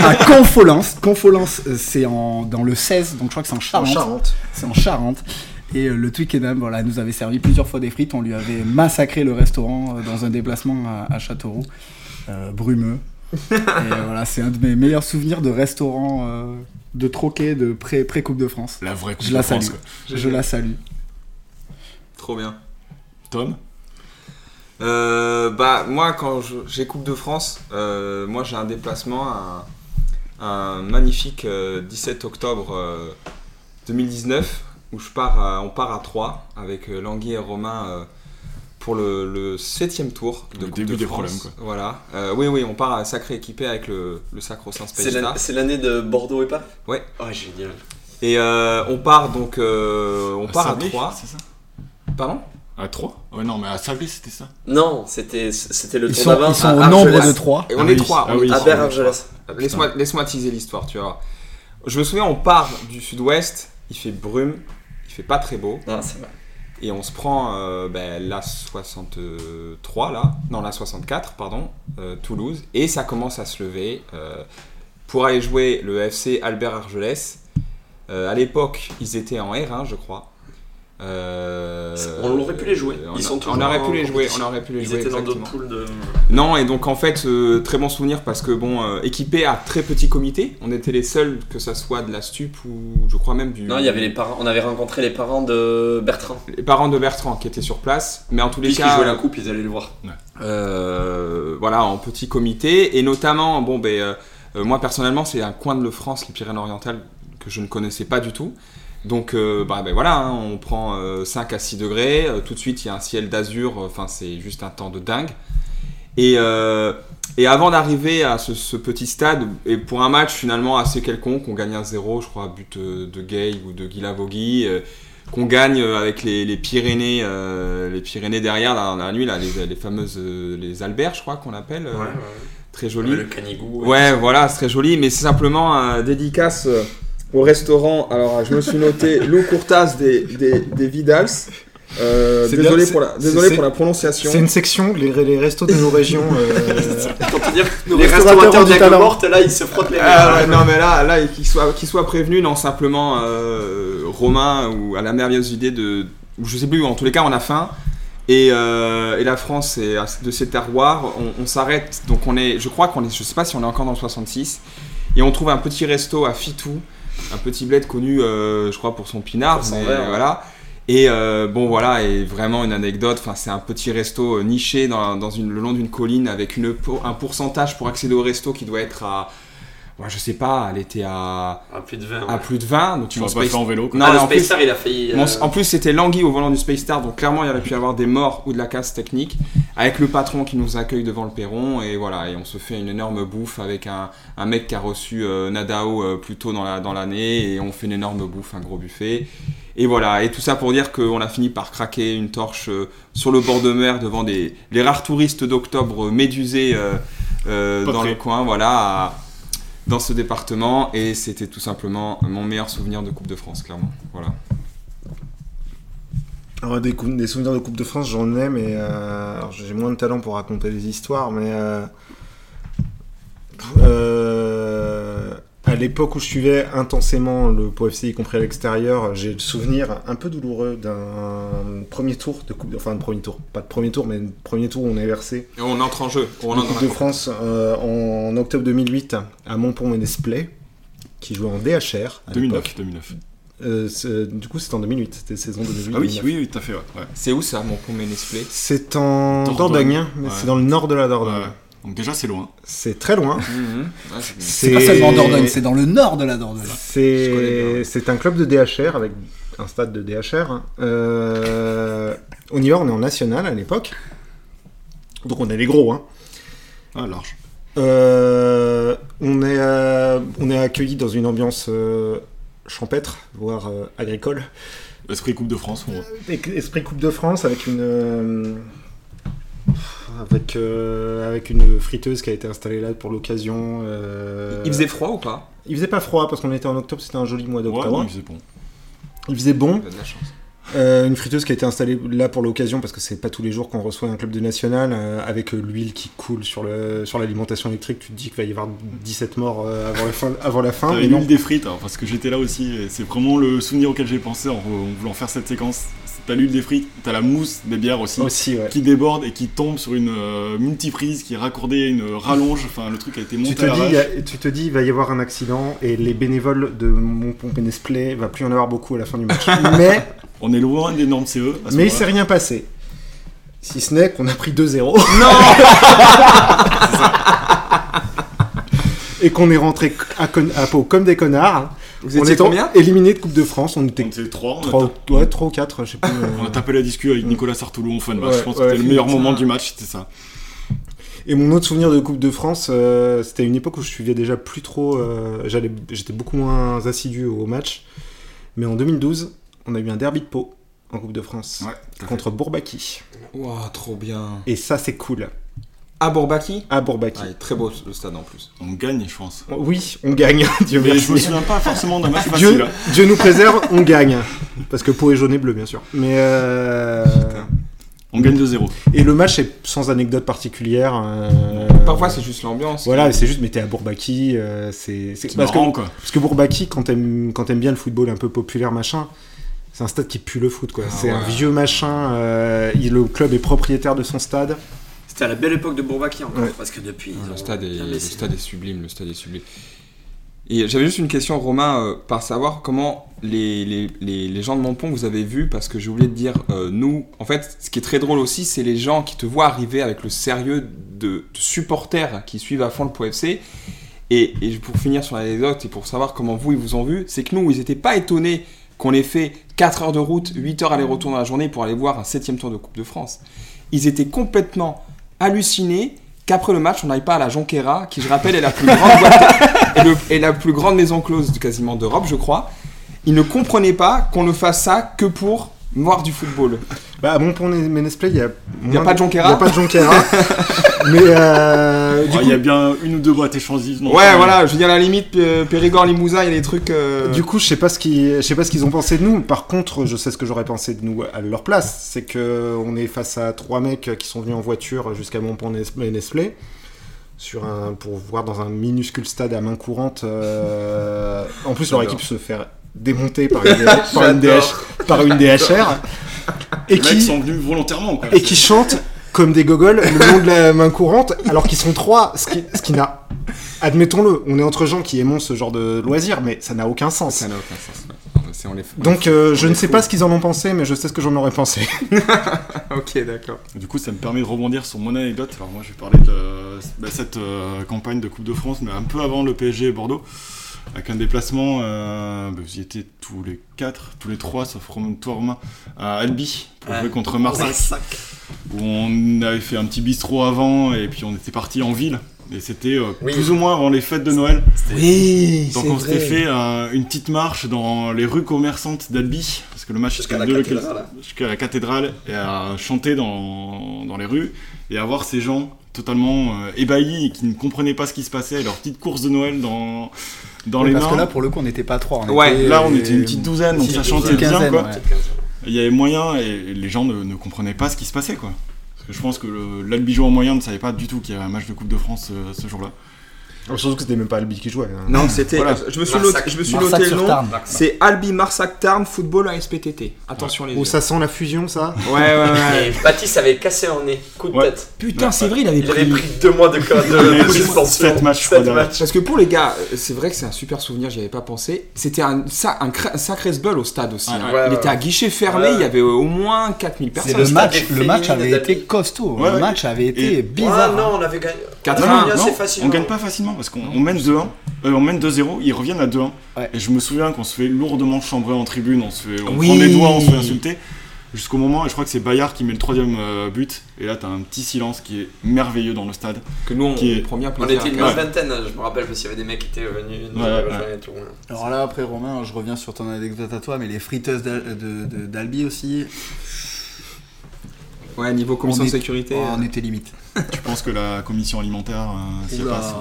S2: à Confolence. Confolence, euh, c'est en dans le 16, donc je crois que c'est en Ah,
S6: En
S2: Charente.
S6: Charente.
S2: C'est en Charente. Et euh, le Twickenham, voilà, elle nous avait servi plusieurs fois des frites. On lui avait massacré le restaurant euh, dans un déplacement à, à Châteauroux, Euh, brumeux. Et euh, voilà, c'est un de mes meilleurs souvenirs de restaurant euh, de troquet de pré- pré-Coupe de France.
S3: La vraie Coupe
S2: Je
S3: de
S2: la
S3: France,
S2: salue.
S3: quoi.
S2: Je la salue.
S1: trop bien.
S3: Tom
S1: Euh, bah moi quand je- j'ai Coupe de France, euh, moi j'ai un déplacement à un magnifique euh, 17 octobre euh, 2019 où je pars à- on part à 3 avec euh, Languier et Romain euh, pour le, le septième tour de
S3: Le
S1: Coupe
S3: début
S1: de
S3: des
S1: France.
S3: problèmes, quoi.
S1: Voilà. Euh, oui oui on part à sacré équipé avec le, le sacro-saint
S5: C'est
S1: Space
S5: l'année-
S1: Star.
S5: c'est l'année de Bordeaux et Paris
S1: Ouais.
S5: Ouais, génial.
S1: Et euh, on part donc euh, on part à 3.
S3: c'est ça
S1: Pardon
S3: À 3 Ouais, non, mais à Sablé, c'était ça.
S5: Non, c'était c'était le
S2: Ils
S5: tour Ah,
S2: sont,
S5: d'avant.
S2: ils sont
S5: à
S2: au nombre
S5: Argelès.
S2: de trois.
S1: Et
S3: Ah
S1: on
S3: oui,
S1: est 3
S3: ah oui,
S5: À Berre Argelès.
S1: Laisse-moi laisse-moi teaser l'histoire, tu vas voir. Je me souviens, on part du sud-ouest, il fait brume, il fait pas très beau,
S5: Non, c'est vrai.
S1: et on se prend euh, ben, la 63, là, non, la 64, pardon, euh, Toulouse, et ça commence à se lever euh, pour aller jouer le FC Albert Argelès. Euh, à l'époque, ils étaient en R1, je crois. Euh,
S5: On aurait pu les jouer.
S1: euh,
S5: Ils
S1: on,
S5: sont
S1: on
S5: toujours
S1: aurait
S5: en
S1: pu les jouer, on
S5: compétition.
S1: aurait pu les
S5: Ils
S1: jouer.
S5: étaient dans d'autres
S1: exactement.
S5: poules de.
S1: Non, et donc en fait, euh, très bon souvenir parce que, bon, euh, équipé à très petit comité, on était les seuls, que ça soit de la stup ou je crois même du.
S5: Non, il y avait les parents. On avait rencontré les parents de Bertrand.
S1: les parents de Bertrand qui étaient sur place, mais en tous les
S5: Puisqu'ils
S1: cas,
S5: jouaient la coupe, ils allaient le voir.
S1: euh, voilà, en petit comité, et notamment, bon, ben, euh, euh, moi personnellement, c'est un coin de le France, les Pyrénées-Orientales, que je ne connaissais pas du tout. Donc, euh, bah, ben voilà, hein, on prend euh, 5 à 6 degrés, euh, tout de suite il y a un ciel d'azur, euh, enfin c'est juste un temps de dingue. Et, euh, et avant d'arriver à ce, ce petit stade, et pour un match finalement assez quelconque, on gagne 1-0, je crois, but euh, de Gay ou de Guilavogui, euh, qu'on gagne euh, avec les, les Pyrénées, euh, les Pyrénées derrière dans la nuit, là, les, les fameuses, euh, les Albert, je crois qu'on appelle, euh, très jolies.
S5: Le canigou.
S1: Ouais, voilà, c'est très joli, mais c'est simplement un dédicace euh, au restaurant. Alors, je me suis noté Lou Courtas des, des, des Vidals. Euh,
S6: C'est
S1: désolé
S6: bien,
S1: pour la,
S6: c'est-
S1: désolé
S6: c'est-
S1: pour la prononciation.
S6: C'est une section, les, les restos de nos régions. euh,
S5: Quand on dit nos
S6: Les
S5: restaurateurs,
S6: restaurateurs du
S5: d'Aigle
S6: talent.
S5: morte, là, ils se frottent les
S1: Ah
S5: mains.
S1: ouais, non, mais là, là qu'il soit, qu'il soit prévenu, non, simplement euh, Romain ou à la merveilleuse idée de. ou Je sais plus, en tous les cas, on a faim. Et, euh, et la France est à- de ses terroirs. On, on s'arrête, donc on est. Je crois qu'on est. Je sais pas si on est encore dans le 66. Et on trouve un petit resto à Fitou, un petit bled connu, euh, je crois, pour son pinard.
S5: Pour son
S1: mais
S5: verre.
S1: voilà. Et euh, bon, voilà, et vraiment une anecdote. Enfin, c'est un petit resto euh, niché dans, dans une, le long d'une colline avec une, pour- un pourcentage pour accéder au resto qui doit être à. Ouais, je sais pas, elle était à,
S5: Ah, plus de 20.
S1: à plus de 20. Donc
S3: Tu
S1: mon
S3: vas pas
S1: Space-
S3: faire en vélo, quoi.
S1: Non,
S5: ah,
S1: mais
S5: le
S1: en,
S5: Space
S1: plus,
S5: Star, il a failli.
S1: mon-
S5: euh,
S1: en plus, c'était Langui au volant du Space Star. Donc clairement, il aurait pu y avoir des morts ou de la casse technique. Avec le patron qui nous accueille devant le perron. Et voilà, et on se fait une énorme bouffe avec un, un mec qui a reçu euh, Nadao euh, plus tôt dans la- dans l'année. et on fait une énorme bouffe, un gros buffet. Et voilà, et tout ça pour dire qu'on a fini par craquer une torche euh, sur le bord de mer devant des, les rares touristes d'octobre euh, médusés euh, euh,
S3: Pas
S1: dans
S3: prêt.
S1: le coin, voilà, à- dans ce département. Et c'était tout simplement mon meilleur souvenir de Coupe de France, clairement. Voilà.
S6: Alors, des, cou- des souvenirs de Coupe de France, j'en ai, mais euh, alors, j'ai moins de talent pour raconter des histoires, mais euh, euh, à l'époque où je suivais intensément le Pau FC, y compris à l'extérieur, j'ai le souvenir un peu douloureux d'un premier tour de Coupe de enfin, de premier tour, pas de premier tour, mais de premier tour où on est versé
S1: Et on entre en jeu, on
S6: de
S1: entre
S6: Coupe
S1: en
S6: de France euh, en octobre 2008 à Montpont et Nesplay, qui jouait en DHR à l'époque.
S3: 2009, 2009.
S6: Euh, c'est- du coup, c'était en 2008, c'était saison 2008.
S3: Ah oui, oui, oui, tout à fait, ouais. ouais.
S1: C'est où ça, mon pont Ménesplé
S6: C'est en
S3: Dordogne.
S6: Dordogne, mais
S3: Ouais.
S6: c'est dans le nord de la Dordogne.
S3: Ouais. Donc déjà, c'est loin.
S6: C'est très loin.
S1: Mhm.
S2: C'est pas seulement en Dordogne, c'est dans le nord de la Dordogne.
S1: Je
S6: C'est
S1: connais
S6: c'est un club de DHR avec un stade de DHR. hein. Euh, On y va, on est en national à l'époque. Donc on est les gros. Hein.
S3: Ah, large.
S6: Euh, on est, euh, on est accueilli dans une ambiance euh, champêtre, voire euh, agricole.
S3: Esprit Coupe de France, on voit.
S6: Esprit Coupe de France avec une euh, avec euh, avec une friteuse qui a été installée là pour l'occasion. euh,
S1: Il faisait froid ou pas
S6: il faisait pas froid parce qu'on était en octobre, c'était un joli mois
S3: Ouais,
S6: d'octobre.
S3: non, il faisait bon.
S6: Il faisait bon.
S1: Il a de la chance.
S6: Euh, une friteuse qui a été installée là pour l'occasion parce que c'est pas tous les jours qu'on reçoit un club de national euh, avec euh, l'huile qui coule sur le sur l'alimentation électrique. Tu te dis qu'il va y avoir 17 morts euh, avant la fin avant la fin.
S3: T'avais
S6: mais non.
S3: l'huile des frites, hein, parce que j'étais là aussi, et c'est vraiment le souvenir auquel j'ai pensé en, en voulant faire cette séquence. T'as l'huile des frites, t'as la mousse des bières aussi,
S6: Aussi ouais.
S3: qui déborde et qui tombe sur une euh, multiprise qui est raccordée à une rallonge, enfin le truc a été
S6: Tu
S3: monté
S6: te,
S3: à la
S6: dis, il
S3: vache.
S6: y a- tu te dis, il va y avoir un accident et les bénévoles de mon pompe et Nesplay va plus en avoir beaucoup à la fin du match. mais
S3: On est loin des normes CE. à ce
S6: mais il
S3: moment-là.
S6: s'est rien passé. Si ce n'est qu'on a pris 2-0. Non Et qu'on est rentré à, con- à Pau comme des connards.
S1: Vous
S6: on
S1: étiez
S6: est
S1: combien
S6: éliminé de Coupe de France. On était
S3: On était trois, on a
S6: 3,
S3: tapé-
S6: ou 4, je sais plus. euh.
S3: on a tapé la discu avec Nicolas Sartoulou en fin de match.
S6: Ouais,
S3: je pense
S6: ouais,
S3: que c'était le meilleur
S6: putain.
S3: moment du match, c'était ça.
S6: Et mon autre souvenir de Coupe de France, euh, c'était une époque où je suivais déjà plus trop. euh, j'allais- J'étais beaucoup moins assidu au match. Mais en 2012, on a eu un derby de Pau en Coupe de France
S3: Ouais, tout à
S6: contre Bourbaki.
S1: Ouah, trop bien.
S6: Et ça, c'est cool.
S1: À Bourbaki
S6: À Bourbaki. Oh,
S1: Ah, il est Très beau le stade en plus.
S3: On gagne, je pense.
S6: Oui, on gagne. Dieu
S3: Mais
S6: merci.
S3: je me souviens pas forcément d'un match facile.
S6: Dieu, Dieu nous préserve, on gagne. Parce que Pau est jaune et bleu, bien sûr. Mais euh,
S3: On gagne 2-0.
S6: Et le match est sans anecdote particulière. euh,
S1: Parfois, c'est juste l'ambiance.
S6: Voilà, c'est juste, mais t'es à Bourbaki. euh, c'est c'est-
S3: C'est
S6: parce, que,
S3: marrant, quoi.
S6: parce que Bourbaki, quand t'aimes quand t'aimes bien le football un peu populaire, machin, c'est un stade qui pue le foot, quoi.
S1: Ah
S6: c'est un
S1: ouais.
S6: vieux machin. euh, il- le club est propriétaire de son stade.
S5: C'était à la belle époque de Bourbaki encore,
S6: Ouais.
S5: parce que depuis. ils
S1: Le
S8: Ah,
S5: ont
S1: stade, est,
S5: bien
S1: le
S5: baissé.
S1: stade est sublime, le stade est sublime. Et j'avais juste une question, Romain, euh, par savoir comment les, les, les, les gens de Montpont vous avez vu, parce que j'ai oublié de dire, euh, nous, en fait, ce qui est très drôle aussi, c'est les gens qui te voient arriver avec le sérieux de, de supporters qui suivent à fond le Pau FC. Et, et pour finir sur l'anecdote et pour savoir comment vous, ils vous ont vu, c'est que nous, ils n'étaient pas étonnés qu'on ait fait 4 heures de route, 8 heures aller-retour dans la journée pour aller voir un septième tour de Coupe de France. Ils étaient complètement hallucinés qu'après le match, on n'aille pas à la Jonquera, qui, je rappelle, est la plus grande, boîte- est le- est la plus grande maison close quasiment d'Europe, je crois. Ils ne comprenaient pas qu'on ne fasse ça que pour voir du football.
S6: Bah, bon, pour mes mes displays, il y a.
S1: Il n'y a
S6: moins
S1: pas de Jonquera
S6: Il n'y a pas de Jonquera. mais euh,
S3: Il
S6: du, coup,
S3: y a bien une ou deux boîtes échangistes. non,
S1: Ouais,
S3: quand
S1: voilà, je veux dire, à la limite, euh, Périgord, Limousin, il y a des trucs. euh,
S6: du coup, je sais pas ce qu'ils, je sais pas ce qu'ils ont pensé de nous. Par contre, je sais ce que j'aurais pensé de nous à leur place, c'est que on est face à trois mecs qui sont venus en voiture jusqu'à Montpellier-Nesplé sur un pour voir dans un minuscule stade à main courante. euh, en plus, leur
S1: J'adore.
S6: équipe se faire démonter par une, par une DH par une DHR
S3: Les
S6: et
S3: mecs
S6: qui
S3: sont venus volontairement. Quoi.
S6: et qui chantent comme des gogoles le long de la main courante, alors qu'ils sont trois, ce qui, ce qui n'a... Admettons-le, on est entre gens qui aimons ce genre de loisirs, mais ça n'a aucun sens.
S1: Ça n'a aucun sens. ouais. Non, mais c'est- on les fait.
S6: Donc euh, je ne sais pas ce qu'ils en ont pensé, mais je sais ce que j'en aurais pensé.
S1: Ok, d'accord.
S3: Du coup, ça me permet de rebondir sur mon anecdote. Alors, moi, je vais parler de bah, cette euh, campagne de Coupe de France, mais un peu avant le PSG et Bordeaux, avec un déplacement. euh, bah, vous y étiez tous les quatre, tous les trois, sauf Romain- toi, Romain, à Albi, pour
S8: Ouais.
S3: jouer contre Marseille, où on avait fait un petit bistrot avant, et puis on était parti en ville. Et c'était euh,
S8: Oui.
S3: plus ou moins avant les fêtes de Noël.
S1: Oui,
S3: Donc on s'était fait euh, une petite marche dans les rues commerçantes d'Albi, parce que le match
S8: Jusqu'à
S3: était
S8: la
S3: de
S8: cathédrale, hein.
S3: localités-
S8: là.
S3: jusqu'à la cathédrale, et à chanter dans, dans les rues, et à voir ces gens totalement euh, ébahis et qui ne comprenaient pas ce qui se passait, et leur petite course de Noël dans, dans les
S2: Parce que
S3: mains.
S2: là, pour le coup, on n'était pas trois. on euh,
S1: Ouais,
S3: Et là on était une petite douzaine, donc
S2: petite
S3: ça chantait
S2: douzaine,
S3: bien
S2: quinzaine,
S3: quoi.
S2: ouais.
S3: Il y avait moyen, et les gens ne, ne comprenaient pas ce qui se passait quoi. Parce que je pense que le- l'Albigeois moyen ne savait pas du tout qu'il y avait un match de Coupe de France euh, ce jour-là.
S6: Surtout que c'était même pas Albi qui jouait. hein.
S1: Non, c'était.
S3: Voilà.
S1: Je me suis noté,
S8: Marsac-
S1: je me suis
S2: Marsac
S1: noté le
S2: Ah, sur
S1: nom.
S2: Tarn.
S1: C'est Albi Marsac Tarn Football ASPTT. Attention les
S6: Où
S1: yeux.
S6: Oh, ça sent la fusion, ça
S1: Ouais, ouais, ouais.
S8: Et Baptiste avait cassé un nez, coup de
S3: Ouais.
S8: tête.
S1: Putain, c'est vrai, il avait
S8: Il avait
S1: pris.
S8: pris deux mois de,
S3: avait
S8: de, de
S3: pris
S8: suspension.
S3: sept matchs, je
S8: euh, Sept
S3: crois,
S8: matchs.
S1: Parce que pour les gars, euh, c'est vrai que c'est un super souvenir, j'y avais pas pensé. C'était un, ça, un, cra- un sacré sbul au stade aussi.
S3: Ouais,
S1: hein.
S8: ouais,
S1: il
S8: ouais.
S1: était à guichet fermé,
S8: Ouais.
S1: il y avait euh, au moins 4000
S2: C'est
S1: personnes.
S2: le
S8: stade
S2: match,
S8: est
S2: le match
S8: féminin
S2: avait
S8: des
S2: été
S8: amis.
S2: costaud. hein.
S3: Ouais,
S2: le
S3: ouais.
S2: match avait été
S3: Et-
S8: Ah
S2: bizarre. hein.
S8: non, on avait gagné.
S1: 4-1,
S8: on gagne
S3: non,
S8: assez facilement.
S3: on gagne pas facilement parce qu'on on mène 2-1, euh, on mène 2-0, ils reviennent à 2-1.
S2: Ouais.
S3: Et je me souviens qu'on se fait lourdement chambrer en tribune, on se fait, on
S1: Oui.
S3: prend les doigts, on se fait insulter. Jusqu'au moment, et je crois que c'est Bayard qui met le troisième euh, but, et là t'as un petit silence qui est merveilleux dans le stade.
S1: Que nous, on,
S3: Qui est-
S1: prend bien
S8: On
S1: plaisir.
S8: était une
S1: à-
S3: Ouais.
S8: vingtaine, je me rappelle, parce qu'il y avait des mecs qui étaient venus nous
S3: Ouais, ouais.
S8: rejoindre et tout. hein. ouais.
S2: Alors là, après Romain, je reviens sur ton anecdote à toi, mais les friteuses d'Al- de- de- d'Albi aussi,
S1: Ouais, niveau commission
S2: On
S1: de
S2: est-
S1: sécurité.
S2: oh,
S1: euh,
S2: on était limite.
S3: Je pense que la commission alimentaire euh, s'y
S2: Oula.
S3: passe.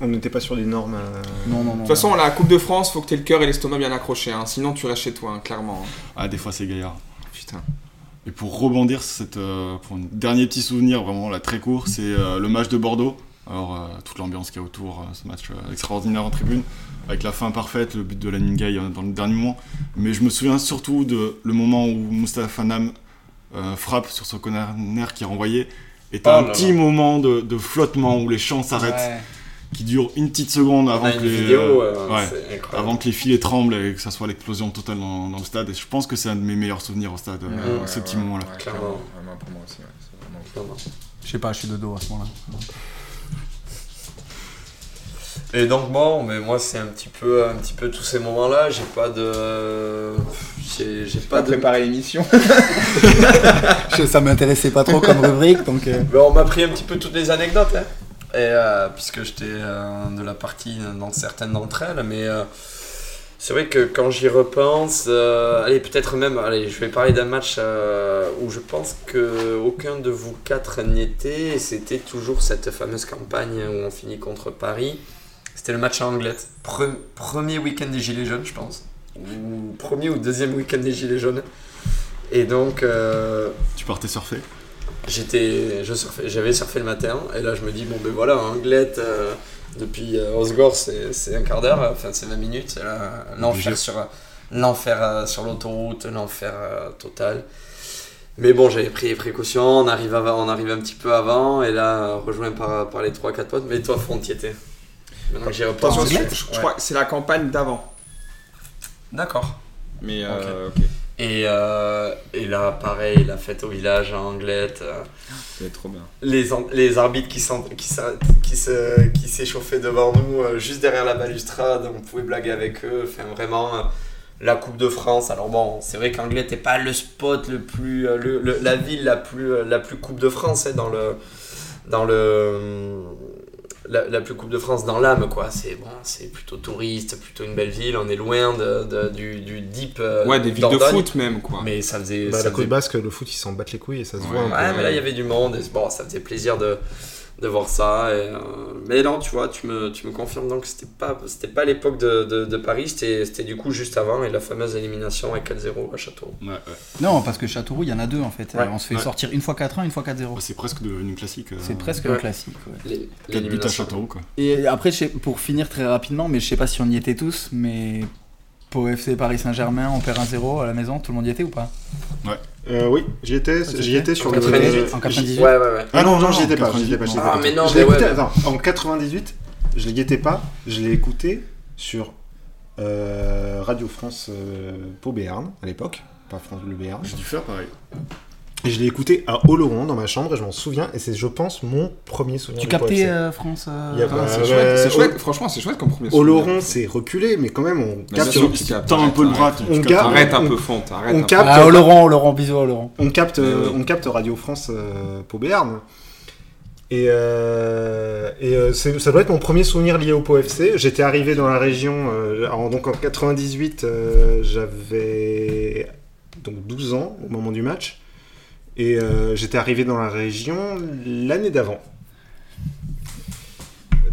S6: On n'était pas sur des normes. euh,
S2: Non, non, non.
S1: De toute façon, la Coupe de France, faut que t'aies le cœur et l'estomac bien accrochés. hein. Sinon, tu restes chez toi, hein, clairement. hein.
S3: Ah, des fois c'est Gaillard.
S1: Putain.
S3: Et pour rebondir sur cette, euh, pour un dernier petit souvenir, vraiment là très court, c'est euh, le match de Bordeaux. Alors euh, toute l'ambiance qu'il y a autour, euh, ce match euh, extraordinaire en tribune, avec la fin parfaite, le but de la Ningay euh, dans le dernier moment. Mais je me souviens surtout de le moment où Mustapha Nam euh, frappe sur ce connard qui est renvoyé. Et t'as
S8: Oh
S3: un
S8: là
S3: petit moment de, de flottement où les chants s'arrêtent,
S2: Ouais.
S3: qui dure une petite seconde
S8: On
S3: avant
S8: a
S3: que
S8: une
S3: les
S8: vidéo, euh,
S3: ouais.
S8: c'est incroyable.
S3: avant que les filets tremblent et que ça soit l'explosion totale dans, dans le stade. Et je pense que c'est un de mes meilleurs souvenirs au stade, euh,
S8: Ouais,
S3: ce petit
S9: ouais,
S3: moment-là.
S9: ouais,
S8: Clairement.
S9: Vraiment, pour moi aussi, ouais, c'est vraiment-
S2: Je sais pas, je suis de dos à ce moment-là.
S8: Et donc bon, mais moi c'est un petit peu, un petit peu tous ces moments-là. J'ai pas de, j'ai j'ai pas de.
S1: préparer l'émission.
S2: Je- Ça m'intéressait pas trop comme rubrique, donc. euh,
S8: Bon, on m'a pris un petit peu toutes les anecdotes, hein. Et euh, puisque j'étais euh, de la partie dans certaines d'entre elles, mais euh, c'est vrai que quand j'y repense, euh, allez peut-être même, allez, je vais parler d'un match euh, où je pense que aucun de vous quatre n'y était. et C'était toujours cette fameuse campagne où on finit contre Paris. C'était le match à Anglette, Pre- premier week-end des Gilets jaunes, je pense, ou premier ou deuxième week-end des Gilets jaunes. Et donc. euh,
S3: Tu partais surfer
S8: J'étais, je surfais- j'avais surfé le matin et là je me dis bon ben voilà Anglette euh, depuis euh, Osgore c'est, c'est un quart d'heure, euh, enfin c'est 20 minutes, et là, l'enfer sur euh, l'enfer euh, sur l'autoroute, l'enfer euh, total. Mais bon j'avais pris les précautions, on arrive, avant- on arrive un petit peu avant et là euh, rejoint par, par les 3-4 potes. Mais toi Front y étais. Maintenant que j'y repense,
S1: Attention,
S8: je-
S1: je, je
S8: ouais.
S1: crois que c'est la campagne d'avant.
S8: D'accord.
S1: Mais euh, ok.
S8: Et, euh, et là pareil la fête au village à Anglette. euh,
S1: C'est trop bien.
S8: les, en- les arbitres qui s'en- qui s'arrêtent- qui se- qui s'échauffaient devant nous, euh, juste derrière la balustrade, on pouvait blaguer avec eux, enfin vraiment, euh, la Coupe de France. Alors bon, c'est vrai qu'Anglet n'est pas le spot le plus, euh, le- le- la ville la plus, euh, la plus Coupe de France hein, dans le, dans le, la, la plus Coupe de France dans l'âme quoi. C'est bon, c'est plutôt touriste, plutôt une belle ville. On est loin de, de- du, du deep. euh,
S1: Ouais, des villes de
S8: Dordogne.
S1: foot même, quoi.
S8: Mais ça faisait,
S10: Bah,
S8: ça
S10: la
S8: faisait
S10: côte basque, le foot, ils s'en battent les couilles et ça se
S1: Ouais.
S10: voit un peu.
S8: Ouais, mais là, il y avait du monde. Et bon, ça faisait plaisir de, de voir ça. et, euh, mais non, tu vois, tu me, tu me confirmes donc que c'était pas, c'était pas l'époque de, de, de Paris, c'était c'était du coup juste avant et la fameuse élimination avec 4-0 à Château.
S3: Ouais, ouais.
S2: Non, parce que Châteauroux, il y en a deux en fait.
S8: Ouais.
S2: on se fait
S3: Ouais.
S2: sortir une fois 4-1, une fois 4-0.
S3: C'est presque devenu classique. euh,
S2: C'est presque
S8: Ouais.
S2: un classique. ouais.
S8: L'é-
S3: Quatre buts à
S8: l'élimination.
S3: Châteauroux, quoi.
S2: Et après, je sais- pour finir très rapidement, mais je sais pas si on y était tous, mais pour FC Paris Saint-Germain, on perd 1-0 à la maison, tout le monde y était ou pas
S6: Euh, oui, j'y étais,
S2: Ah,
S6: j'y étais sur
S2: En
S6: le.
S2: 98, en 98
S8: Ouais, ouais, ouais.
S6: Ah non, non,
S3: Non,
S6: j'y étais pas,
S3: 98,
S6: j'y étais pas. j'y étais
S8: Ah,
S6: pas.
S8: mais non,
S6: je
S8: mais
S6: l'ai
S8: ouais,
S6: écouté,
S8: ouais.
S6: attends, en 98, je l'ai guettais pas, je l'ai écouté sur euh, Radio France euh, Pau Béarn à l'époque, pas France Bleu Béarn.
S3: J'ai dû faire pareil.
S6: Et je l'ai écouté à Oloron dans ma chambre et je m'en souviens, et c'est, je pense, mon premier souvenir.
S2: Tu
S6: de Pau
S2: captais
S6: FC.
S2: euh, France euh,
S6: Il y a pas-
S1: Ah, c'est
S6: Euh,
S1: chouette, c'est
S6: ouais,
S1: chouette. franchement, c'est chouette comme premier souvenir.
S6: Oloron, c'est reculé, mais quand même, on
S1: Mais
S6: capte,
S1: bien sûr,
S3: Tu
S1: tu captes,
S3: tends un peu le
S1: arrête,
S3: bras. tu-
S6: on
S3: tu
S6: garde-
S3: captes.
S1: Arrête un peu fonte, arrête
S6: on
S1: un peu.
S6: capte.
S2: Ah, Oloron, Oloron, bisous à Oloron.
S6: on capte, euh,
S1: Mais oui.
S6: on capte Radio France euh, Pau Béarn. Et, euh, et euh, c'est- ça doit être mon premier souvenir lié au Pau FC. J'étais arrivé dans la région, euh, en- donc en 98, euh, j'avais donc 12 ans au moment du match. Et euh, j'étais arrivé dans la région l'année d'avant.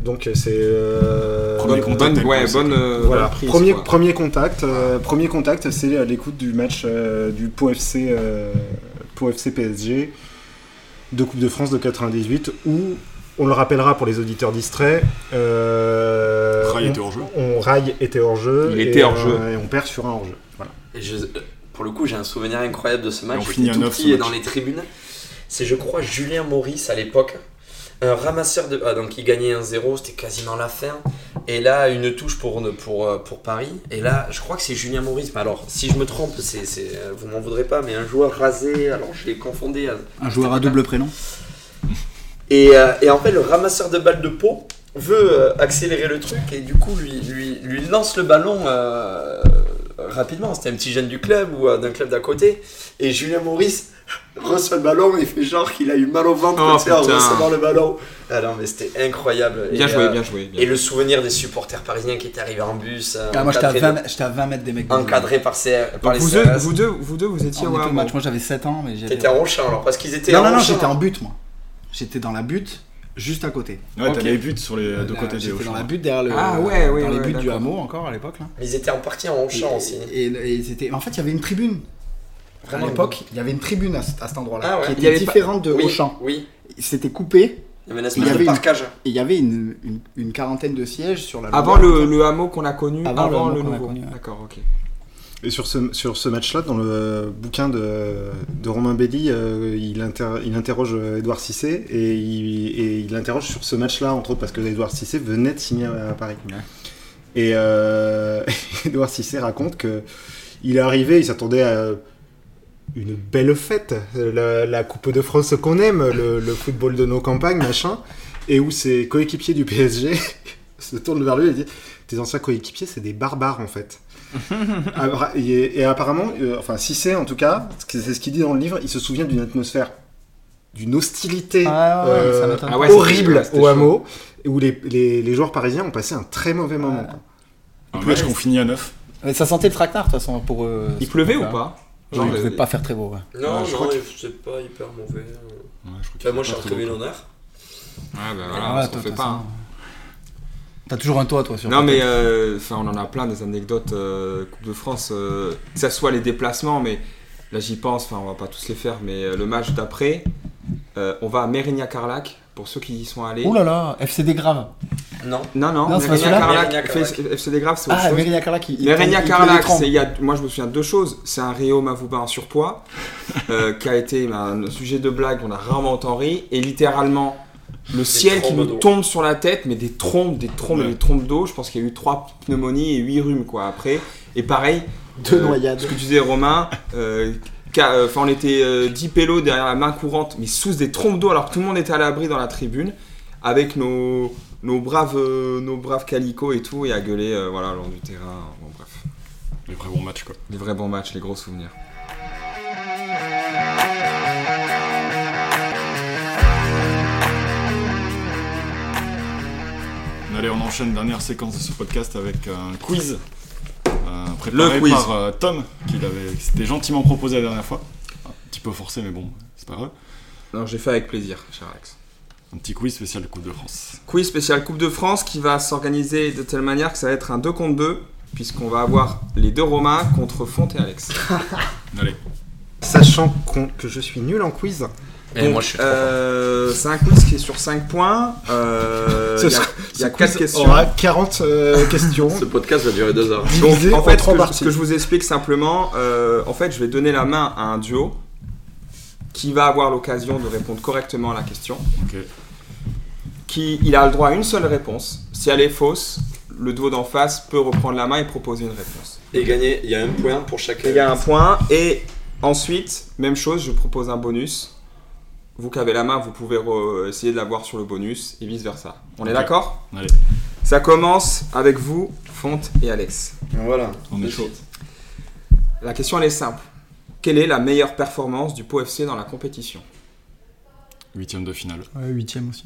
S6: Donc euh, c'est... euh,
S3: Premier
S1: Bonne-
S3: contact
S1: bonne-
S3: avec
S1: ouais,
S3: le
S1: bonne euh,
S6: voilà,
S1: bonne prise,
S6: premier,
S1: quoi.
S6: premier contact, euh, premier contact, c'est euh, l'écoute du match euh, du Pau FC, euh, Pau FC PSG de Coupe de France de 98 où on le rappellera pour les auditeurs distraits. euh,
S3: Rail
S6: on-
S3: était hors jeu.
S6: on rail était hors jeu.
S1: Il était hors
S6: euh, et on perd sur un hors jeu. Voilà.
S8: Et je- euh, pour le coup, j'ai un souvenir incroyable de ce match.
S3: Et on
S8: J'étais
S3: finit à
S8: tout
S3: neuf, ce
S8: petit et
S3: match.
S8: dans les tribunes. C'est, je crois, Julien Maurice à l'époque. Un ramasseur de. ah, donc il gagnait 1-0, c'était quasiment la fin. Et là, une touche pour, pour, euh, pour Paris. Et là, je crois que c'est Julien Maurice. Mais alors, si je me trompe, c'est, c'est- euh, vous m'en voudrez pas, mais un joueur rasé. Alors, euh, je l'ai confondé. à-
S2: Un joueur à double prénom.
S8: Et, euh, et en fait, le ramasseur de balles de peau veut euh, accélérer le truc et du coup lui, lui, lui lance le ballon euh, rapidement. C'était un petit jeune du club ou euh, d'un club d'à côté. Et Julien Maurice reçoit le ballon et fait genre qu'il a eu mal au ventre
S1: Oh,
S8: tu sais, en
S1: putain.
S8: recevant le ballon. Ah non, mais c'était incroyable.
S1: Bien
S8: et,
S1: joué,
S8: euh,
S1: bien joué. bien
S8: Et le souvenir des supporters parisiens qui étaient arrivés en bus, euh,
S2: Ah, moi j'étais à,
S8: encadrés
S2: 20,
S8: de-
S2: mètres- j'étais à 20 mètres des mecs.
S8: encadrés par, ces, par
S1: Donc
S8: les
S1: vous, deux,
S8: CRS.
S1: vous deux, vous deux, vous étiez
S2: On
S1: ouais,
S2: était au match,
S1: bon.
S2: moi j'avais 7 ans, mais j'étais.
S8: T'étais en Auchan alors parce qu'ils étaient
S2: Non,
S8: en
S2: non, non,
S8: Auchan.
S2: j'étais en butte moi. J'étais dans la butte, juste à côté.
S3: Ouais,
S1: Ok.
S3: t'as les buts sur les deux
S2: Là,
S3: côtés des
S2: J'étais dans
S3: Auchan.
S2: la butte derrière le.
S1: Ah, ouais, ouais,
S2: Dans les
S1: ouais,
S2: buttes du
S1: d'accord.
S2: hameau encore à l'époque là.
S8: Mais Ils étaient en partie en
S2: Et,
S8: Auchan aussi.
S2: et, et c'était- En fait, il y avait une tribune. À
S8: Vraiment.
S2: l'époque, il y avait une tribune à, cet- à cet endroit-là
S8: Ah ouais.
S2: qui
S1: Il y
S2: était
S1: avait pas-
S2: différente de
S8: oui,
S2: Auchan.
S8: Oui,
S2: C'était coupé
S8: il y avait une
S2: Il
S8: espèce
S2: y
S8: de
S2: avait une-
S8: parcage.
S2: et il y avait une, une, une quarantaine de sièges sur la.
S1: Avant le, le hameau qu'on a connu,
S2: Avant
S1: avant,
S2: le hameau
S1: le,
S2: qu'on a
S1: nouveau.
S2: connu, ouais.
S1: D'accord, ok.
S6: Et sur ce, sur ce match-là, dans le bouquin de, de Romain Belli, euh, il, inter- il interroge euh, Édouard Cissé et il, et il l'interroge sur ce match-là, entre autres, parce que Édouard Cissé venait de signer à, à Paris. Et euh, Édouard Cissé raconte que il est arrivé, il s'attendait à une belle fête, la, la Coupe de France qu'on aime, le, le football de nos campagnes, machin, et où ses coéquipiers du PSG se tournent vers lui et disent Tes anciens coéquipiers, c'est des barbares en fait. Abra- Et, et apparemment, euh, enfin, si c'est en tout cas, c'est c'est ce qu'il dit dans le livre, il se souvient d'une atmosphère, d'une hostilité
S2: Ah ouais,
S6: euh,
S2: ça m'étonne.
S1: Ah ouais,
S6: horrible
S1: c'était- ouais, c'était
S6: au hameau, où les, les- les joueurs parisiens ont passé un très mauvais moment. quoi.
S3: Un match qu'on finit à 9.
S2: Mais ça sentait le tractard de toute façon pour. euh,
S1: Il
S2: ce
S1: pleuvait ou
S2: truc-là.
S1: pas
S2: Non, il
S1: Genre,
S2: pouvait
S1: euh,
S2: pas faire très beau. ouais.
S8: Non,
S1: Ouais, je
S8: non,
S1: crois
S8: c'est pas hyper mauvais. hein. Enfin, moi, je suis retrouvé l'honneur.
S1: Ouais, bah
S2: Ah,
S1: voilà,
S2: ouais,
S1: on s'en
S2: toi,
S1: fait
S2: t'as
S1: pas.
S2: ça.
S1: hein.
S2: T'as toujours un toit, toi, sur
S1: Non
S2: ta
S1: mais
S2: tête.
S1: euh, enfin on en a plein des anecdotes euh, Coupe de France, euh, que ça soit les déplacements, mais là j'y pense, enfin on va pas tous les faire, mais euh, le match d'après, euh, on va à Mérignac-Carlac pour ceux qui y sont allés.
S2: Ouh là là, FCD grave.
S8: Non.
S1: Non non,
S2: Non, c'est pas celui-là.
S1: Mérignac-Carlac,
S8: Mérignac-Carlac.
S1: F- FCD Grave, c'est autre
S2: Ah,
S1: chose.
S2: Mérignac Carlac, il, il tenait-
S1: Mérignac
S2: il
S1: Carlac,
S2: tenait l'écran.
S1: c'est il y a, moi je me souviens de deux choses. C'est un Rio Mavouba en surpoids euh, qui a été ben, un sujet de blague, on a rarement entendu rire, et littéralement le ciel qui
S8: trombes
S1: nous
S8: d'eau.
S1: tombe sur la tête, mais des trompes, des trompes et
S3: Ouais.
S1: des trompes d'eau. Je pense qu'il y a eu trois pneumonies et huit rhumes quoi après. Et pareil, euh,
S2: Deux noyades.
S1: Ce que tu disais Romain, euh, qu'à- euh, 'fin, on était euh, 10 pélos derrière la main courante, mais sous des trompes d'eau alors que tout le monde était à l'abri dans la tribune avec nos nos braves, euh, nos braves calicots et tout, et à gueuler, euh, voilà, le long du terrain. Bon, bref.
S3: les vrais bons matchs, quoi.
S1: Les vrais bons matchs, les gros souvenirs.
S3: Allez, on enchaîne dernière séquence de ce podcast avec un quiz euh, préparé
S1: Le quiz.
S3: par euh, Tom, qui l'avait- qui s'était gentiment proposé la dernière fois. Un petit peu forcé, mais bon, c'est pas grave.
S1: Non, j'ai fait avec plaisir, cher Alex.
S3: Un petit quiz spécial Coupe de France.
S1: Quiz spécial Coupe de France qui va s'organiser de telle manière que ça va être un 2 contre 2, puisqu'on va avoir les deux Romains contre Font et Alex.
S3: Allez,
S6: Sachant qu'on- que je suis nul en quiz,
S8: Et
S1: Donc,
S8: Eh, moi, je suis trop
S1: euh, C'est un quiz qui est sur 5 points. euh,
S6: Ce
S1: Il y a-
S6: sera-
S1: il y a
S6: ce quiz
S1: 4 questions.
S6: aura 40 euh, questions.
S8: Ce podcast va durer deux heures.
S1: Donc,
S6: divisé
S1: en fait, ce
S6: trois
S1: que, je-
S6: parties.
S1: ce que je vous explique simplement, euh, en fait, je vais donner la main à un duo qui va avoir l'occasion de répondre correctement à la question.
S3: Ok.
S1: Qui, il a le droit à une seule réponse. Si elle est fausse, le duo d'en face peut reprendre la main et proposer une réponse.
S8: Et gagner, il y a un point pour chaque.
S1: Il y a un point. Et ensuite, même chose, je propose un bonus. Vous qui avez la main, vous pouvez re- essayer de l'avoir sur le bonus et vice versa. On est
S3: Ok.
S1: d'accord
S3: Allez.
S1: Ça commence avec vous, Fonte et Alex.
S6: voilà.
S3: on est chaud.
S1: La question elle est simple. Quelle est la meilleure performance du Pau FC dans la compétition
S3: Huitième de finale.
S2: Ouais, huitième aussi.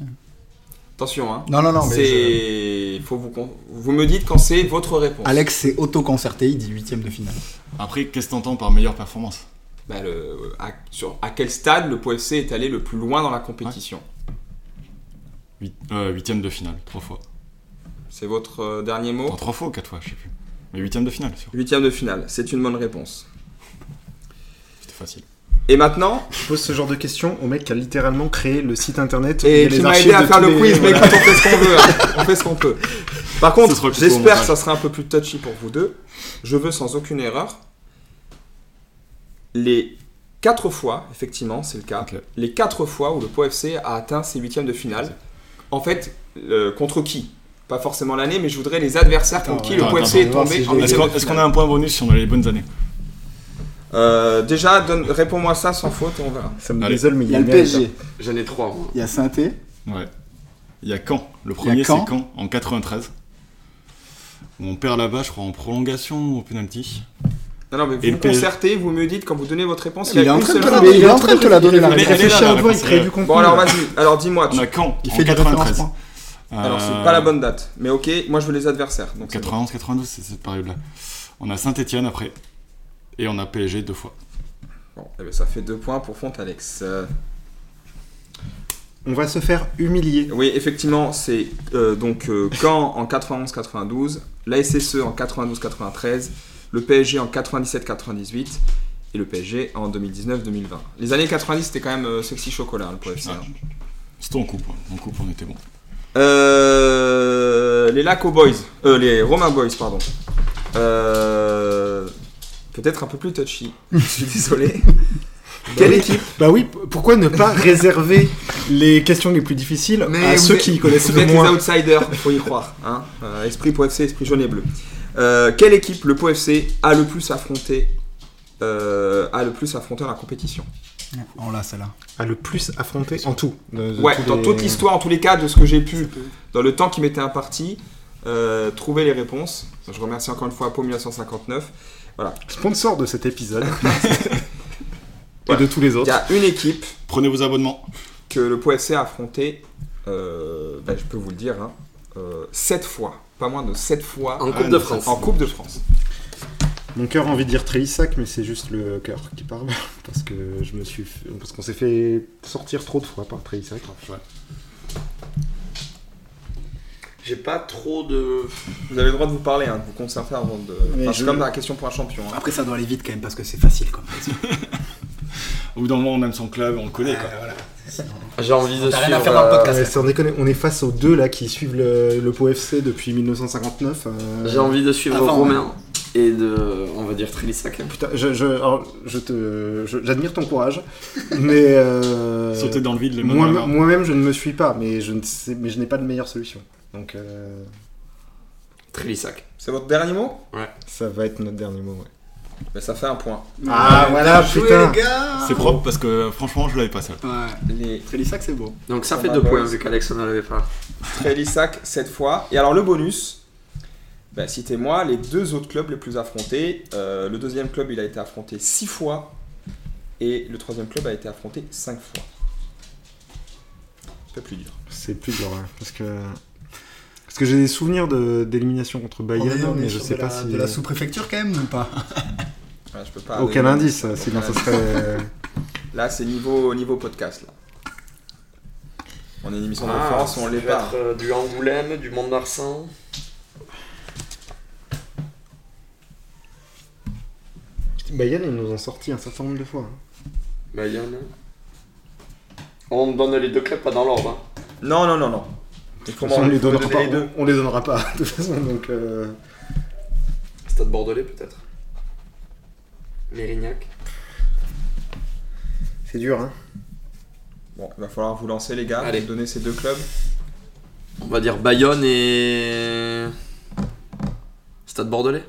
S1: Attention, hein.
S2: Non, non, non, mais je-
S1: c'est. Faut vous, con- vous me dites quand c'est votre réponse.
S2: Alex s'est auto-concerté, il dit huitième de finale.
S3: Après, qu'est-ce que t'entends par meilleure performance
S1: Bah, le- à, sur, à quel stade le Pau FC est allé le plus loin dans la compétition
S3: Huit- euh, Huitième de finale, trois fois.
S1: C'est votre euh, dernier
S3: Attends,
S1: mot
S3: trois fois ou quatre fois, je sais plus. Mais huitième de finale, sûr.
S1: Huitième de finale, c'est une bonne réponse.
S3: C'était facile.
S1: Et maintenant,
S6: Je pose ce genre de questions au mec qui a littéralement créé le site internet.
S1: et
S6: il y a les
S1: tu m'as
S6: archives
S1: aidé à
S6: de
S1: faire
S6: tous
S1: le
S6: les-
S1: quiz, mais
S6: voilà.
S1: écoute, on fait ce qu'on veut. hein. On fait ce qu'on peut. Par
S3: Ce sera
S1: contre,
S3: plutôt au
S1: j'espère que
S3: montage.
S1: ça sera un peu plus touchy pour vous deux. Je veux sans aucune erreur les quatre fois, effectivement, c'est le cas,
S3: Ok.
S1: les quatre fois où le Pau FC a atteint ses huitièmes de finale. En fait, euh, contre qui Pas forcément l'année, mais je voudrais les adversaires contre
S2: Attends,
S1: qui
S2: ouais,
S1: le Pau
S3: attends,
S1: FC est
S2: attends,
S1: tombé
S2: on va voir si
S1: en
S2: je l'ai.
S3: Est-ce
S1: huitième
S3: qu'on
S1: de
S3: est-ce qu'on
S1: finale.
S3: a un point bonus si on a les bonnes années
S1: Euh, Déjà, donne- réponds-moi ça sans faute, on verra.
S6: Ça me
S3: Allez.
S6: désole, mais
S2: Il y a le
S6: mérite.
S2: PSG,
S8: J'en ai trois, moi.
S2: il y a saint
S3: Ouais. Il y a Caen. Le premier, c'est
S2: Caen.
S3: Caen, en 93. Où on perd là-bas, je crois, en prolongation ou au penalty.
S1: Non, non, mais
S3: Et
S1: vous
S3: le PSG.
S1: concertez, vous me dites quand vous donnez votre réponse.
S2: Il est en
S1: une
S2: train de
S1: seule
S2: te la
S1: réponse.
S2: donner, il est en train de te la donner la
S3: Mais
S6: Il
S3: elle est
S2: réponse.
S3: là,
S6: réfléchit
S3: la
S6: un peu, il
S3: réponse,
S6: crée
S3: elle est
S6: du contenu.
S1: Bon, alors vas-y, alors dis-moi. tu-
S3: On a Caen,
S2: Il
S3: en
S2: fait des
S3: 93.
S2: référencements.
S1: Alors c'est
S3: Euh,
S1: pas la bonne date, mais ok, moi je veux les adversaires. Donc c'est bon.
S3: 91, 92, Euh, c'est cette période-là. On a Saint-Etienne après. Et on a PSG deux fois.
S1: Bon, eh ben, ça fait deux points pour Font Alex. Euh,
S6: On va se faire humilier.
S1: oui, effectivement, c'est euh, donc euh, Caen en 91-92, la SSE en 92-93, le PSG en 97-98 et le PSG en 2019-2020. Les années 90 c'était quand même euh, sexy chocolat hein, le PFC.
S3: Ouais. C'était en coupe. hein. En coupe, on était bon.
S1: Euh, les Laco Boys, euh, les Romain Boys, pardon. Euh, Peut-être un peu plus touchy, je suis désolé. Quelle équipe
S6: Bah oui, p- pourquoi ne pas réserver les questions les plus difficiles à
S1: vous
S6: ceux
S1: êtes-
S6: qui y connaissent
S1: vous
S6: le
S1: êtes les
S6: moins
S1: outsiders, il faut y croire. Hein Euh, esprit Pau FC, esprit jaune et bleu. Euh, quelle équipe le Pau FC a le plus affronté euh, a le plus affronté dans la compétition
S2: On l'a Oh celle-là.
S6: à le plus affronter en tout de- de
S1: Ouais,
S6: tous
S1: dans
S6: les-
S1: toute l'histoire, en tous les cas, de ce que j'ai pu, dans le temps qui m'était imparti, euh, trouver les réponses. Je remercie encore une fois Pau 1959.
S6: Sponsor de cet épisode. Et
S1: Ouais.
S6: de tous les
S1: Il y
S6: autres.
S1: a une équipe
S3: Prenez vos abonnements.
S1: que le Pau FC a affronté, euh, ben, je peux vous le dire, hein, euh, sept fois, pas moins de 7 fois
S8: En Coupe
S3: Ah,
S8: de
S3: non,
S8: France.
S1: en Coupe de France.
S6: Mon cœur a envie de dire Trélissac, mais c'est juste le cœur qui parle. Parce que je me suis. fait- Parce qu'on s'est fait sortir trop de fois par Trélissac.
S1: J'ai pas trop de. Vous avez le droit de vous parler, hein, de vous concentrer avant de.
S6: Mais
S1: Enfin, c'est
S6: je-
S1: comme la question pour un champion. hein.
S2: Après, ça doit aller vite quand même parce que c'est facile comme
S3: Au bout d'un moment, on aime son club, on le connaît. Quoi.
S8: J'ai envie de
S2: T'as
S8: suivre.
S2: rien à faire dans le
S8: euh,
S2: podcast.
S6: Ouais, sans déconner, on est face aux deux là qui suivent le, le Pau FC depuis 1959. euh,
S8: J'ai envie de suivre
S2: Avant,
S8: Romain et de, on va dire Trélissac. hein.
S6: Putain, je, je, alors, je te, je- j'admire ton courage, mais euh,
S3: Sauter dans le vide, les mains dans la
S6: moi,
S3: merde.
S6: moi-même je ne me suis pas, mais je ne sais, mais je n'ai pas de meilleure solution. Donc euh,
S8: Trélissac.
S1: C'est votre dernier mot
S6: ça va être notre dernier mot. ouais.
S1: ben, Ça fait un point.
S6: Ah voilà, putain.
S2: gars
S3: C'est propre parce que franchement, je l'avais pas ça.
S2: Ouais,
S1: Les
S2: Trélissac, c'est beau.
S8: Donc ça
S1: Ça
S8: fait
S1: va,
S8: deux
S1: boys.
S8: points vu qu'Alex ne l'avait pas.
S1: Trélissac, 7 fois. Et alors le bonus, bah, citez-moi les deux autres clubs les plus affrontés. Euh, le deuxième club, il a été affronté six fois. Et le troisième club a été affronté cinq fois. C'est plus dur.
S6: C'est plus dur, hein, parce que. Parce que j'ai des souvenirs de- d'élimination contre
S2: On est-
S6: Bayern,
S2: on est
S6: mais je
S2: sur
S6: sais
S2: de
S6: pas
S2: la-
S6: si.
S2: De la sous-préfecture, quand même, ou pas
S1: Ouais, je peux pas
S6: Aucun
S1: aller-
S6: indice, euh, sinon ça
S1: Aucun
S6: serait.
S1: Là, c'est niveau, niveau podcast. Là. On est une émission de
S8: Ah,
S1: référence, on
S8: ça
S1: les
S8: peut
S1: pas.
S8: être, euh, du Angoulême, du Mont-de-Marsan.
S6: Bayern, ils nous ont sorti un certain nombre de fois. hein.
S8: Bayonne. On donne les deux clubs pas dans l'ordre. hein.
S3: euh,
S1: Non, non, non, non. Il faut
S6: Comment on,
S1: m'en-
S6: les
S1: faut me
S6: donnera
S1: donner
S6: pas,
S1: les deux.
S6: on les donnera pas, de toute façon, donc. euh,
S8: Stade Bordelais peut-être. Mérignac.
S6: C'est dur, hein.
S1: Bon, il va falloir vous lancer, les gars,
S8: Allez.
S1: vous donner ces deux clubs.
S8: On va dire Bayonne et. Stade Bordelais.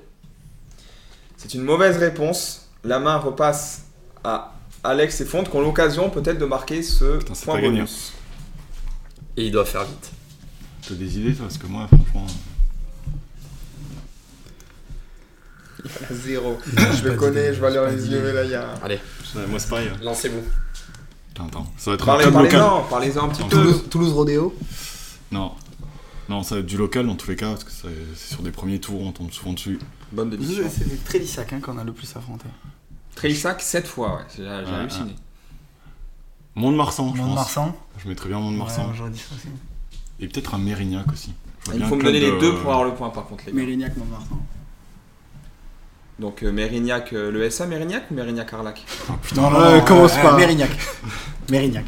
S1: C'est une mauvaise réponse. La main repasse à Alex et Fonte qui ont l'occasion peut-être de marquer ce
S3: Putain, c'est
S1: point
S3: pas gagné.
S1: bonus.
S8: Et il doit faire vite.
S3: T'as des idées, toi Parce que moi, franchement.
S1: Zéro. je le connais, je vais aller dans les yeux, là, il y a...
S3: euh, Moi, c'est pareil. hein.
S8: Lancez-vous.
S3: Putain, attends. Ça va être un
S1: Parlez-
S3: club local.
S1: Parlez-en, parlez-en un petit peu.
S2: Toulouse, Toulouse Rodeo
S3: Non. Non, ça va être du local dans tous les cas, parce que c'est c'est sur des premiers tours, on tombe souvent dessus.
S1: Bonne décision.
S2: C'est Trélissac hein, qu'on a le plus affronté.
S1: Trélissac, 7 fois, ouais. J'ai j'ai
S3: Ouais,
S1: halluciné.
S3: Mont-de-Marsan, je pense.
S2: Mont-de-Marsan
S3: Je mettrais bien Mont-de-Marsan.
S2: Ouais, j'aurais dit ça aussi.
S3: Et peut-être un Mérignac aussi. Je vois
S1: Il
S3: bien
S1: faut
S3: un
S1: me
S3: club euh,
S1: donner les
S3: de-
S1: deux pour avoir le point, par contre, les gars.
S2: Mérignac, Mont-de-Marsan.
S1: Donc euh, Mérignac, euh, le SA Mérignac ou Mérignac Arlac
S2: Putain, non,
S6: euh, commence pas.
S2: Mérignac. Mérignac.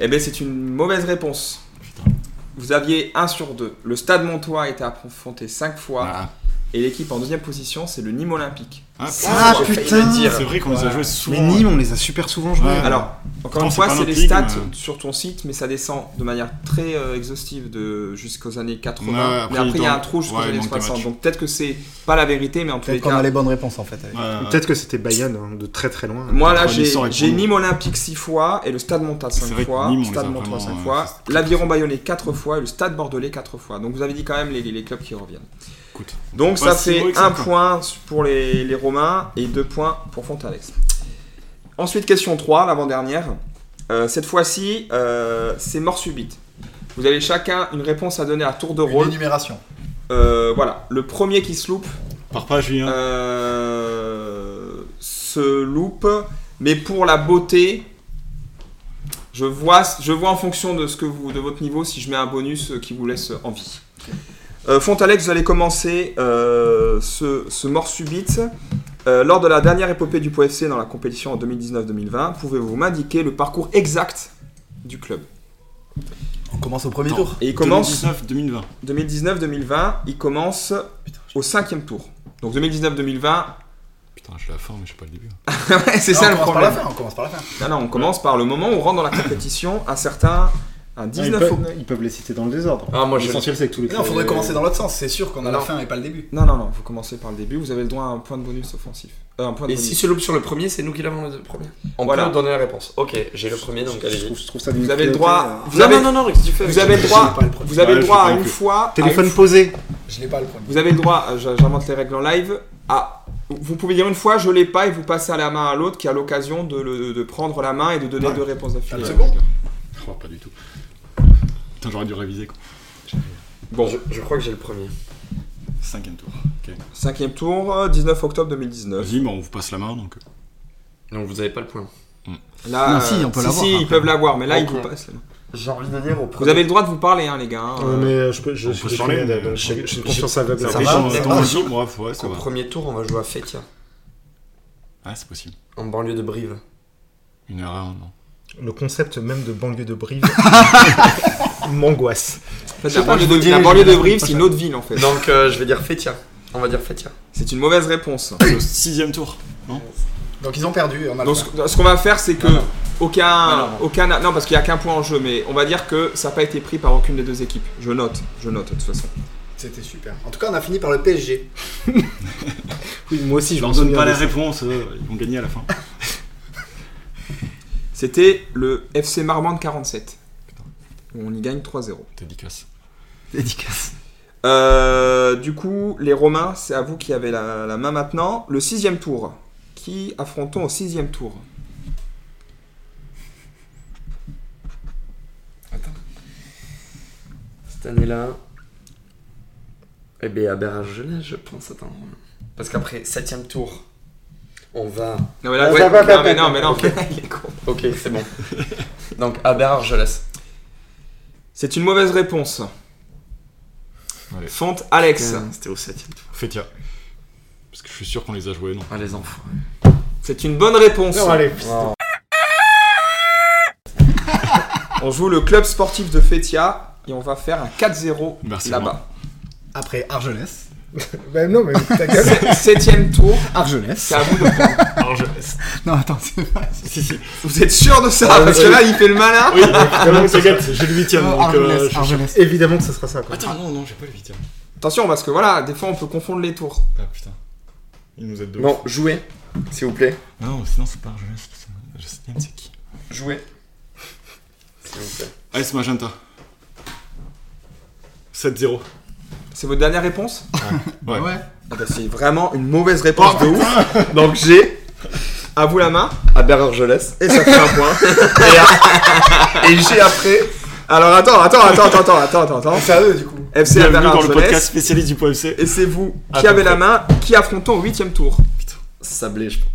S1: Eh bien, c'est une mauvaise réponse.
S3: Putain.
S1: Vous aviez 1 sur 2. Le Stade Montois a été affronté 5 fois.
S3: Ah,
S1: Et l'équipe en deuxième position, c'est le Nîmes Olympique.
S3: ah,
S6: Ah,
S8: Oh,
S1: j'ai failli
S6: putain.
S1: le dire.
S3: C'est vrai qu'on les a joués souvent. hein.
S6: Mais Nîmes, on les a super souvent joués.
S3: Ouais.
S1: Alors,
S3: Pourtant,
S1: encore une
S3: Ah. c'est
S1: fois,
S3: pas
S1: c'est les
S3: l'Olympique,
S1: stats
S3: mais-
S1: sur ton site, mais ça descend de manière très euh, exhaustive de... jusqu'aux années 80.
S3: Ouais,
S1: mais
S3: après,
S1: après, il y a
S3: dans-
S1: un trou jusqu'aux
S3: ouais, il
S1: années
S3: manque des
S1: 60.
S3: matchs.
S1: Donc peut-être que c'est pas la vérité, mais en tous les
S2: Peut-être qu'on
S1: cas.
S2: a les bonnes réponses en fait. avec.
S3: Ouais,
S6: Euh, Peut-être que c'était Bayern, hein, de très très loin.
S1: Moi, là,
S3: Entre
S1: j'ai
S3: Nice et
S1: j'ai
S3: Pau.
S1: Nîmes Olympique 6 fois et le Stade Montat 5
S3: vrai que
S1: fois,
S3: Nîmes, on
S1: le
S3: les
S1: Stade
S3: a vraiment,
S1: Montois 5
S3: euh,
S1: fois,
S3: c'est-
S1: l'Aviron Bayonnais 4 fois et le Stade Bordelais 4 fois. Donc vous avez dit quand même les, les clubs qui reviennent.
S3: écoute.
S1: Donc
S3: Pas
S1: ça
S3: si mauvais
S1: fait
S3: Bah, que ça,
S1: un
S3: quoi.
S1: point pour les, les Romains et deux points pour Fontalex. Ensuite, question 3, l'avant-dernière. Euh, cette fois-ci, euh, c'est mort subite. Vous avez chacun une réponse à donner à tour de
S2: Une
S1: rôle.
S2: énumération.
S1: Euh, voilà, le premier qui se loupe
S3: Pars pas, Julien.
S1: euh, se loupe, mais pour la beauté, je vois, je vois en fonction de ce que vous, de votre niveau, si je mets un bonus euh, qui vous laisse en vie. Euh, Fontalex, vous allez commencer euh, ce, ce mort subite. Euh, lors de la dernière épopée du POFC dans la compétition en 2019-2020, pouvez-vous m'indiquer le parcours exact du club
S2: On commence au premier
S3: Attends.
S2: tour.
S1: Et il commence
S3: 2019-2020.
S1: 2019-2020, il commence au cinquième tour. Donc 2019-2020,
S3: Putain, j'ai la fin, mais j'ai pas le début.
S1: ouais, c'est
S2: Non,
S1: ça
S2: on commence Ah, par
S1: le
S2: la
S1: problème.
S2: fin, on commence par la fin.
S1: Non, non, on commence par le moment où on rentre dans la compétition à certains. Un
S6: Ah, ils,
S1: 19
S6: peuvent, ils peuvent les citer dans le désordre.
S8: Ah, moi je.
S6: L'essentiel, c'est que tous les
S2: Non, faudrait commencer dans l'autre sens, c'est sûr qu'on a la fin et pas le début.
S1: Non, non, non, vous commencez par le début, vous avez le droit à un point de bonus offensif. Euh, un point de
S8: Et si
S1: bonus.
S8: se loupe sur le premier, c'est nous qui l'avons le premier. On
S1: Voilà.
S8: peut donner la réponse. Ok, j'ai le premier donc
S6: Je
S8: allez-y.
S6: trouve, je trouve ça
S1: Vous
S6: d'une
S1: avez le
S6: cruauté,
S1: droit.
S6: euh.
S1: Vous avez,
S8: non, non, qu'est-ce que tu fais
S1: vous
S8: avec
S1: avez
S8: ça
S1: le droit.
S2: pas le premier.
S1: Vous avez
S3: Ouais,
S1: le
S3: je
S1: droit à
S3: comprends
S1: une
S3: plus.
S1: fois. à
S6: Téléphone
S1: une-
S6: posé.
S2: Je l'ai pas le premier.
S1: Vous avez le droit, euh, j'a- j'invente les règles en live, à. Vous pouvez dire une fois, je l'ai pas, et vous passez à la main à l'autre qui a l'occasion de, le- de prendre la main et de donner deux réponses
S2: T'as le
S1: d'affilée.
S2: second
S3: Oh, pas du tout. Putain, j'aurais dû réviser quoi.
S8: Bon, je, je crois que j'ai le premier.
S3: Cinquième tour. Ok.
S1: Cinquième tour, euh, 19 octobre 2019.
S3: Vas-y, bah, on vous passe la main donc. euh,
S8: Donc vous avez pas le point.
S1: Là,
S2: Non, si,
S1: euh,
S2: on peut
S1: si,
S2: l'avoir
S1: si, ils
S2: après.
S1: peuvent l'avoir, mais là, ils
S8: Ok.
S1: vous passent.
S8: J'ai envie de dire au premier.
S1: Vous avez le droit de vous parler, hein, les gars. hein.
S6: Ouais, Euh, mais je, peux- je,
S3: On
S6: je
S3: peut
S6: suis
S3: parler,
S6: fluide,
S3: mais-
S6: donc j'ai j'ai une
S8: J'ai-
S6: confiance aveugle.
S8: Ça
S6: Ah,
S8: va,
S3: Dans
S8: mais-
S3: dans le jeu, bref, ouais, ça
S8: Au
S3: va.
S8: premier tour, on va jouer à Fétia,
S3: Ah, c'est possible.
S8: en banlieue de Brive.
S3: Une heure un, non.
S6: Le concept même de banlieue de Brive m'angoisse.
S1: En fait,
S2: Je
S1: la
S2: sais pas,
S1: banlieue
S2: je vous
S1: de-
S2: dirai,
S1: la
S2: je
S1: banlieue
S2: verrai
S1: de
S2: la
S1: Brive,
S2: semaine
S1: c'est une autre ville en fait.
S8: Donc euh, je vais dire Fétia. On va dire Fétia.
S1: C'est une mauvaise réponse.
S3: Le sixième tour.
S2: Donc ils ont perdu, on a
S1: Donc
S2: le
S1: ce
S2: point.
S1: ce qu'on va faire, c'est que aucun,
S8: Non, non, non.
S1: aucun, non parce qu'il n'y a qu'un point en jeu, mais on va dire que ça n'a pas été pris par aucune des deux équipes. Je note, je note de toute façon.
S2: C'était super. En tout cas, on a fini par le PSG.
S6: Oui, moi aussi,
S3: Je
S6: je
S3: leur
S6: me
S3: donne
S6: souviens
S3: pas
S6: de
S3: les
S6: ça.
S3: réponses, euh, ils vont gagner à la fin.
S1: C'était le FC Marmande 47. On y gagne 3-0.
S3: Dédicace.
S2: Dédicace.
S1: Euh, du coup, les Romains, c'est à vous qui avez la, la main maintenant. Le sixième tour. Qui affrontons au sixième tour
S5: Cette année-là. Eh bien, à Bérage Genèse, je pense. Attends. Parce qu'après, septième tour, on va.
S1: Non mais là,
S5: Ah,
S1: ouais,
S5: ça va,
S1: non,
S5: ça va,
S1: mais
S5: ça
S1: non,
S5: va.
S1: mais non,
S5: Ok.
S1: il est con.
S5: Ok, c'est bon. Donc, à Bérage Genèse.
S1: C'est une mauvaise réponse.
S3: Allez.
S1: Fonte Alex.
S5: C'était au septième tour.
S3: Fétia. Parce que je suis sûr qu'on les a joués, non
S5: Ah, les enfants.
S1: C'est une bonne réponse. On joue le club sportif de Fétia et on va faire un 4-0
S3: Merci,
S1: là-bas.
S2: Après Argelès.
S6: Ben non, mais ta gueule.
S1: Septième tour,
S2: Argelès.
S1: c'est à vous de
S2: Non, attends, c'est pas.
S1: Vous êtes sûr de ça
S5: Ah,
S1: Parce que là, il fait le malin.
S3: Oui, vraiment, t'inquiète, j'ai le
S2: Oh,
S3: 8ème, donc euh,
S2: Argelès.
S3: je-
S2: Argelès.
S6: Évidemment que ce sera ça. Quoi.
S3: Attends, non, non, j'ai pas le 8ème.
S1: Attention, parce que voilà, des fois, on peut confondre les tours.
S3: Ah putain. Il nous aide de
S5: Bon, jouez, s'il vous plaît.
S3: ouf. Non, sinon c'est pas Argelès. c'est- Je sais bien c'est qui.
S5: Jouez. S'il vous plaît.
S3: AS Magenta. 7-0.
S1: C'est votre dernière réponse
S3: Ouais.
S1: Ah bah, C'est vraiment une mauvaise réponse de ouf. Donc, j'ai. À vous la main.
S5: À Bérage
S1: Et ça fait un point.
S5: Et j'ai après.
S1: Alors, attends, attends, attends, attends, attends, attends, attends, attends.
S5: Sérieux, du coup.
S1: FC
S3: Bienvenue
S1: Aberdeen
S3: dans le
S1: Jeunesse.
S3: podcast spécialiste du PFC.
S1: Et c'est vous
S3: À
S1: qui
S3: peu
S1: avez la
S3: près.
S1: main, qui affrontons au huitième tour.
S5: Sablé, je pense.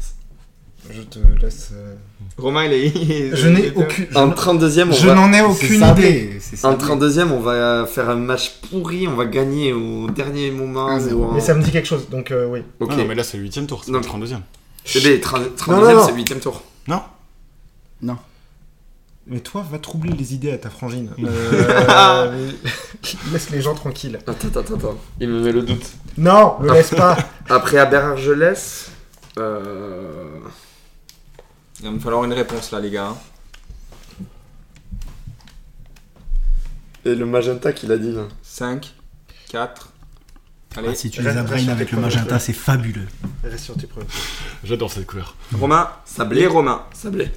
S6: Je te laisse. euh,
S1: Romain, il est. il est-
S6: Je
S1: il
S6: n'ai
S1: est-
S6: aucune.
S5: En 32ème, on
S2: Je
S5: va.
S2: n'en ai
S6: c'est
S2: aucune
S6: sablé.
S2: idée. C'est
S5: En
S2: sablé.
S5: 32ème, on va faire un match pourri, on va gagner au dernier moment.
S2: Un
S5: ou
S2: zéro.
S5: en-
S6: Mais ça me dit quelque chose, donc euh, oui.
S5: Ok.
S3: Ah, non, mais là c'est le 8ème tour, c'est
S5: Non.
S3: le 32 e
S5: Eh ben, 30-
S6: Non, non,
S5: 32ème,
S6: non.
S5: c'est le 8ème tour.
S6: Mais toi, va troubler les idées à ta frangine. Euh, laisse les gens tranquilles.
S5: Attends, attends, attends. Il me met le doute.
S6: Non, ne laisse pas.
S5: Après à Bérargelès, euh...
S1: Il va me falloir une réponse là, les gars. hein.
S5: et le magenta qu'il a dit là.
S1: 5, 4. Allez,
S2: Ah, si tu les
S6: Reste-
S2: abraines
S6: reste
S2: avec
S6: sur
S2: le
S6: tes
S2: magenta,
S6: preuves.
S2: c'est fabuleux.
S6: Reste sur tes preuves.
S3: J'adore cette couleur.
S1: Romain,
S5: Sablé.
S1: les Romains.
S5: Sablé.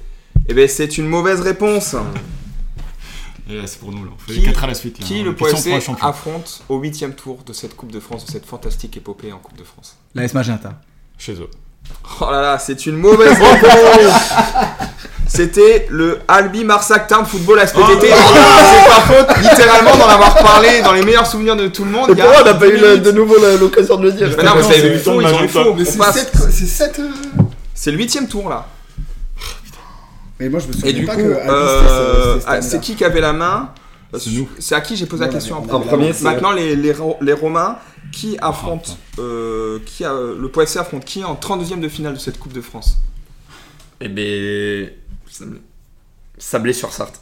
S1: Eh ben, c'est une mauvaise réponse.
S3: Et là c'est pour nous là. On fait
S1: Qui-
S3: 4 à la suite là.
S1: Qui
S3: hein.
S1: le
S3: Question pour
S1: POFC
S3: un champion.
S1: affronte au huitième tour de cette Coupe de France, de cette fantastique épopée en Coupe de France
S2: La S magenta.
S3: Chez eux.
S1: Oh là là, c'est une mauvaise réponse C'était le Albi Marsac Tarn Football SPTT. Ah, c'est pas faute, littéralement, d'en avoir parlé dans les meilleurs souvenirs de tout le monde. il y Ah, a
S5: on n'a pas eu
S1: 10
S5: le-
S1: minutes.
S5: de nouveau la- l'occasion de le dire
S1: Mais non, mais
S3: Non,
S1: ça, ils
S3: c'est
S1: ont
S3: le temps de
S1: eu faux, ils ont eu
S3: Magenta.
S1: faux.
S7: Mais
S1: On
S7: c'est
S1: passe.
S7: 7. C'est 7
S2: euh,
S1: C'est le huitième tour là.
S2: Mais moi, je me
S1: Et
S2: souviens
S1: du coup,
S2: pas que Alice,
S1: euh,
S2: c'était cette
S1: ah, c'est
S2: année-là.
S1: qui qui avait la main
S3: C'est nous.
S1: C'est à qui j'ai posé la
S2: Non,
S1: question
S2: on
S1: en
S2: avait-
S5: En
S1: premier.
S5: premier, c'est.
S1: Maintenant, les, les, Ro- les Romains, qui
S3: Ah,
S1: affrontent euh, qui a, Le PSC affronte qui en 32 e de finale de cette Coupe de France
S5: Eh ben. Sablé. Sablé sur Sarthe.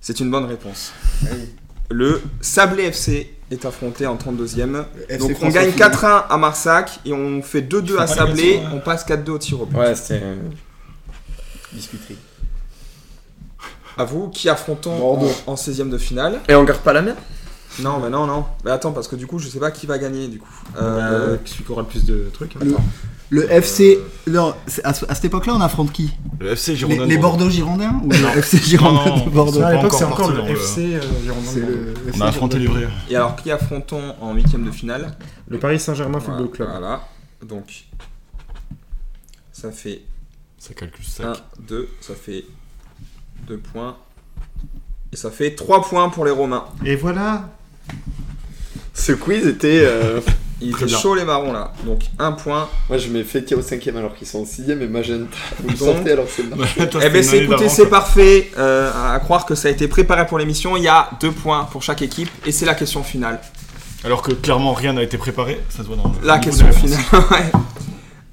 S1: C'est une bonne réponse. Le Sablé FC est affronté en 32 e
S2: FC
S1: Donc on
S2: France
S1: gagne
S2: en finale.
S1: 4-1 à Marsac et on fait 2-2
S3: pas
S1: à
S3: les
S1: Sablé,
S3: questions, hein.
S1: on passe 4-2 au tir au but.
S5: Ouais, euh, c'était.
S2: Biscuiterie.
S1: À vous, qui affrontons
S2: Bordeaux.
S1: en, en 16 e de finale
S5: Et on garde pas la main
S1: Non, mais non, non. Mais attends, parce que du coup, je sais pas qui va gagner du coup. Euh,
S6: Euh, celui qui aura le plus de trucs. hein.
S2: Le- Le FC. Non, c'est- à, ce- à cette époque-là, on affronte qui
S3: Le FC
S2: Les,
S3: Girondin.
S2: les Bordeaux Girondins ou le FC Girondins
S3: Non, non,
S2: de Bordeaux
S3: pas
S6: à l'époque, c'est
S3: encore parti
S6: encore
S3: dans
S6: le
S3: le-
S6: FC euh, Girondin.
S2: C'est le
S3: On
S2: FC
S3: a affronté les
S2: Girondins.
S3: vrais.
S1: Et alors, qui affrontons en huitième de finale
S6: Le Paris Saint-Germain Football Club.
S1: Voilà. Donc, ça fait
S3: Ça calcule
S1: 1,
S3: ça.
S1: 2, ça fait 2 points. Et ça fait 3 points pour les Romains.
S6: Et voilà.
S5: Ce quiz était. euh,
S1: Ils
S3: Très
S1: étaient
S3: bien.
S1: chauds les marrons là. Donc 1 point.
S5: Moi je mets Fetty au 5 alors qu'ils sont au 6 et Magenta. Vous le
S1: Donc-
S5: sentez alors que c'est marrant.
S1: Eh ben c'est écoutez, c'est parfait. Euh, à à croire que ça a été préparé pour l'émission. Il y a 2 points pour chaque équipe. Et c'est la question finale.
S3: Alors que clairement rien n'a été préparé, ça se voit dans le.
S1: La
S3: niveau
S1: question
S3: des réponses.
S1: finale. ouais.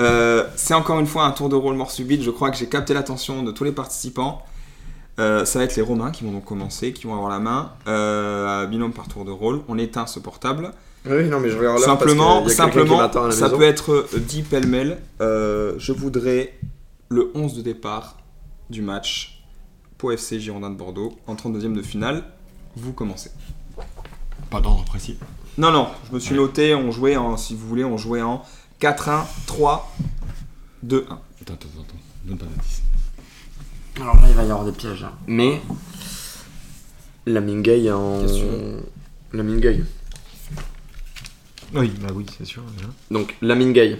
S1: Euh, c'est encore une fois un tour de rôle mort subite. Je crois que j'ai capté l'attention de tous les participants. Euh, ça va être les Romains qui vont donc commencer, qui vont avoir la main. Euh, binôme par tour de rôle. On éteint ce portable.
S5: Oui, non, mais je regarde là.
S1: simplement,
S5: parce que y a quelqu'un qui
S1: simplement
S5: m'attend à la
S1: ça
S5: maison.
S1: peut être euh, dit pêle-mêle. Euh, je voudrais le 11 de départ du match pour FC Girondin de Bordeaux en 32e de finale. Vous commencez.
S3: Pas d'ordre précis.
S1: Non, non, je me suis noté, on jouait en, si vous voulez, on jouait en 4-1, 3, 2-1.
S3: Attends, attends, attends. Donne pas d'indice.
S5: Alors là, il va y avoir des pièges. hein. Mais La Mingay en.
S1: Question.
S5: La Mingay.
S6: Oui, bah oui, c'est sûr. déjà.
S5: Donc, la Mingay.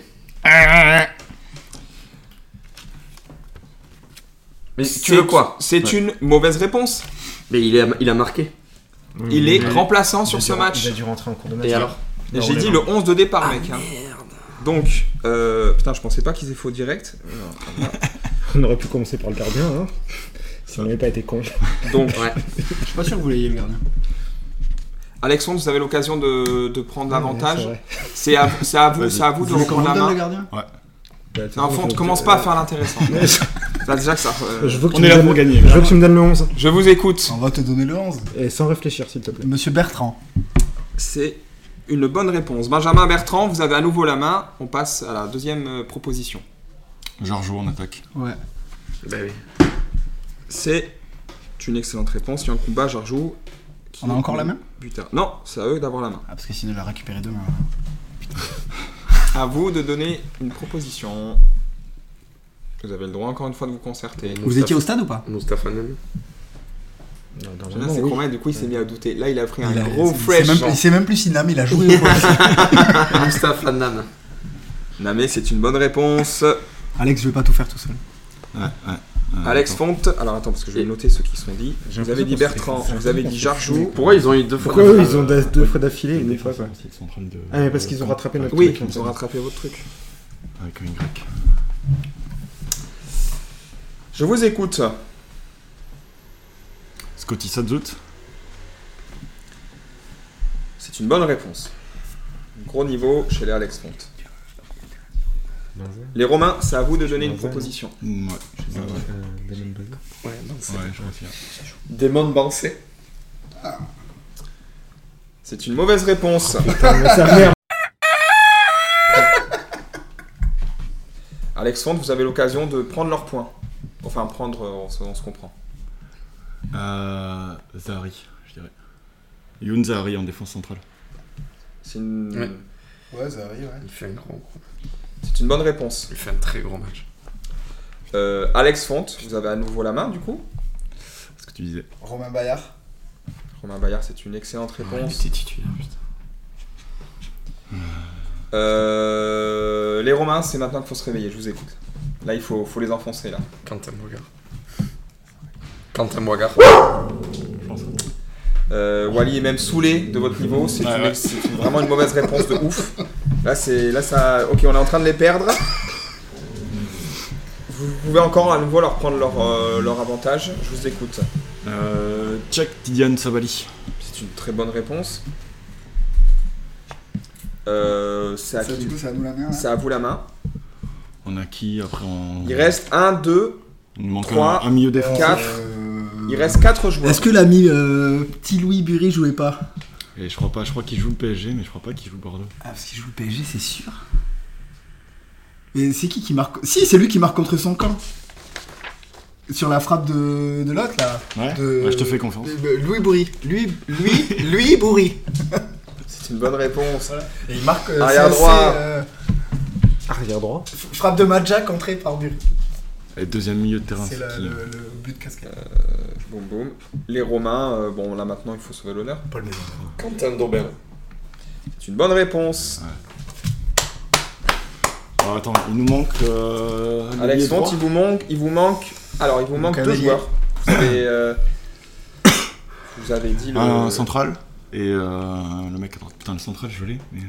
S5: Mais
S1: C'est-
S5: tu veux quoi
S1: C'est une mauvaise réponse.
S5: Mais il, est, il a marqué.
S6: Oui,
S1: Il
S6: oui,
S1: est
S6: oui.
S1: remplaçant
S6: Il
S1: sur
S6: a
S1: ce
S6: dû-
S1: match.
S6: Il a dû rentrer en cours de match.
S5: Et alors
S1: Et
S6: Non,
S1: J'ai
S6: on
S1: dit
S6: est
S1: le 11 de départ, mec. hein.
S5: Merde.
S1: Donc, euh, putain, je pensais pas qu'ils aient faux direct.
S6: On aurait pu commencer par le gardien, hein Si on n'avait pas été con.
S1: Donc,
S2: Je suis pas sûr que vous l'ayez, le gardien.
S1: Alexandre, vous avez l'occasion de, de prendre l'avantage.
S6: Ouais,
S1: c'est à, c'est à vous,
S3: Vas-y.
S1: c'est à vous de
S2: Vous voulez qu'on
S1: reprendre
S2: le
S1: la
S2: donne, le
S1: main.
S2: gardien
S6: c'est vrai. Bah, de toute
S1: Non,
S6: façon,
S1: Fon,
S6: je-
S1: ne commence pas à faire l'intéressant. Là, déjà que ça. euh,
S6: Je veux que tu
S3: On
S6: me
S3: est là
S6: donnes-
S3: pour gagner.
S6: Je veux que tu me donnes le 11.
S1: Je vous écoute.
S2: On va te donner le 11.
S6: Et sans réfléchir, s'il te plaît.
S2: Monsieur Bertrand.
S1: C'est une bonne réponse. Benjamin Bertrand, vous avez à nouveau la main. On passe à la deuxième euh, proposition.
S3: Genre joue en attaque.
S2: Ouais.
S5: Bah oui.
S1: C'est une excellente réponse. Il y a un combat, Jarjou. qui-
S2: On a encore la main
S1: Putain. Non, c'est à eux d'avoir la main.
S2: Ah, parce que sinon, il l'a récupéré demain.
S1: À vous de donner une proposition. Vous avez le droit encore une fois de vous concerter.
S2: Vous étiez au stade ou pas
S5: Mustapha Nem.
S6: Non,
S1: Là,
S6: normalement,
S1: c'est
S6: oui.
S1: Romain, du coup, il s'est mis à douter. Là, il a pris un
S2: Il a-
S1: gros
S2: il sait
S1: fresh. hein.
S2: même- Il sait même plus s'il l'a mis, il a joué ou pas.
S5: Mustapha Nam.
S1: Non, mais c'est une bonne réponse.
S2: Ah, Alex, je vais pas tout faire tout seul.
S3: Ouais, ouais, ouais,
S1: Alex
S3: attends.
S1: Fonte. Alors, attends, parce que je vais noter ceux qui sont dits.
S6: J'ai
S1: Vous
S6: l'impression
S1: avez dit
S6: qu'on s'est
S1: Bertrand,
S6: fait-
S1: vous avez dit Jarjou.
S5: Pourquoi ils ont eu deux fois
S6: Pourquoi
S5: la-
S6: eux, ils ont deux deux fois d'affilée une fois quoi
S3: C'est le central de-
S6: Ah, mais parce qu'ils ont rattrapé notre
S1: Oui,
S6: truc.
S1: ils ont rattrapé votre truc.
S3: Avec un Y.
S1: Je vous écoute.
S3: Scotty Sadzout.
S1: C'est une bonne réponse. Gros niveau chez les Alex Fonte. Les Romains, c'est à vous de donner une
S6: Benzel.
S1: proposition.
S3: Mm, Ouais, ouais, ouais,
S5: Ouais, non, c'est-
S3: ouais, je hein. confirme.
S5: Démon Bansé.
S1: C'est une mauvaise réponse.
S6: Oh, Sa mère.
S1: Alex Fonte, vous avez l'occasion de prendre leurs points. Enfin, prendre, euh, on se, on se comprend.
S3: Euh, Zahari, je dirais. Youn Zahari en défense centrale.
S1: C'est une,
S5: Ouais.
S11: Ouais, ça arrive, ouais.
S5: Il fait un gros.
S1: c'est une bonne réponse.
S5: Il fait un très gros match.
S1: Euh, Alex Fonte, vous avez à nouveau la main du coup.
S3: Ce que tu disais.
S11: Romain Bayard.
S1: Romain Bayard, c'est une excellente réponse.
S5: titulaire, putain.
S1: Euh, les Romains, c'est maintenant qu'il faut se réveiller, je vous écoute. Là, il faut, faut les enfoncer là.
S5: Quentin Boigard. Quentin Boigard.
S1: Euh, Wally est même saoulé de votre niveau, c'est
S3: Ouais,
S1: une-
S3: ouais.
S1: c'est une- vraiment une mauvaise réponse de ouf. Là, c'est, là ça, ok, on est en train de les perdre. Vous pouvez encore à nouveau leur prendre leur, euh, leur avantage, je vous écoute.
S3: Euh, Tchak Tidiane Sabali.
S1: C'est une très bonne réponse. Euh, c'est, à
S2: Ça,
S1: qui-
S2: du coup, ça nous la main.
S1: c'est à vous la main.
S3: On a qui après on...
S1: Il reste 1, 2,
S3: Il nous manque
S1: trois,
S3: un, un milieu défense.
S1: quatre.
S2: euh,
S1: il reste 4 joueurs.
S2: Est-ce que l'ami euh, petit Louis Burry jouait pas
S3: Et je crois pas, je crois qu'il joue le PSG, mais je crois pas qu'il joue Bordeaux.
S2: Ah, parce qu'il joue le PSG, c'est sûr. Mais c'est qui qui marque Si, c'est lui qui marque contre son camp. Sur la frappe de, de l'autre, là.
S3: Ouais,
S2: De-
S3: ouais, je te fais confiance.
S2: de- de- Louis Bourri. Lui, lui, lui Bourri.
S1: C'est une bonne réponse.
S2: Et il marque. euh,
S1: Arrière
S2: c'est
S1: droit.
S2: assez, euh,
S6: Arrière droit.
S2: frappe de Madjack entrée par Burry.
S3: Et deuxième milieu de terrain.
S2: C'est hein.
S3: c'est
S2: la-
S3: qui euh
S2: le, le but de cascade.
S1: Boum boum. Les Romains, euh, bon là maintenant il faut sauver l'honneur.
S2: Euh, Paul Maison.
S5: Quentin Daubert.
S1: C'est une bonne réponse.
S3: Alors, attends, il nous manque. Euh, le
S1: Alex
S3: milieu
S1: Font,
S3: droit.
S1: il vous manque, il vous manque, alors il vous manque deux
S2: Canadier.
S1: joueurs. Vous avez, euh, vous avez dit le,
S3: Un central. Et euh, le mec à droite. Putain, le central, je l'ai. Mais, euh,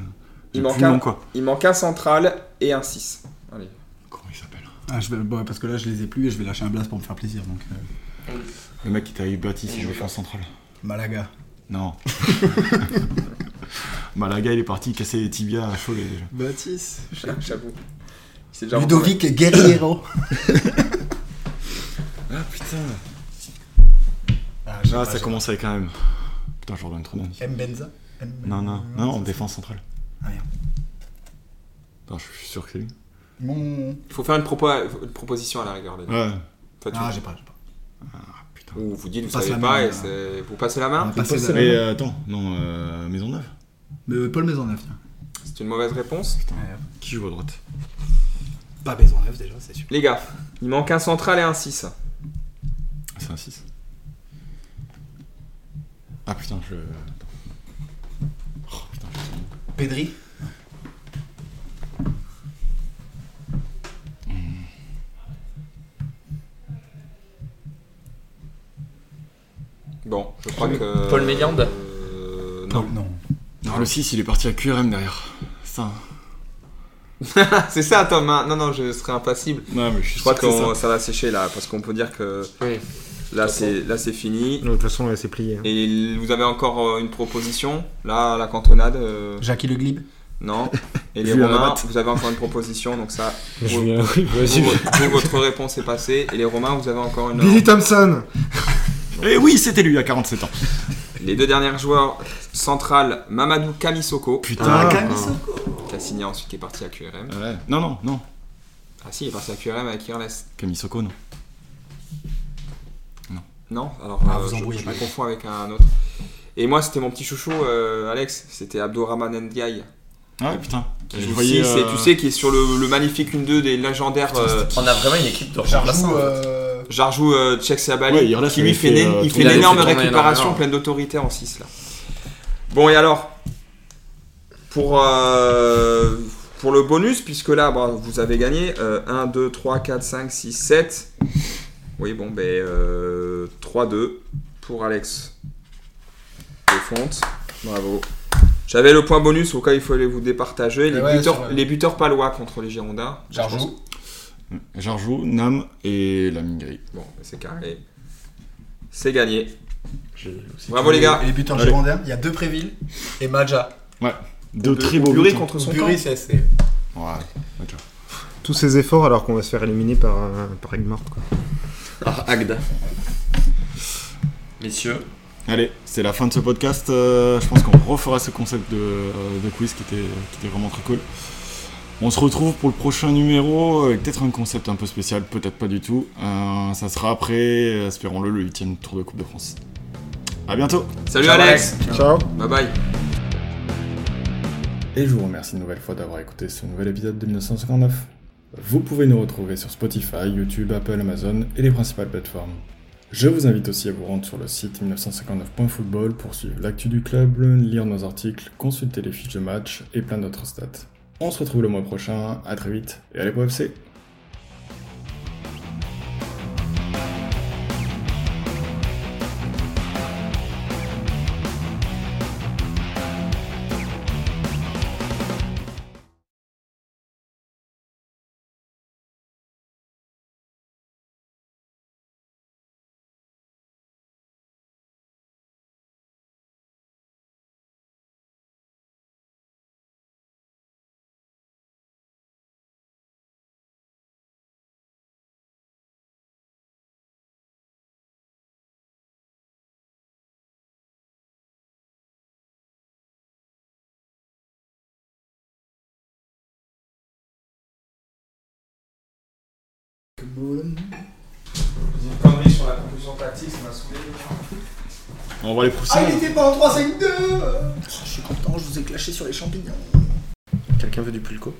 S3: j'ai plus
S1: manque
S3: le
S1: un.
S3: nom, quoi.
S1: il manque un central et un 6. Allez.
S3: Comment il s'appelle
S2: Ah, je vais, bon, parce que là, je les ai plus et je vais lâcher un blast pour me faire plaisir. Donc, euh,
S3: Le mec qui t'a eu Baptiste, il joue en central.
S2: Malaga.
S3: Non. Malaga, il est parti casser les tibias à Cholet déjà.
S2: Baptiste.
S1: Cha- Chabou. Il s'est déjà rencontré.
S2: Ludovic Guerriero.
S3: Ah putain
S2: Ah,
S3: Ah, ça commence avec un M. Putain, je redonne trop bien.
S2: Mbenza.
S3: Non, non, non, en défense centrale.
S2: Ah, merde.
S3: Attends, je suis sûr que c'est lui.
S2: Mon.
S1: Il faut faire une, propo- une proposition à la rigueur. les gars.
S3: Ouais.
S1: Toi, tu-
S2: Ah, j'ai pas, j'ai pas.
S3: Putain.
S1: Ou vous dites, vous
S2: Passe
S1: savez
S2: la
S1: pas,
S2: main,
S1: et
S2: là.
S1: c'est- vous passez la
S2: On
S1: main
S2: va passer
S6: Paul
S2: la-
S3: Mais euh, attends, non, euh, Maison Neuve.
S2: Mais Paul Maisonneuve, tiens.
S1: C'est une mauvaise réponse.
S3: Qui joue à droite
S2: Pas Maisonneuve déjà, c'est sûr.
S1: Les gars, il
S3: Ah,
S1: manque un central et un 6.
S3: C'est un 6. Ah putain, je.
S12: Pedri
S1: Bon, je crois que.
S5: Paul Méliande
S1: Euh, Non,
S2: Non.
S3: Non, le 6, il est parti à QRM derrière. Ça.
S1: c'est ça, Tom. hein. Non, non, je serai impassible.
S3: Non, mais je suis
S1: Je crois
S3: sûr que c'est
S1: que ça va sécher là, parce qu'on peut dire que
S5: Oui.
S1: là, c'est là, c'est fini.
S6: De toute façon, ouais, c'est plié. hein.
S1: Et vous avez encore euh, une proposition là, la cantonade euh,
S2: Jackie Le Glib.
S1: Non. Et les
S6: Vu la
S1: Romains,
S6: batte.
S1: vous avez encore une proposition, donc ça,
S6: Je
S1: vous-
S6: viens- oui, vas-y.
S1: vous- vous, votre réponse est passée. Et les Romains, vous avez encore une.
S6: Billy Thompson
S3: ça. Et Eh oui, c'était lui à 47 ans.
S1: euh, Les deux derniers joueurs centrales, Mamadou Kamisoko,
S2: Ah,
S3: Putain.
S1: qui a signé ensuite, qui est parti à QRM.
S3: Ouais. Non, non, non.
S1: Ah si, il est parti à QRM avec Irles.
S3: Camille Soko, non.
S1: Non, alors
S2: Ah,
S1: euh,
S2: vous
S1: je,
S2: embrouillez
S1: je
S2: pas.
S1: me confonds avec un autre. Et moi, c'était mon petit chouchou, euh, Alex. C'était Abdourahman Ndiaye.
S3: Ah ouais, putain.
S1: Qui
S3: Je
S1: joue
S3: voyais,
S1: six, et
S3: euh,
S1: tu sais, qui est sur le, le magnifique 1-2 des légendaires euh,
S5: On a vraiment une équipe de remplaçants.
S12: Jarjou, euh,
S1: Jarjou euh, Tchek Sabali,
S3: Ouais, Irles
S1: qui
S3: avait
S1: lui fait,
S3: fait,
S1: une-
S3: euh,
S1: il fait
S5: il
S1: une
S5: avait
S1: énorme
S5: fait tourner
S1: récupération
S5: énormément.
S1: pleine d'autorité en 6 là. Bon et alors pour, euh, pour le bonus, puisque là bon, vous avez gagné euh, 1, 2, 3, 4, 5, 6, 7. Oui bon ben 3-2 pour Alex de Fonte. Bravo. J'avais le point bonus au cas où il fallait vous départager. Les,
S12: Eh ouais,
S1: buteurs,
S12: sur-
S1: les buteurs palois contre les Girondins.
S12: Jarjou.
S3: Jarjou, Nam et Lamingay.
S1: Bon, ben, c'est carré. C'est gagné.
S12: C'est
S1: Bravo,
S12: tous
S1: les gars.
S12: Et les buteurs
S3: Allez.
S12: girondins, il y a Depreville et Maja.
S3: Deux très beaux
S1: Bury
S3: buts, hein.
S1: contre son
S12: Bury, c'est assez.
S3: Ouais.
S6: Tous ces efforts alors qu'on va se faire éliminer par, euh, par Egmort. Quoi.
S5: Ah, Agda. Messieurs,
S3: Allez, c'est la fin de ce podcast. euh, je pense qu'on refera ce concept de, euh, de quiz qui était, qui était vraiment très cool. On se retrouve pour le prochain numéro, avec peut-être un concept un peu spécial, peut-être pas du tout. Euh, ça sera après, euh, espérons-le, le huitième tour de Coupe de France. À bientôt
S1: Salut
S5: Ciao,
S1: Alex.
S6: Ciao
S1: Bye bye.
S13: et je vous remercie une nouvelle fois d'avoir écouté ce nouvel épisode de 1959. Vous pouvez nous retrouver sur Spotify, YouTube, Apple, Amazon et les principales plateformes. Je vous invite aussi à vous rendre sur le site 1959.football pour suivre l'actu du club, lire nos articles, consulter les fiches de match et plein d'autres stats. On se retrouve le mois prochain, à très vite et allez pour FC
S1: Connerie sur la conclusion tactique, ça m'a saoulé.
S3: On va les pousser.
S12: Ah, il était pas en
S2: Ah,
S12: 3-5-2 Je suis content, je vous ai clashé sur les champignons. Quelqu'un veut du pulco